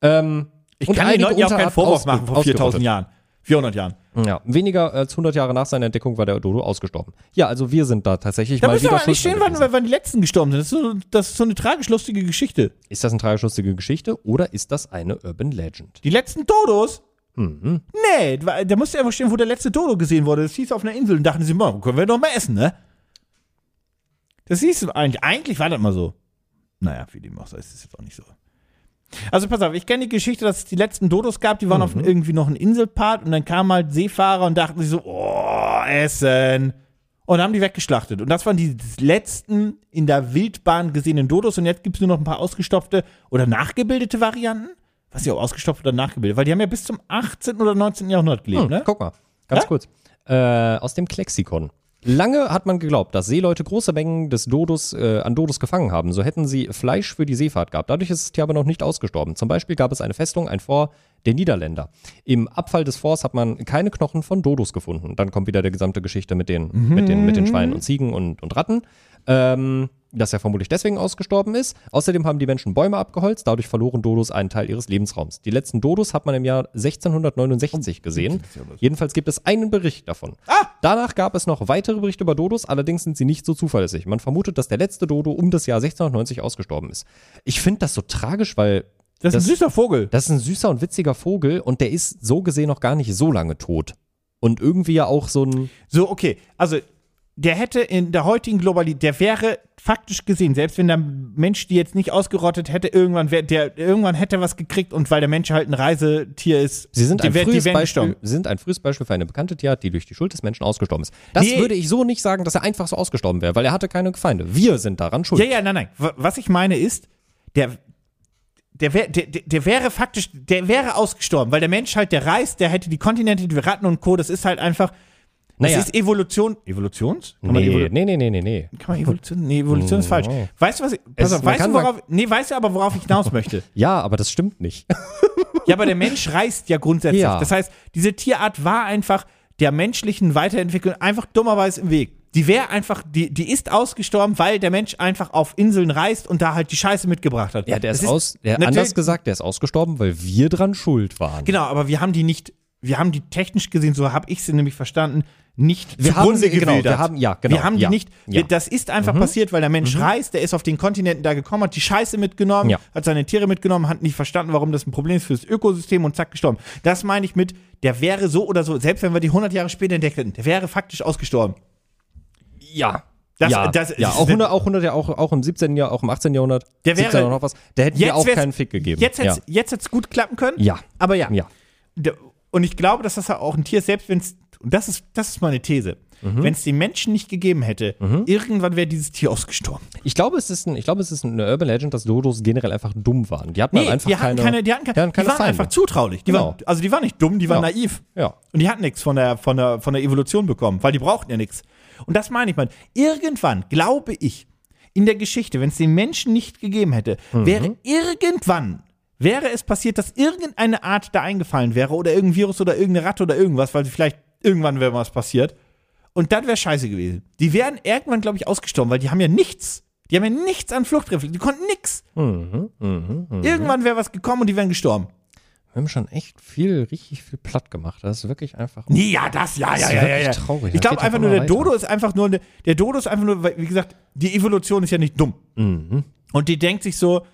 Speaker 2: Ähm,
Speaker 3: Ich
Speaker 2: und
Speaker 3: kann den
Speaker 2: einige
Speaker 3: Leuten ja auch keinen
Speaker 2: Unterarten
Speaker 3: Vorwurf
Speaker 2: ausge-
Speaker 3: machen vor 4000
Speaker 2: ausgerottet.
Speaker 3: Jahren. 400 Jahren.
Speaker 2: Ja, weniger als 100 Jahre nach seiner Entdeckung war der Dodo ausgestorben. Ja, also wir sind da tatsächlich
Speaker 3: Da
Speaker 2: mal
Speaker 3: müssen wir
Speaker 2: wieder
Speaker 3: aber
Speaker 2: schuld
Speaker 3: nicht stehen,
Speaker 2: dran
Speaker 3: wann,
Speaker 2: gewesen.
Speaker 3: wann die letzten gestorben sind. Das ist so, das ist so eine tragisch lustige Geschichte.
Speaker 2: Ist das eine tragischlustige Geschichte oder ist das eine Urban Legend?
Speaker 3: Die letzten Dodos? Mhm. Nee, da da musste einfach stehen, wo der letzte Dodo gesehen wurde. Das hieß auf einer Insel und dachten sie, morgen können wir doch mal essen, ne? Das hieß eigentlich, eigentlich war das mal so. Naja, wie dem auch sei, ist es jetzt auch nicht so. Also pass auf, ich kenne die Geschichte, dass es die letzten Dodos gab, die waren auf irgendwie noch ein Inselpart und dann kamen halt Seefahrer und dachten sich so, oh, Essen. Und haben die weggeschlachtet. Und das waren die letzten in der Wildbahn gesehenen Dodos. Und jetzt gibt es nur noch ein paar ausgestopfte oder nachgebildete Varianten. Was ja auch ausgestopft oder nachgebildet, weil die haben ja bis zum 18. oder 19. Jahrhundert gelebt,
Speaker 2: Hm,
Speaker 3: ne?
Speaker 2: Guck mal, ganz
Speaker 3: Ja?
Speaker 2: kurz. Äh, aus dem Klexikon. Lange hat man geglaubt, dass Seeleute große Mengen des Dodos, äh, an Dodos gefangen haben. So hätten sie Fleisch für die Seefahrt gehabt. Dadurch ist das Tier aber noch nicht ausgestorben. Zum Beispiel gab es eine Festung, ein Fort der Niederländer. Im Abfall des Forts hat man keine Knochen von Dodos gefunden. Dann kommt wieder der gesamte Geschichte mit den, mit den, mit den Schweinen
Speaker 3: Mhm.
Speaker 2: und Ziegen und, und Ratten. Ähm, dass er vermutlich deswegen ausgestorben ist. Außerdem haben die Menschen Bäume abgeholzt, dadurch verloren Dodos einen Teil ihres Lebensraums. Die letzten Dodos hat man im Jahr 1669 gesehen. Jedenfalls gibt es einen Bericht davon. Danach gab es noch weitere Berichte über Dodos, allerdings sind sie nicht so zuverlässig. Man vermutet, dass der letzte Dodo um das Jahr 1690 ausgestorben ist. Ich finde das so tragisch, weil
Speaker 3: Das ist ein süßer Vogel.
Speaker 2: das ist ein süßer und witziger Vogel und der ist so gesehen noch gar nicht so lange tot. Und irgendwie ja auch so ein
Speaker 3: So, okay. Also, der hätte in der heutigen Globalität, der wäre faktisch gesehen, selbst wenn der Mensch die jetzt nicht ausgerottet hätte, irgendwann, wär, der, irgendwann hätte er was gekriegt und weil der Mensch halt ein Reisetier ist,
Speaker 2: Sie sind,
Speaker 3: die
Speaker 2: ein
Speaker 3: wär- die
Speaker 2: frühes
Speaker 3: wären
Speaker 2: Beispiel,
Speaker 3: gestorben.
Speaker 2: Sie sind ein frühes Beispiel für eine bekannte Tierart, die durch die Schuld des Menschen ausgestorben ist. Das
Speaker 3: Nee.
Speaker 2: würde ich so nicht sagen, dass er einfach so ausgestorben wäre, weil er hatte keine Feinde. Wir sind daran schuld.
Speaker 3: Ja, ja, nein, nein. W- Was ich meine ist, der, der, wär, der, der- der wäre faktisch, der wäre ausgestorben, weil der Mensch halt, der reist, der hätte die Kontinente, die Ratten und Co., das ist halt einfach,
Speaker 2: Naja.
Speaker 3: das ist eh- Evolution. Evolutions? Kann man
Speaker 2: nee,
Speaker 3: Evolu-
Speaker 2: nee, nee, nee, nee, nee.
Speaker 3: Kann man Evolution? Nee, Evolution ist falsch.
Speaker 2: Nee.
Speaker 3: Weißt du, was ich,
Speaker 2: Es-
Speaker 3: pass auf,
Speaker 2: man
Speaker 3: weißt
Speaker 2: kann
Speaker 3: du, worauf, nee, weißt du aber, worauf ich hinaus möchte?
Speaker 2: Ja, aber das stimmt nicht.
Speaker 3: Ja, aber der Mensch reist ja grundsätzlich.
Speaker 2: Ja.
Speaker 3: Das heißt, diese Tierart war einfach der menschlichen Weiterentwicklung einfach dummerweise im Weg. Die wäre einfach, die, die ist ausgestorben, weil der Mensch einfach auf Inseln reist und da halt die Scheiße mitgebracht hat.
Speaker 2: Ja, der
Speaker 3: Das
Speaker 2: ist, aus, der, anders
Speaker 3: natürlich-
Speaker 2: gesagt, der ist ausgestorben, weil wir dran schuld waren.
Speaker 3: Genau, aber wir haben die nicht, wir haben die technisch gesehen, so habe ich sie nämlich verstanden, nicht
Speaker 2: Wir haben sie- genau,
Speaker 3: gewildert.
Speaker 2: wir haben- ja, genau,
Speaker 3: Wir haben die
Speaker 2: ja,
Speaker 3: nicht,
Speaker 2: ja. Mhm.
Speaker 3: wir, das ist einfach passiert, weil der Mensch reist, der ist auf den Kontinenten da gekommen, hat die Scheiße mitgenommen,
Speaker 2: Ja.
Speaker 3: hat seine Tiere mitgenommen, hat nicht verstanden, warum das ein Problem ist fürs Ökosystem und zack, gestorben. Das meine ich mit, der wäre so oder so, selbst wenn wir die 100 Jahre später entdeckt hätten, der wäre faktisch ausgestorben.
Speaker 2: Ja.
Speaker 3: Das-
Speaker 2: ja,
Speaker 3: das-
Speaker 2: ja, auch 100, auch 100, ja, auch, auch im 17. Jahr, auch im 18. Jahrhundert,
Speaker 3: Der wäre-
Speaker 2: 17. noch was, der hätten wir auch
Speaker 3: wär's-
Speaker 2: keinen Fick gegeben.
Speaker 3: Jetzt hätte
Speaker 2: ja.
Speaker 3: es jetzt hätt's gut klappen können.
Speaker 2: Ja.
Speaker 3: Aber ja.
Speaker 2: ja.
Speaker 3: D- Und ich glaube, dass das auch ein Tier ist, selbst wenn es. Und das ist, das ist meine These. Wenn es die Menschen nicht gegeben hätte, irgendwann wäre dieses Tier ausgestorben.
Speaker 2: Ich glaube, es ist ein, ich glaube, es ist eine Urban Legend, dass Dodos generell einfach dumm waren. Die hatten halt einfach
Speaker 3: die hatten keine, die, hatten keine, die waren
Speaker 2: Feinde.
Speaker 3: einfach zutraulich. Die
Speaker 2: Genau.
Speaker 3: waren, also die waren nicht dumm, die waren
Speaker 2: Ja.
Speaker 3: naiv.
Speaker 2: Ja.
Speaker 3: Und die hatten nichts von der, von, der, von der Evolution bekommen, weil die brauchten ja nichts. Und das meine ich mal. Irgendwann, glaube ich, in der Geschichte, wenn es den Menschen nicht gegeben hätte, wäre irgendwann, wäre es passiert, dass irgendeine Art da eingefallen wäre oder irgendein Virus oder irgendeine Ratte oder irgendwas, weil vielleicht irgendwann wäre was passiert. Und dann wäre scheiße gewesen. Die wären irgendwann, glaube ich, ausgestorben, weil die haben ja nichts. Die haben ja nichts an Fluchtreflexen. Die konnten nichts. Irgendwann wäre was gekommen und die wären gestorben.
Speaker 2: Wir haben schon echt viel, richtig viel platt gemacht. Das ist wirklich einfach.
Speaker 3: Nee, ja, das, ja, ja,
Speaker 2: ist
Speaker 3: ja, ja,
Speaker 2: wirklich
Speaker 3: ja.
Speaker 2: traurig. Das
Speaker 3: Ich glaube
Speaker 2: geht
Speaker 3: einfach
Speaker 2: doch
Speaker 3: nur,
Speaker 2: immer
Speaker 3: der
Speaker 2: weiter.
Speaker 3: Dodo ist einfach nur, ne- der Dodo ist einfach nur, weil, wie gesagt, die Evolution ist ja nicht dumm.
Speaker 2: Mhm.
Speaker 3: Und die denkt sich so,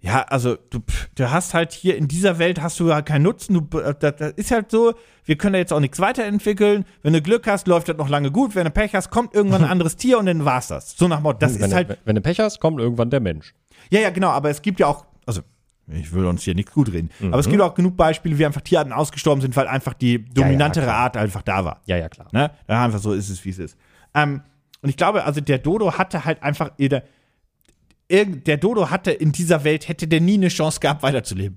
Speaker 3: ja, also du, pff, du hast halt hier in dieser Welt hast du ja keinen Nutzen. Du, äh, das, das ist halt so. Wir können da jetzt auch nichts weiterentwickeln. Wenn du Glück hast, läuft das noch lange gut. Wenn du Pech hast, kommt irgendwann ein anderes Tier und dann war's das. So nach dem Motto. Das
Speaker 2: wenn,
Speaker 3: ist
Speaker 2: du-
Speaker 3: halt
Speaker 2: wenn du Pech hast, kommt irgendwann der Mensch.
Speaker 3: ja, ja, genau, aber es gibt ja auch, also ich will uns hier nichts gut reden, aber
Speaker 2: Mhm.
Speaker 3: es gibt auch genug Beispiele, wie einfach Tierarten ausgestorben sind, weil einfach die dominantere
Speaker 2: klar.
Speaker 3: Art einfach da war.
Speaker 2: Ja, ja, klar.
Speaker 3: Ne? Dann einfach so ist es, wie es ist. Ähm, und ich glaube, also der Dodo hatte halt einfach, eh, der, irgend- der Dodo hatte in dieser Welt, hätte der nie eine Chance gehabt, weiterzuleben.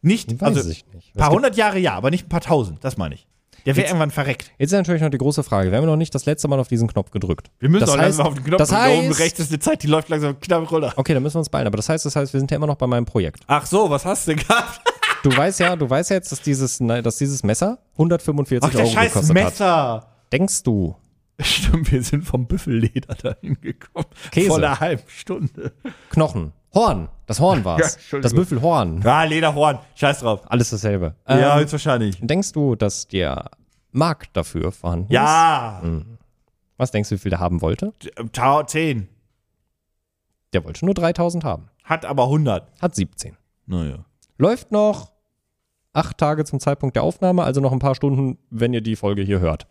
Speaker 3: Nicht,
Speaker 2: Weiß
Speaker 3: also
Speaker 2: ich nicht.
Speaker 3: ein paar
Speaker 2: Es gibt-
Speaker 3: hundert Jahre ja, aber nicht ein paar tausend, das meine ich. Der wäre irgendwann verreckt.
Speaker 2: Jetzt ist natürlich noch die große Frage. Wir haben noch nicht das letzte Mal auf diesen Knopf gedrückt. das heißt,
Speaker 3: langsam auf den Knopf
Speaker 2: Das
Speaker 3: drücken. Da oben
Speaker 2: heißt,
Speaker 3: rechts ist eine Zeit, die läuft langsam knapp runter.
Speaker 2: okay, dann müssen wir uns beeilen. Aber das heißt, das heißt, wir sind ja immer noch bei meinem Projekt.
Speaker 3: Ach so, was hast du gehabt?
Speaker 2: Du weißt ja, du weißt ja jetzt, dass dieses, ne, dass dieses Messer 145
Speaker 3: Ach, der
Speaker 2: Euro
Speaker 3: scheiß
Speaker 2: gekostet hat.
Speaker 3: Messer.
Speaker 2: Denkst du?
Speaker 3: Stimmt, wir sind vom Büffelleder da hingekommen.
Speaker 2: Käse.
Speaker 3: Vor einer halben Stunde.
Speaker 2: Knochen. Horn. Das Horn war's. das Büffelhorn.
Speaker 3: Ah, Lederhorn. Scheiß drauf.
Speaker 2: Alles dasselbe.
Speaker 3: ja,
Speaker 2: Ähm,
Speaker 3: höchstwahrscheinlich.
Speaker 2: denkst du, dass der Markt dafür vorhanden ist?
Speaker 3: Ja,
Speaker 2: Was denkst du, wie viel der haben wollte?
Speaker 3: Tau 10.
Speaker 2: Der wollte nur 3000 haben.
Speaker 3: Hat aber 100.
Speaker 2: Hat 17.
Speaker 3: Naja.
Speaker 2: Läuft noch acht Tage zum Zeitpunkt der Aufnahme, also noch ein paar Stunden, wenn ihr die Folge hier hört.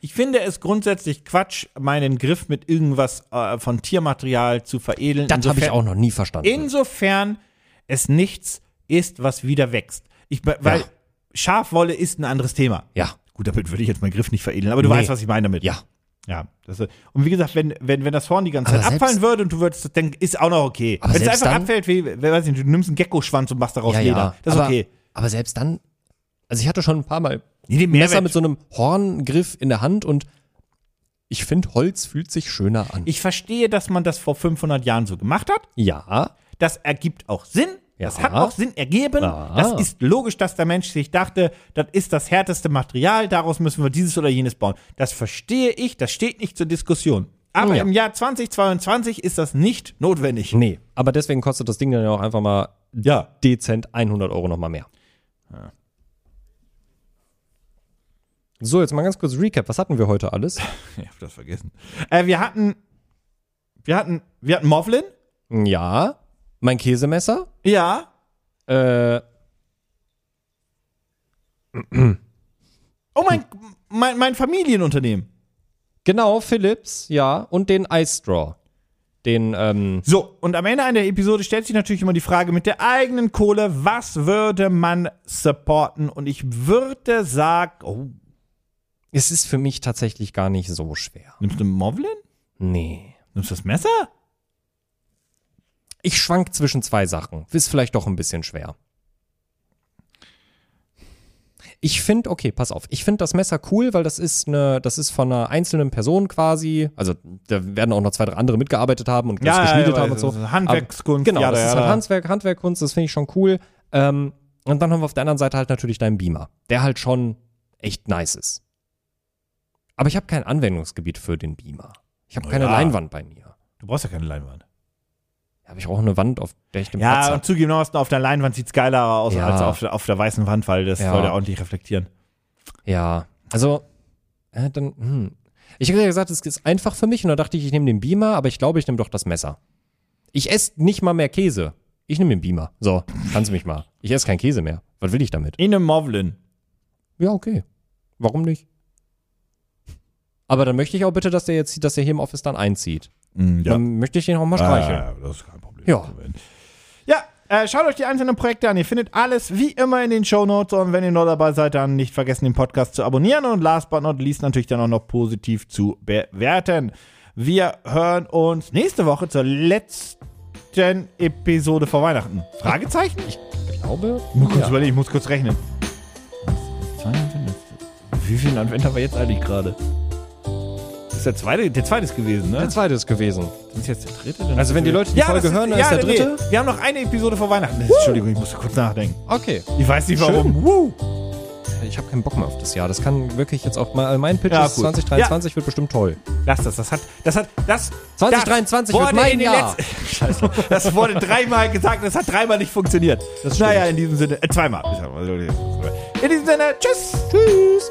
Speaker 3: Ich finde es grundsätzlich Quatsch, meinen Griff mit irgendwas äh, von Tiermaterial zu veredeln.
Speaker 2: Das habe ich
Speaker 3: Insofern-
Speaker 2: auch noch nie verstanden.
Speaker 3: Insofern es nichts ist, was wieder wächst. Ich, be- weil
Speaker 2: Ja.
Speaker 3: Schafwolle ist ein anderes Thema.
Speaker 2: ja,
Speaker 3: Gut, damit würde ich jetzt meinen Griff nicht veredeln, aber du
Speaker 2: Nee.
Speaker 3: weißt, was ich meine damit.
Speaker 2: ja.
Speaker 3: Ja, das ist, und wie gesagt, wenn, wenn, wenn das Horn die ganze
Speaker 2: Aber
Speaker 3: Zeit abfallen
Speaker 2: selbst-
Speaker 3: würde und du würdest das denken, ist auch noch okay.
Speaker 2: Aber
Speaker 3: Wenn es
Speaker 2: selbst
Speaker 3: einfach
Speaker 2: dann-
Speaker 3: abfällt, wie, wer weiß nicht, du nimmst einen Geckoschwanz und machst daraus
Speaker 2: ja,
Speaker 3: Leder.
Speaker 2: ja.
Speaker 3: Das ist
Speaker 2: aber,
Speaker 3: okay.
Speaker 2: Aber selbst dann, also ich hatte schon ein paar Mal
Speaker 3: Nee, den
Speaker 2: Messer
Speaker 3: Mehrwert-
Speaker 2: mit so einem Horngriff in der Hand und ich finde, Holz fühlt sich schöner an.
Speaker 3: ich verstehe, dass man das vor 500 Jahren so gemacht hat.
Speaker 2: ja,
Speaker 3: Das ergibt auch Sinn.
Speaker 2: Ja.
Speaker 3: Das hat auch Sinn ergeben.
Speaker 2: Ja.
Speaker 3: Das ist logisch, dass der Mensch sich dachte, das ist das härteste Material, daraus müssen wir dieses oder jenes bauen. Das verstehe ich, das steht nicht zur Diskussion. Aber
Speaker 2: Oh Ja.
Speaker 3: im Jahr 2022 ist das nicht notwendig.
Speaker 2: nee. Aber deswegen kostet das Ding dann ja auch einfach mal
Speaker 3: Ja.
Speaker 2: dezent 100 Euro nochmal mehr. So, jetzt mal ganz kurz Recap. Was hatten wir heute alles?
Speaker 3: Ich hab das vergessen. Äh, wir hatten. Wir hatten. Wir hatten Mofflin.
Speaker 2: Ja, mein Käsemesser.
Speaker 3: Ja.
Speaker 2: Äh,
Speaker 3: Oh, mein, mein, mein Familienunternehmen.
Speaker 2: genau, Philips, ja. Und den Ice Straw. Den, ähm,
Speaker 3: So, und am Ende einer Episode stellt sich natürlich immer die Frage mit der eigenen Kohle, was würde man supporten? Und ich würde sagen. Oh,
Speaker 2: es ist für mich tatsächlich gar nicht so schwer.
Speaker 3: nimmst du Mofflin?
Speaker 2: Nee.
Speaker 3: Nimmst du das Messer?
Speaker 2: Ich schwank zwischen zwei Sachen. Ist vielleicht doch ein bisschen schwer. Ich finde, okay, pass auf. Ich finde das Messer cool, weil das ist eine, das ist von einer einzelnen Person quasi. Also da werden auch noch zwei, drei andere mitgearbeitet haben und das geschmiedet haben und so.
Speaker 3: Handwerkskunst.
Speaker 2: Genau,
Speaker 3: ja,
Speaker 2: das
Speaker 3: ja,
Speaker 2: ist halt
Speaker 3: ja.
Speaker 2: Handwerk, Handwerkkunst, das finde ich schon cool. Ähm, und dann haben wir auf der anderen Seite halt natürlich deinen Beamer, der halt schon echt nice ist. Aber ich habe kein Anwendungsgebiet für den Beamer. Ich habe keine
Speaker 3: ja.
Speaker 2: Leinwand bei mir.
Speaker 3: Du brauchst ja keine Leinwand.
Speaker 2: Da habe ich auch eine Wand, auf der ich den Platz
Speaker 3: Ja,
Speaker 2: habe.
Speaker 3: und zugegebenermaßen auf der Leinwand sieht es geiler aus
Speaker 2: Ja.
Speaker 3: als auf, der- auf der weißen Wand, weil das
Speaker 2: Ja.
Speaker 3: soll ja ordentlich reflektieren.
Speaker 2: Ja, also, äh, dann, hm. Ich hätte ja gesagt, es ist einfach für mich und dann dachte ich, ich nehme den Beamer, aber ich glaube, ich nehme doch das Messer. Ich esse nicht mal mehr Käse. Ich nehme den Beamer. So, kannst du mich mal. Ich esse keinen Käse mehr. Was will ich damit?
Speaker 3: In einem Mofflin.
Speaker 2: Ja, okay. Warum nicht? Aber dann möchte ich auch bitte, dass der jetzt, dass der hier im Office dann einzieht.
Speaker 3: Mm, Ah,
Speaker 2: Dann möchte ich den auch mal streicheln.
Speaker 3: das ist kein Problem.
Speaker 2: Ja.
Speaker 3: Ja, Äh, schaut euch die einzelnen Projekte an. Ihr findet alles wie immer in den Show Notes. Und wenn ihr noch dabei seid, dann nicht vergessen, den Podcast zu abonnieren. Und last but not least natürlich dann auch noch positiv zu bewerten. Wir hören uns nächste Woche zur letzten Episode vor Weihnachten. Fragezeichen? Ich
Speaker 2: Ich glaube.
Speaker 3: muss kurz
Speaker 2: ja.
Speaker 3: überlegen, ich muss kurz rechnen. Wie viele Anwender war jetzt eigentlich gerade? Das ist der zweite, der zweite ist gewesen, ne?
Speaker 2: Der zweite ist gewesen.
Speaker 3: Das ist jetzt der dritte? dann-
Speaker 2: Also wenn die Leute die
Speaker 3: das
Speaker 2: Folge
Speaker 3: ist-
Speaker 2: hören, dann
Speaker 3: ja,
Speaker 2: ist der
Speaker 3: nee,
Speaker 2: dritte.
Speaker 3: Nee. Wir haben noch eine Episode vor Weihnachten. Entschuldigung, ich musste kurz nachdenken.
Speaker 2: Okay.
Speaker 3: Ich weiß nicht warum.
Speaker 2: warum.
Speaker 3: Woo.
Speaker 2: Ich habe keinen Bock mehr auf das Jahr. Das kann wirklich jetzt auch mal. Mein Pitch
Speaker 3: Ja,
Speaker 2: ist
Speaker 3: gut.
Speaker 2: 2023 wird bestimmt toll.
Speaker 3: Lass das, das hat, das hat, das.
Speaker 2: 2023 wird
Speaker 3: wurde
Speaker 2: mein
Speaker 3: in die
Speaker 2: Jahr.
Speaker 3: letzte- Scheiße. Das wurde dreimal gesagt, das hat dreimal nicht funktioniert.
Speaker 2: Das stimmt.
Speaker 3: naja, in diesem Sinne, äh, zweimal. In diesem Sinne, tschüss. Tschüss.